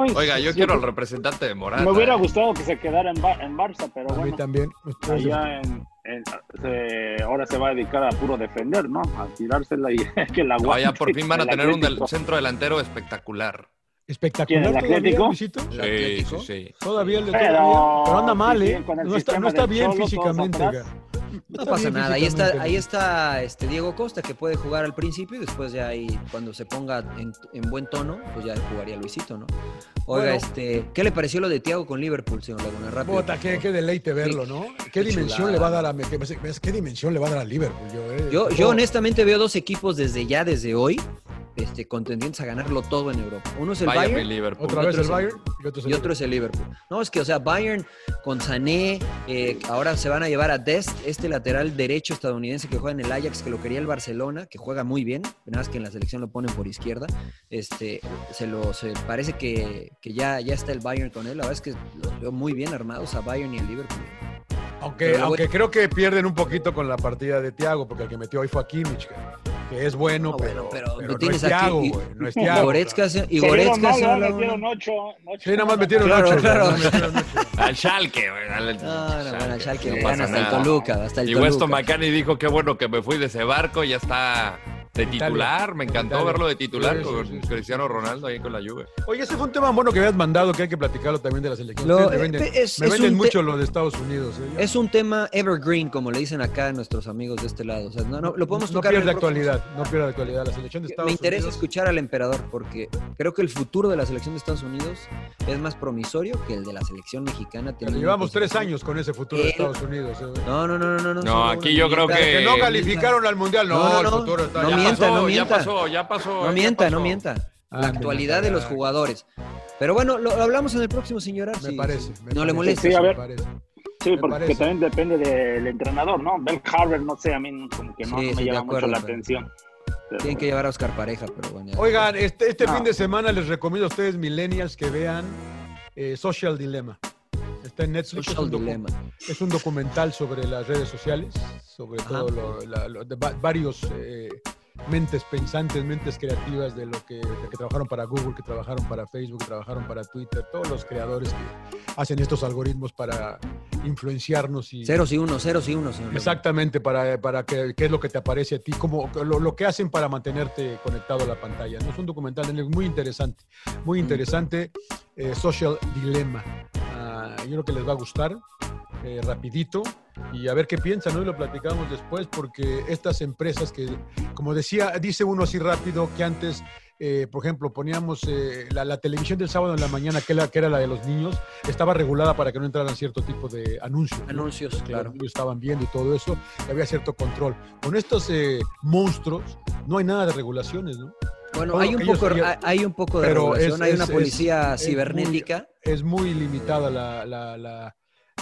Speaker 4: Ay,
Speaker 1: Oiga, yo
Speaker 4: sí,
Speaker 3: pues,
Speaker 1: quiero al representante de Morata.
Speaker 4: Me hubiera
Speaker 1: eh.
Speaker 4: gustado que se quedara en, Bar- en Barça, pero
Speaker 2: A mí
Speaker 4: bueno.
Speaker 2: también.
Speaker 4: Allá en, en- se- ahora se va a dedicar a puro defender, ¿no? A tirársela y <laughs> que la
Speaker 1: No, ya
Speaker 4: guaya
Speaker 1: por fin van a tener un del- centro delantero espectacular.
Speaker 2: Espectacular
Speaker 4: ¿Quién, el
Speaker 2: todavía,
Speaker 4: Atlético?
Speaker 2: Luisito.
Speaker 3: ¿El
Speaker 1: Sí, sí,
Speaker 3: Atlético?
Speaker 1: sí.
Speaker 2: Todavía el de
Speaker 4: Pero-
Speaker 2: todavía. Pero anda mal,
Speaker 4: sí,
Speaker 2: ¿eh?
Speaker 4: con el
Speaker 2: No está, no
Speaker 4: sistema
Speaker 2: está
Speaker 4: del
Speaker 2: bien
Speaker 4: Cholo, todos
Speaker 2: físicamente.
Speaker 4: atrás.
Speaker 2: ga.
Speaker 3: No
Speaker 2: está
Speaker 3: pasa
Speaker 2: bien
Speaker 3: nada. Ahí está,
Speaker 2: físicamente.
Speaker 3: ahí está este Diego Costa, que puede jugar al principio y después ya ahí, cuando se ponga en, en buen tono, pues ya jugaría Luisito, ¿no? Oiga,
Speaker 2: Bueno.
Speaker 3: este, ¿qué le pareció lo de Tiago con Liverpool, señor Laguna? Rápido.
Speaker 2: Bota, qué, qué deleite verlo, ¿no? ¿Qué
Speaker 3: Qué
Speaker 2: dimensión
Speaker 3: chulada.
Speaker 2: le va a dar a me- qué, qué dimensión le va a dar a Liverpool? Yo, eh?
Speaker 3: Yo, este yo
Speaker 2: Oh,
Speaker 3: honestamente veo dos equipos desde ya, desde hoy, este, contendientes a ganarlo todo en Europa. Uno es el
Speaker 1: Bayern,
Speaker 3: Bayern
Speaker 1: y Liverpool.
Speaker 2: otra vez el Bayern y otro es el
Speaker 3: y otro es el Liverpool. No, es que, o sea, Bayern con Sané, eh, ahora se van a llevar a Dest, este lateral derecho estadounidense que juega en el Ajax, que lo quería el Barcelona, que juega muy bien, nada más que en la selección lo ponen por izquierda. Este, se lo, se parece que, que ya, ya está el Bayern con él. La verdad es que los veo muy bien armados a Bayern y el Liverpool.
Speaker 2: Aunque,
Speaker 3: Pero
Speaker 2: aunque creo que pierden un poquito con la partida de Thiago, porque el que metió hoy fue a Kimmich, que- que es bueno,
Speaker 3: No,
Speaker 2: pero,
Speaker 3: bueno, pero
Speaker 2: pero no es
Speaker 3: tienes aquí-
Speaker 2: Thiago,
Speaker 3: y-
Speaker 2: güey,
Speaker 3: <laughs>
Speaker 2: no es
Speaker 3: Y
Speaker 2: Thiago.
Speaker 3: Goretzka, se- y
Speaker 4: Se vieron
Speaker 3: Goretzka,
Speaker 4: mal,
Speaker 3: señor
Speaker 4: ¿no? Metieron
Speaker 3: Laguna.
Speaker 4: ocho, ocho.
Speaker 2: Sí, nada más metieron
Speaker 3: Claro,
Speaker 2: ocho,
Speaker 3: claro.
Speaker 2: nada más metieron ocho.
Speaker 1: Al Schalke. güey, al-
Speaker 3: No, no, bueno, el Schalke
Speaker 1: no
Speaker 3: le
Speaker 1: pasa
Speaker 3: gana hasta el
Speaker 1: nada.
Speaker 3: Toluca, hasta el
Speaker 1: Y
Speaker 3: Toluca.
Speaker 1: Weston McKinney dijo, qué bueno que me fui de ese barco, ya está de
Speaker 2: Italia.
Speaker 1: titular. Me encantó
Speaker 2: Italia.
Speaker 1: verlo de titular
Speaker 2: Sí, sí,
Speaker 1: con
Speaker 2: sí, sí.
Speaker 1: Cristiano Ronaldo ahí con la Juve.
Speaker 2: Oye, ese fue un tema bueno que habías mandado, que hay que platicarlo también de la selección.
Speaker 3: Lo-
Speaker 2: Ustedes me venden,
Speaker 3: eh, es-
Speaker 2: me
Speaker 3: es
Speaker 2: venden
Speaker 3: un te-
Speaker 2: mucho lo de Estados Unidos. eh.
Speaker 3: Es un tema evergreen, como le dicen acá a nuestros amigos de este lado. O sea, no, no, lo podemos
Speaker 2: no
Speaker 3: tocar en
Speaker 2: pierde
Speaker 3: el próximo-
Speaker 2: actualidad, no pierde actualidad. La selección de Estados
Speaker 3: Me interesa
Speaker 2: Unidos.
Speaker 3: escuchar al emperador porque creo que el futuro de la selección de Estados Unidos es más promisorio que el de la selección mexicana.
Speaker 2: Pero
Speaker 3: teniendo
Speaker 2: llevamos
Speaker 3: en
Speaker 2: tres
Speaker 3: consideración-
Speaker 2: años con ese futuro de
Speaker 3: Eh,
Speaker 2: Estados Unidos. eh.
Speaker 3: No, no, no, no, no.
Speaker 1: No,
Speaker 3: solo
Speaker 1: aquí
Speaker 3: una
Speaker 1: yo creo
Speaker 3: mierda.
Speaker 1: que-
Speaker 2: Que no calificaron al mundial, no,
Speaker 3: No, no,
Speaker 2: el futuro está
Speaker 3: no
Speaker 2: ya.
Speaker 3: mienta,
Speaker 1: pasó,
Speaker 3: no
Speaker 1: ya
Speaker 3: mienta.
Speaker 1: pasó, ya pasó,
Speaker 3: No
Speaker 1: ya
Speaker 3: mienta,
Speaker 1: pasó.
Speaker 3: no mienta.
Speaker 1: Ah,
Speaker 3: La actualidad de los
Speaker 1: carajo.
Speaker 3: jugadores. Pero bueno, lo, lo hablamos en el próximo, señor. Me parece. no le molesta.
Speaker 4: Sí, a ver. Sí,
Speaker 3: Me
Speaker 4: porque
Speaker 3: parece.
Speaker 4: también depende del entrenador, ¿no? Bell Harbour, no sé, a mí como que no, no
Speaker 3: Sí, sí,
Speaker 4: me
Speaker 3: de
Speaker 4: llama
Speaker 3: acuerdo,
Speaker 4: mucho la
Speaker 3: pero-
Speaker 4: atención.
Speaker 3: Tienen que llevar a Oscar Pareja, pero bueno. ya.
Speaker 2: Oigan, este, este
Speaker 3: No.
Speaker 2: fin de semana les recomiendo a ustedes, millennials, que vean eh, Social Dilemma. Está en Netflix.
Speaker 3: Social
Speaker 2: es, un docu-
Speaker 3: Dilemma.
Speaker 2: es un documental sobre las redes sociales, sobre
Speaker 3: Ajá.
Speaker 2: todo lo- la- lo- de va- varios eh, mentes pensantes, mentes creativas de lo que, de que trabajaron para Google, que trabajaron para Facebook, que trabajaron para Twitter, todos los creadores que hacen estos algoritmos para influenciarnos y
Speaker 3: Ceros y unos, ceros y unos, señor.
Speaker 2: Exactamente, para, para que, qué es lo que te aparece a ti, como lo, lo que hacen para mantenerte conectado a la pantalla. ¿no? Es un documental en el- muy interesante, muy interesante, eh, Social Dilemma. Ah, yo creo que les va a gustar, eh, rapidito, y a ver qué piensan, ¿no? Y lo platicamos después, porque estas empresas que, como decía, dice uno así rápido, que antes, eh, por ejemplo, poníamos eh, la, la televisión del sábado en la mañana, que, la, que era la de los niños, estaba regulada para que no entraran cierto tipo de anuncios. ¿no?
Speaker 3: Anuncios, claro.
Speaker 2: ellos estaban viendo y todo eso, y había cierto control. Con estos eh, monstruos no hay nada de regulaciones, ¿no?
Speaker 3: Bueno,
Speaker 2: Todo
Speaker 3: hay
Speaker 2: lo
Speaker 3: un,
Speaker 2: que ellos
Speaker 3: poco,
Speaker 2: querían.
Speaker 3: hay un poco de
Speaker 2: Pero
Speaker 3: regulación,
Speaker 2: es-
Speaker 3: hay
Speaker 2: es-
Speaker 3: una
Speaker 2: es-
Speaker 3: policía
Speaker 2: es muy-
Speaker 3: cibernética.
Speaker 2: Es muy limitada la, la- la-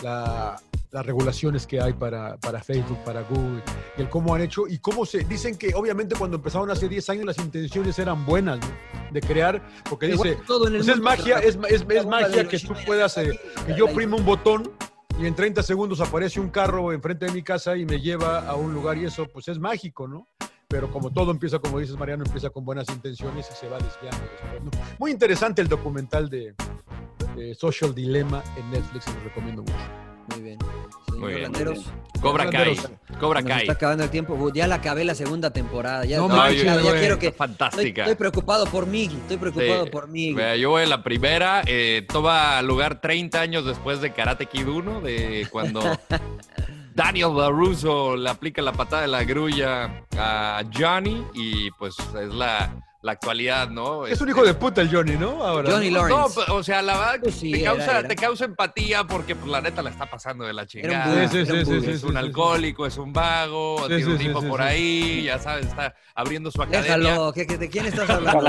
Speaker 2: la- las regulaciones que hay para, para Facebook, para Google, y el cómo han hecho, y cómo se... Dicen que obviamente cuando empezaron hace 10 años las intenciones eran buenas, ¿no? De crear, porque
Speaker 3: Igual
Speaker 2: dice,
Speaker 3: que todo en el
Speaker 2: pues es
Speaker 3: mundo,
Speaker 2: magia,
Speaker 3: pero-
Speaker 2: es, ma- es- es
Speaker 3: la bomba de
Speaker 2: magia que tú
Speaker 3: Hiroshima y
Speaker 2: puedas... eh, que
Speaker 3: la-
Speaker 2: yo
Speaker 3: la-
Speaker 2: primo un botón y en 30 segundos aparece un carro enfrente de mi casa y me lleva a un lugar y eso pues es mágico, ¿no? Pero como todo empieza, como dices Mariano, empieza con buenas intenciones y se va desviando después, ¿no? Muy interesante el documental de, de Social Dilemma en Netflix, se los recomiendo mucho.
Speaker 3: Muy bien. Señor
Speaker 1: Muy bien.
Speaker 3: Landeros,
Speaker 1: Cobra Kai.
Speaker 3: Landeros,
Speaker 1: Cobra
Speaker 3: se nos
Speaker 1: Kai.
Speaker 3: está acabando el tiempo. Uy, Ya la acabé la segunda temporada. Ya,
Speaker 1: No
Speaker 3: ya-
Speaker 1: manches,
Speaker 3: ya
Speaker 1: güey,
Speaker 3: quiero que.
Speaker 1: está fantástica.
Speaker 3: Estoy, estoy preocupado por Miggy. Estoy preocupado
Speaker 1: Sí.
Speaker 3: por Miggy.
Speaker 1: Vea, yo voy a la primera, eh, toma lugar 30 años después de Karate Kid 1, de
Speaker 3: <laughs>
Speaker 1: cuando Daniel LaRusso le aplica la patada de la grulla a Johnny y pues es la, la actualidad, ¿no?
Speaker 2: Es un
Speaker 1: Este,
Speaker 2: hijo de puta el Johnny, ¿no? Ah, Ahora,
Speaker 3: Johnny
Speaker 2: ¿no?
Speaker 3: Lawrence.
Speaker 1: No, pues, o sea, la verdad
Speaker 3: Pues sí,
Speaker 1: te,
Speaker 3: era,
Speaker 1: causa,
Speaker 3: era.
Speaker 1: te causa empatía porque pues, la neta la está pasando de la
Speaker 3: Era un
Speaker 1: chingada.
Speaker 3: bully,
Speaker 2: Sí, sí,
Speaker 3: era un
Speaker 2: sí, sí,
Speaker 3: bully.
Speaker 2: sí,
Speaker 1: Ah, Es un alcohólico, es un vago,
Speaker 2: Sí,
Speaker 1: tiene
Speaker 2: sí,
Speaker 1: un
Speaker 2: sí,
Speaker 1: hijo
Speaker 2: sí,
Speaker 1: por
Speaker 2: sí.
Speaker 1: ahí, ya sabes, está abriendo su academia.
Speaker 3: Déjalo. ¿qué- qué- ¿De quién estás hablando?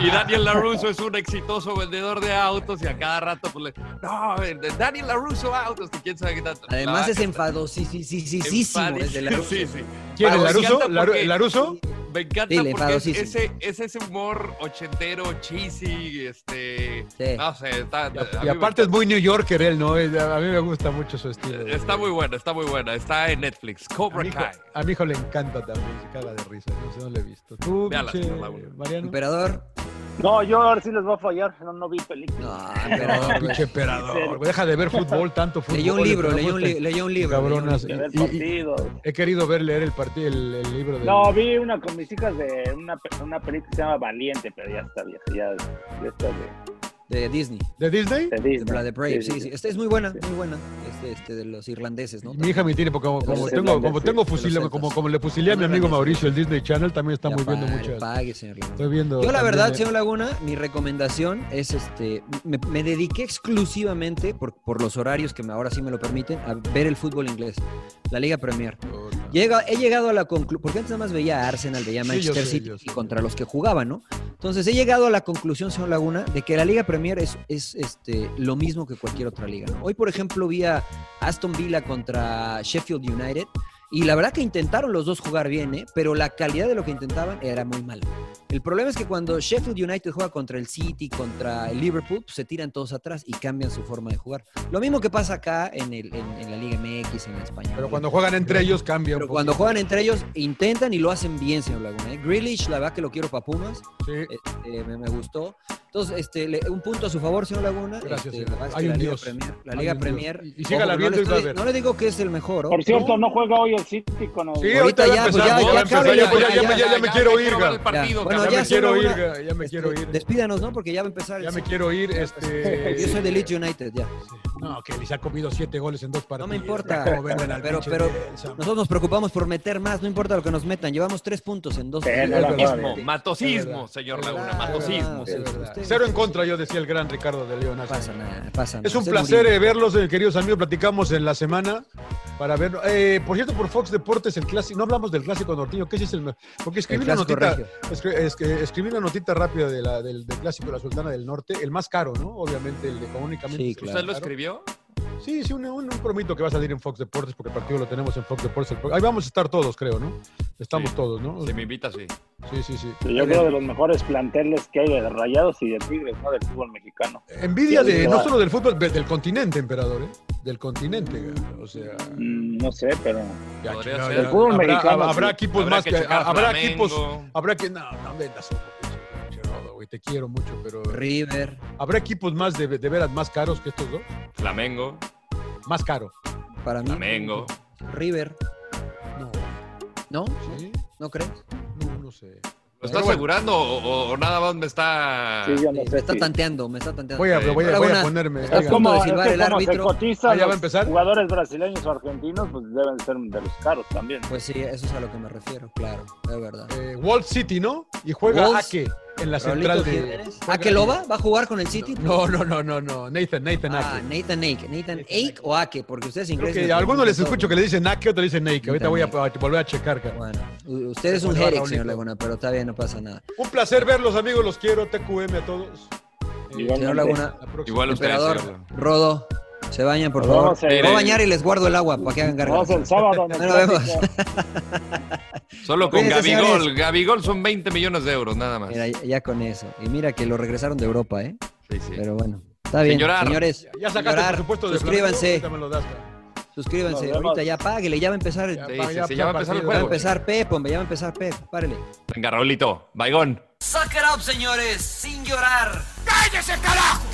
Speaker 1: Y Daniel LaRusso es un exitoso vendedor de autos y a cada rato pues le... No, Daniel LaRusso autos, que quién sabe qué tanto.
Speaker 3: <laughs>
Speaker 1: La
Speaker 3: Además es
Speaker 1: vaca
Speaker 3: enfado. Sí, sí, sí, sí,
Speaker 1: está
Speaker 3: sí, sí.
Speaker 1: enfadis-
Speaker 3: desde la-
Speaker 1: Sí, sí.
Speaker 2: ¿Quién, el
Speaker 1: Pero me
Speaker 2: Laruso?
Speaker 1: encanta
Speaker 2: ¿Laru-
Speaker 1: porque-
Speaker 2: ¿El Laruso?
Speaker 1: Me encanta
Speaker 3: Sí,
Speaker 1: porque
Speaker 3: le
Speaker 1: es
Speaker 3: enfadosísimo.
Speaker 1: ese, es ese humor ochentero, cheesy, este...
Speaker 3: Sí.
Speaker 1: No sé, está... a mí
Speaker 2: Y
Speaker 1: me
Speaker 2: aparte es muy New Yorker él, ¿no? Es- A mí me gusta mucho su estilo.
Speaker 1: Está muy buena, está muy buena. Está en Netflix.
Speaker 2: a mi,
Speaker 1: Cobra
Speaker 2: hijo,
Speaker 1: Kai.
Speaker 3: pues
Speaker 2: a mi hijo le encanta también, se caga de risa, no sé, no lo he visto. ¿Tú,
Speaker 1: Véala,
Speaker 2: pinche
Speaker 1: señor Laguna.
Speaker 2: Mariano?
Speaker 3: Emperador.
Speaker 4: No, yo ahora sí les voy a fallar, no, no vi películas.
Speaker 3: No,
Speaker 2: No,
Speaker 3: emperador. güey.
Speaker 2: pinche emperador, güey. Deja de ver fútbol, tanto fútbol.
Speaker 3: Leyó un libro,
Speaker 2: Le
Speaker 3: leyó un, li-
Speaker 2: ponemos
Speaker 3: leyó un libro.
Speaker 2: cabronas.
Speaker 3: leyó un libro.
Speaker 4: Ver
Speaker 2: Y- y-
Speaker 4: partidos.
Speaker 2: He querido ver leer el partido, el, el libro de.
Speaker 4: No, vi una con mis hijas de una, pe- una película que se llama Valiente, pero ya está vieja, ya, ya está de,
Speaker 3: De Disney.
Speaker 2: ¿De Disney?
Speaker 4: de
Speaker 3: De
Speaker 4: Disney.
Speaker 3: la de Brave, sí, sí. Esta es muy buena, muy buena. Este, este, de los irlandeses, ¿no?
Speaker 2: Mi hija me tiene, porque como,
Speaker 3: De
Speaker 2: como
Speaker 3: los
Speaker 2: tengo, como
Speaker 4: irlandeses,
Speaker 2: tengo
Speaker 3: de los
Speaker 2: fusil,
Speaker 3: celtas.
Speaker 2: como, como le fusilé a mi
Speaker 3: Son
Speaker 2: amigo
Speaker 3: irlandeses.
Speaker 2: Mauricio, el Disney Channel también
Speaker 3: Ya
Speaker 2: estamos viendo
Speaker 3: pague,
Speaker 2: muchas.
Speaker 3: pague, señor Laguna.
Speaker 2: Estoy viendo.
Speaker 3: Yo la
Speaker 2: también,
Speaker 3: verdad,
Speaker 2: eh,
Speaker 3: señor Laguna, mi recomendación es este, me, me dediqué exclusivamente, por, por los horarios que me- ahora sí me lo permiten, a ver el fútbol inglés, la Liga Premier. Llega, he llegado a la conclusión, porque antes nada más veía a Arsenal, veía a
Speaker 2: Sí,
Speaker 3: Manchester
Speaker 2: yo sé,
Speaker 3: City
Speaker 2: yo sé.
Speaker 3: y contra los que jugaban, ¿no? Entonces he llegado a la conclusión, señor Laguna, de que la Liga Premier es, es este, lo mismo que cualquier otra liga. ¿no? Hoy, por ejemplo, vi a Aston Villa contra Sheffield United y la verdad que intentaron los dos jugar bien, ¿eh? pero la calidad de lo que intentaban era muy mala. El problema es que cuando Sheffield United juega contra el City, contra el Liverpool, pues, se tiran todos atrás y cambian su forma de jugar. Lo mismo que pasa acá en, el- en- en la Liga MX, en la Española.
Speaker 2: Pero cuando juegan entre ellos cambia. un
Speaker 3: Pero
Speaker 2: poco.
Speaker 3: cuando juegan entre ellos, intentan y lo hacen bien, señor Laguna. ¿eh? Grealish, la verdad que lo quiero para Pumas.
Speaker 2: Sí,
Speaker 3: Este, me, me gustó. Entonces, este, le- un punto a su favor, señor Laguna.
Speaker 2: Gracias,
Speaker 3: Este,
Speaker 2: señor.
Speaker 3: la verdad es
Speaker 2: Hay
Speaker 3: que la
Speaker 2: un
Speaker 3: Liga
Speaker 2: Dios.
Speaker 3: Premier. La
Speaker 2: Hay
Speaker 3: Liga
Speaker 2: un
Speaker 3: Premier
Speaker 2: Dios. Y- y sígala
Speaker 3: ojo,
Speaker 2: viendo
Speaker 3: no le,
Speaker 2: y va a
Speaker 3: estoy-
Speaker 2: ver.
Speaker 3: no le digo que es el mejor. ojo.
Speaker 4: Por cierto, no juega hoy el City con el...
Speaker 2: Sí,
Speaker 3: Ahorita
Speaker 2: ahorita
Speaker 3: ya,
Speaker 2: ya
Speaker 3: pues,
Speaker 2: empezamos.
Speaker 3: ya- ya
Speaker 2: Ya empezamos,
Speaker 3: cábrele,
Speaker 2: ya-
Speaker 3: pues,
Speaker 2: ya-
Speaker 3: ya-
Speaker 2: ya- ya me quiero ir,
Speaker 1: ver
Speaker 2: ga.
Speaker 1: el partido,
Speaker 3: bueno,
Speaker 1: cabrón.
Speaker 2: ya me
Speaker 3: señor
Speaker 2: quiero ir,
Speaker 3: Laguna,
Speaker 2: ga, ya me
Speaker 3: este,
Speaker 2: quiero ir.
Speaker 3: Despídanos, ¿no? Porque ya va a empezar. el-
Speaker 2: Ya me quiero ir. Este...
Speaker 3: Yo soy del Leeds United, ya.
Speaker 2: No, que les ha comido siete goles en dos partidos.
Speaker 3: No me importa.
Speaker 2: Como venden al
Speaker 3: Pero,
Speaker 2: pinche
Speaker 3: pero
Speaker 2: Bielsa, man.
Speaker 3: nosotros nos preocupamos por meter más, no importa lo que nos metan. Llevamos tres puntos en dos.
Speaker 4: Sí, no,
Speaker 3: partidos.
Speaker 4: no, no, no,
Speaker 1: Matosismo, matosismo,
Speaker 2: Es
Speaker 1: señor
Speaker 2: verdad,
Speaker 1: Laguna,
Speaker 2: es
Speaker 1: matosismo.
Speaker 2: verdad, es verdad.
Speaker 3: Ustedes-
Speaker 2: Cero en contra, yo decía el gran Ricardo de León.
Speaker 3: No pasa nada, pasa nada.
Speaker 2: Es un
Speaker 3: Se
Speaker 2: placer
Speaker 3: murió.
Speaker 2: eh, verlos, eh, queridos amigos. Platicamos en la semana. Para ver, eh, por cierto, por Fox Deportes, el clásico, no hablamos del clásico norteño, ¿qué es el me- Porque escribí
Speaker 3: El
Speaker 2: una
Speaker 3: clásico
Speaker 2: notita,
Speaker 3: regio.
Speaker 2: escri- es que escribí una notita rápida de la- del, del clásico de la Sultana del Norte, el más caro, ¿no? Obviamente, el económicamente.
Speaker 3: Sí,
Speaker 1: ¿Usted lo escribió?
Speaker 2: Sí, sí, un, un, un promito que va a salir en Fox Deportes, porque el partido lo tenemos en Fox Deportes. el pro- Ahí vamos a estar todos, creo, ¿no? Estamos
Speaker 1: Sí.
Speaker 2: todos, ¿no?
Speaker 1: Si me invita, sí.
Speaker 2: Sí, sí, sí. Eh,
Speaker 4: Sí, Yo creo de los mejores planteles que hay de Rayados y de Tigres, ¿no? Del fútbol mexicano.
Speaker 2: Envidia
Speaker 4: Sí,
Speaker 2: de,
Speaker 4: ahorita
Speaker 2: no
Speaker 4: va.
Speaker 2: solo del fútbol, de- del continente, emperador, ¿eh? Del continente, güey. o sea...
Speaker 4: Mm, No sé, pero.
Speaker 2: ya,
Speaker 1: Podría
Speaker 2: chingado,
Speaker 1: ser.
Speaker 2: ya.
Speaker 4: El fútbol
Speaker 2: habrá,
Speaker 4: mexicano,
Speaker 2: habrá
Speaker 4: sí.
Speaker 2: equipos
Speaker 1: Habrá
Speaker 2: Pues más
Speaker 1: que
Speaker 2: que,
Speaker 1: checar
Speaker 2: habrá
Speaker 1: Flamengo.
Speaker 2: equipos habrá que no no vendas un poquito, pinche rodo, güey, te quiero mucho pero
Speaker 3: River.
Speaker 2: habrá equipos más de, de veras más caros que estos dos
Speaker 1: Flamengo,
Speaker 2: más caro
Speaker 3: Para mí.
Speaker 1: Flamengo.
Speaker 3: River.
Speaker 2: no
Speaker 3: ¿No?
Speaker 2: sí
Speaker 3: ¿No crees?
Speaker 2: no no sé
Speaker 1: ¿Lo está
Speaker 2: Pero bueno.
Speaker 1: asegurando o, o- o nada más me está...?
Speaker 4: Sí, yo no
Speaker 3: Sí,
Speaker 4: sé.
Speaker 3: me Ah. está
Speaker 4: si-
Speaker 3: tanteando, me está tanteando.
Speaker 2: voy a,
Speaker 1: Sí.
Speaker 2: voy a,
Speaker 3: Ahora
Speaker 2: voy a
Speaker 3: una-
Speaker 2: ponerme
Speaker 3: Estás
Speaker 2: oigan.
Speaker 3: como-
Speaker 4: ¿Cómo,
Speaker 3: de silbar
Speaker 4: es que
Speaker 3: el
Speaker 4: como se
Speaker 3: árbitro.
Speaker 4: cotizan
Speaker 2: Ah, ¿ya va a
Speaker 4: los
Speaker 2: empezar?
Speaker 4: Jugadores brasileños o argentinos, pues deben ser de los caros también.
Speaker 3: Pues sí, eso es a lo que me refiero, claro, es verdad.
Speaker 2: eh, Wall City no y juega
Speaker 3: Wolves.
Speaker 2: Ake en la
Speaker 3: Raulito
Speaker 2: central de
Speaker 3: Jiménez. ¿Akeloba va a jugar con el City?
Speaker 2: no no no no no Nathan Nathan
Speaker 3: Ah,
Speaker 2: Ake
Speaker 3: Nathan Ake. Nathan Ake o Ake, porque ustedes
Speaker 2: Creo
Speaker 3: ingleses...
Speaker 2: que a algunos les escucho que
Speaker 3: que
Speaker 2: le dicen Ake, otros le dicen Nike. Ahorita
Speaker 3: Nathan
Speaker 2: voy a,
Speaker 3: Ake.
Speaker 2: a- volver a checar. cara.
Speaker 3: Bueno, u- usted es un
Speaker 2: Bueno, va,
Speaker 3: Jerez,
Speaker 2: Raulito.
Speaker 3: señor Laguna, pero está bien, no pasa nada.
Speaker 2: Un placer verlos, amigos. Los quiero. TQM a todos. Eh,
Speaker 4: Igualmente.
Speaker 3: Señor Laguna,
Speaker 2: la próxima.
Speaker 1: Igual ustedes.
Speaker 3: emperador,
Speaker 1: señor.
Speaker 3: Rodo, se bañan, por
Speaker 4: Nos
Speaker 3: favor.
Speaker 4: vemos
Speaker 3: Me
Speaker 4: el-
Speaker 3: Voy a bañar y les guardo el agua para que hagan
Speaker 4: Vamos
Speaker 3: gargaras.
Speaker 4: el
Speaker 3: <laughs>
Speaker 4: sábado. en el
Speaker 3: Nos vemos.
Speaker 4: clásico.
Speaker 1: Solo con
Speaker 3: Cuídense,
Speaker 1: Gabigol.
Speaker 3: señores.
Speaker 1: Gabigol son 20 millones de euros, nada más.
Speaker 3: Mira, ya- ya con eso. Y mira que lo regresaron de Europa, ¿eh?
Speaker 1: Sí, sí.
Speaker 3: Pero bueno, está bien.
Speaker 1: Señorar.
Speaker 3: Señores,
Speaker 2: Ya
Speaker 3: señorar,
Speaker 2: sacaste, por supuesto, de
Speaker 3: suscríbanse,
Speaker 2: Flamengo, ahorita me lo das, cara.
Speaker 3: suscríbanse.
Speaker 4: Nos vemos.
Speaker 3: Ahorita ya páguele, ya va a empezar,
Speaker 2: Ya, pues.
Speaker 3: ya
Speaker 1: Sí,
Speaker 2: pa-
Speaker 1: sí,
Speaker 2: ya
Speaker 1: sí, ya va a empezar el
Speaker 2: partido.
Speaker 3: va a
Speaker 1: juego.
Speaker 3: empezar Pep, hombre, ya va a empezar Pep, párele.
Speaker 1: Venga, Raulito, Baigón.
Speaker 5: Suck it up, señores, sin llorar. ¡Cállese, carajo!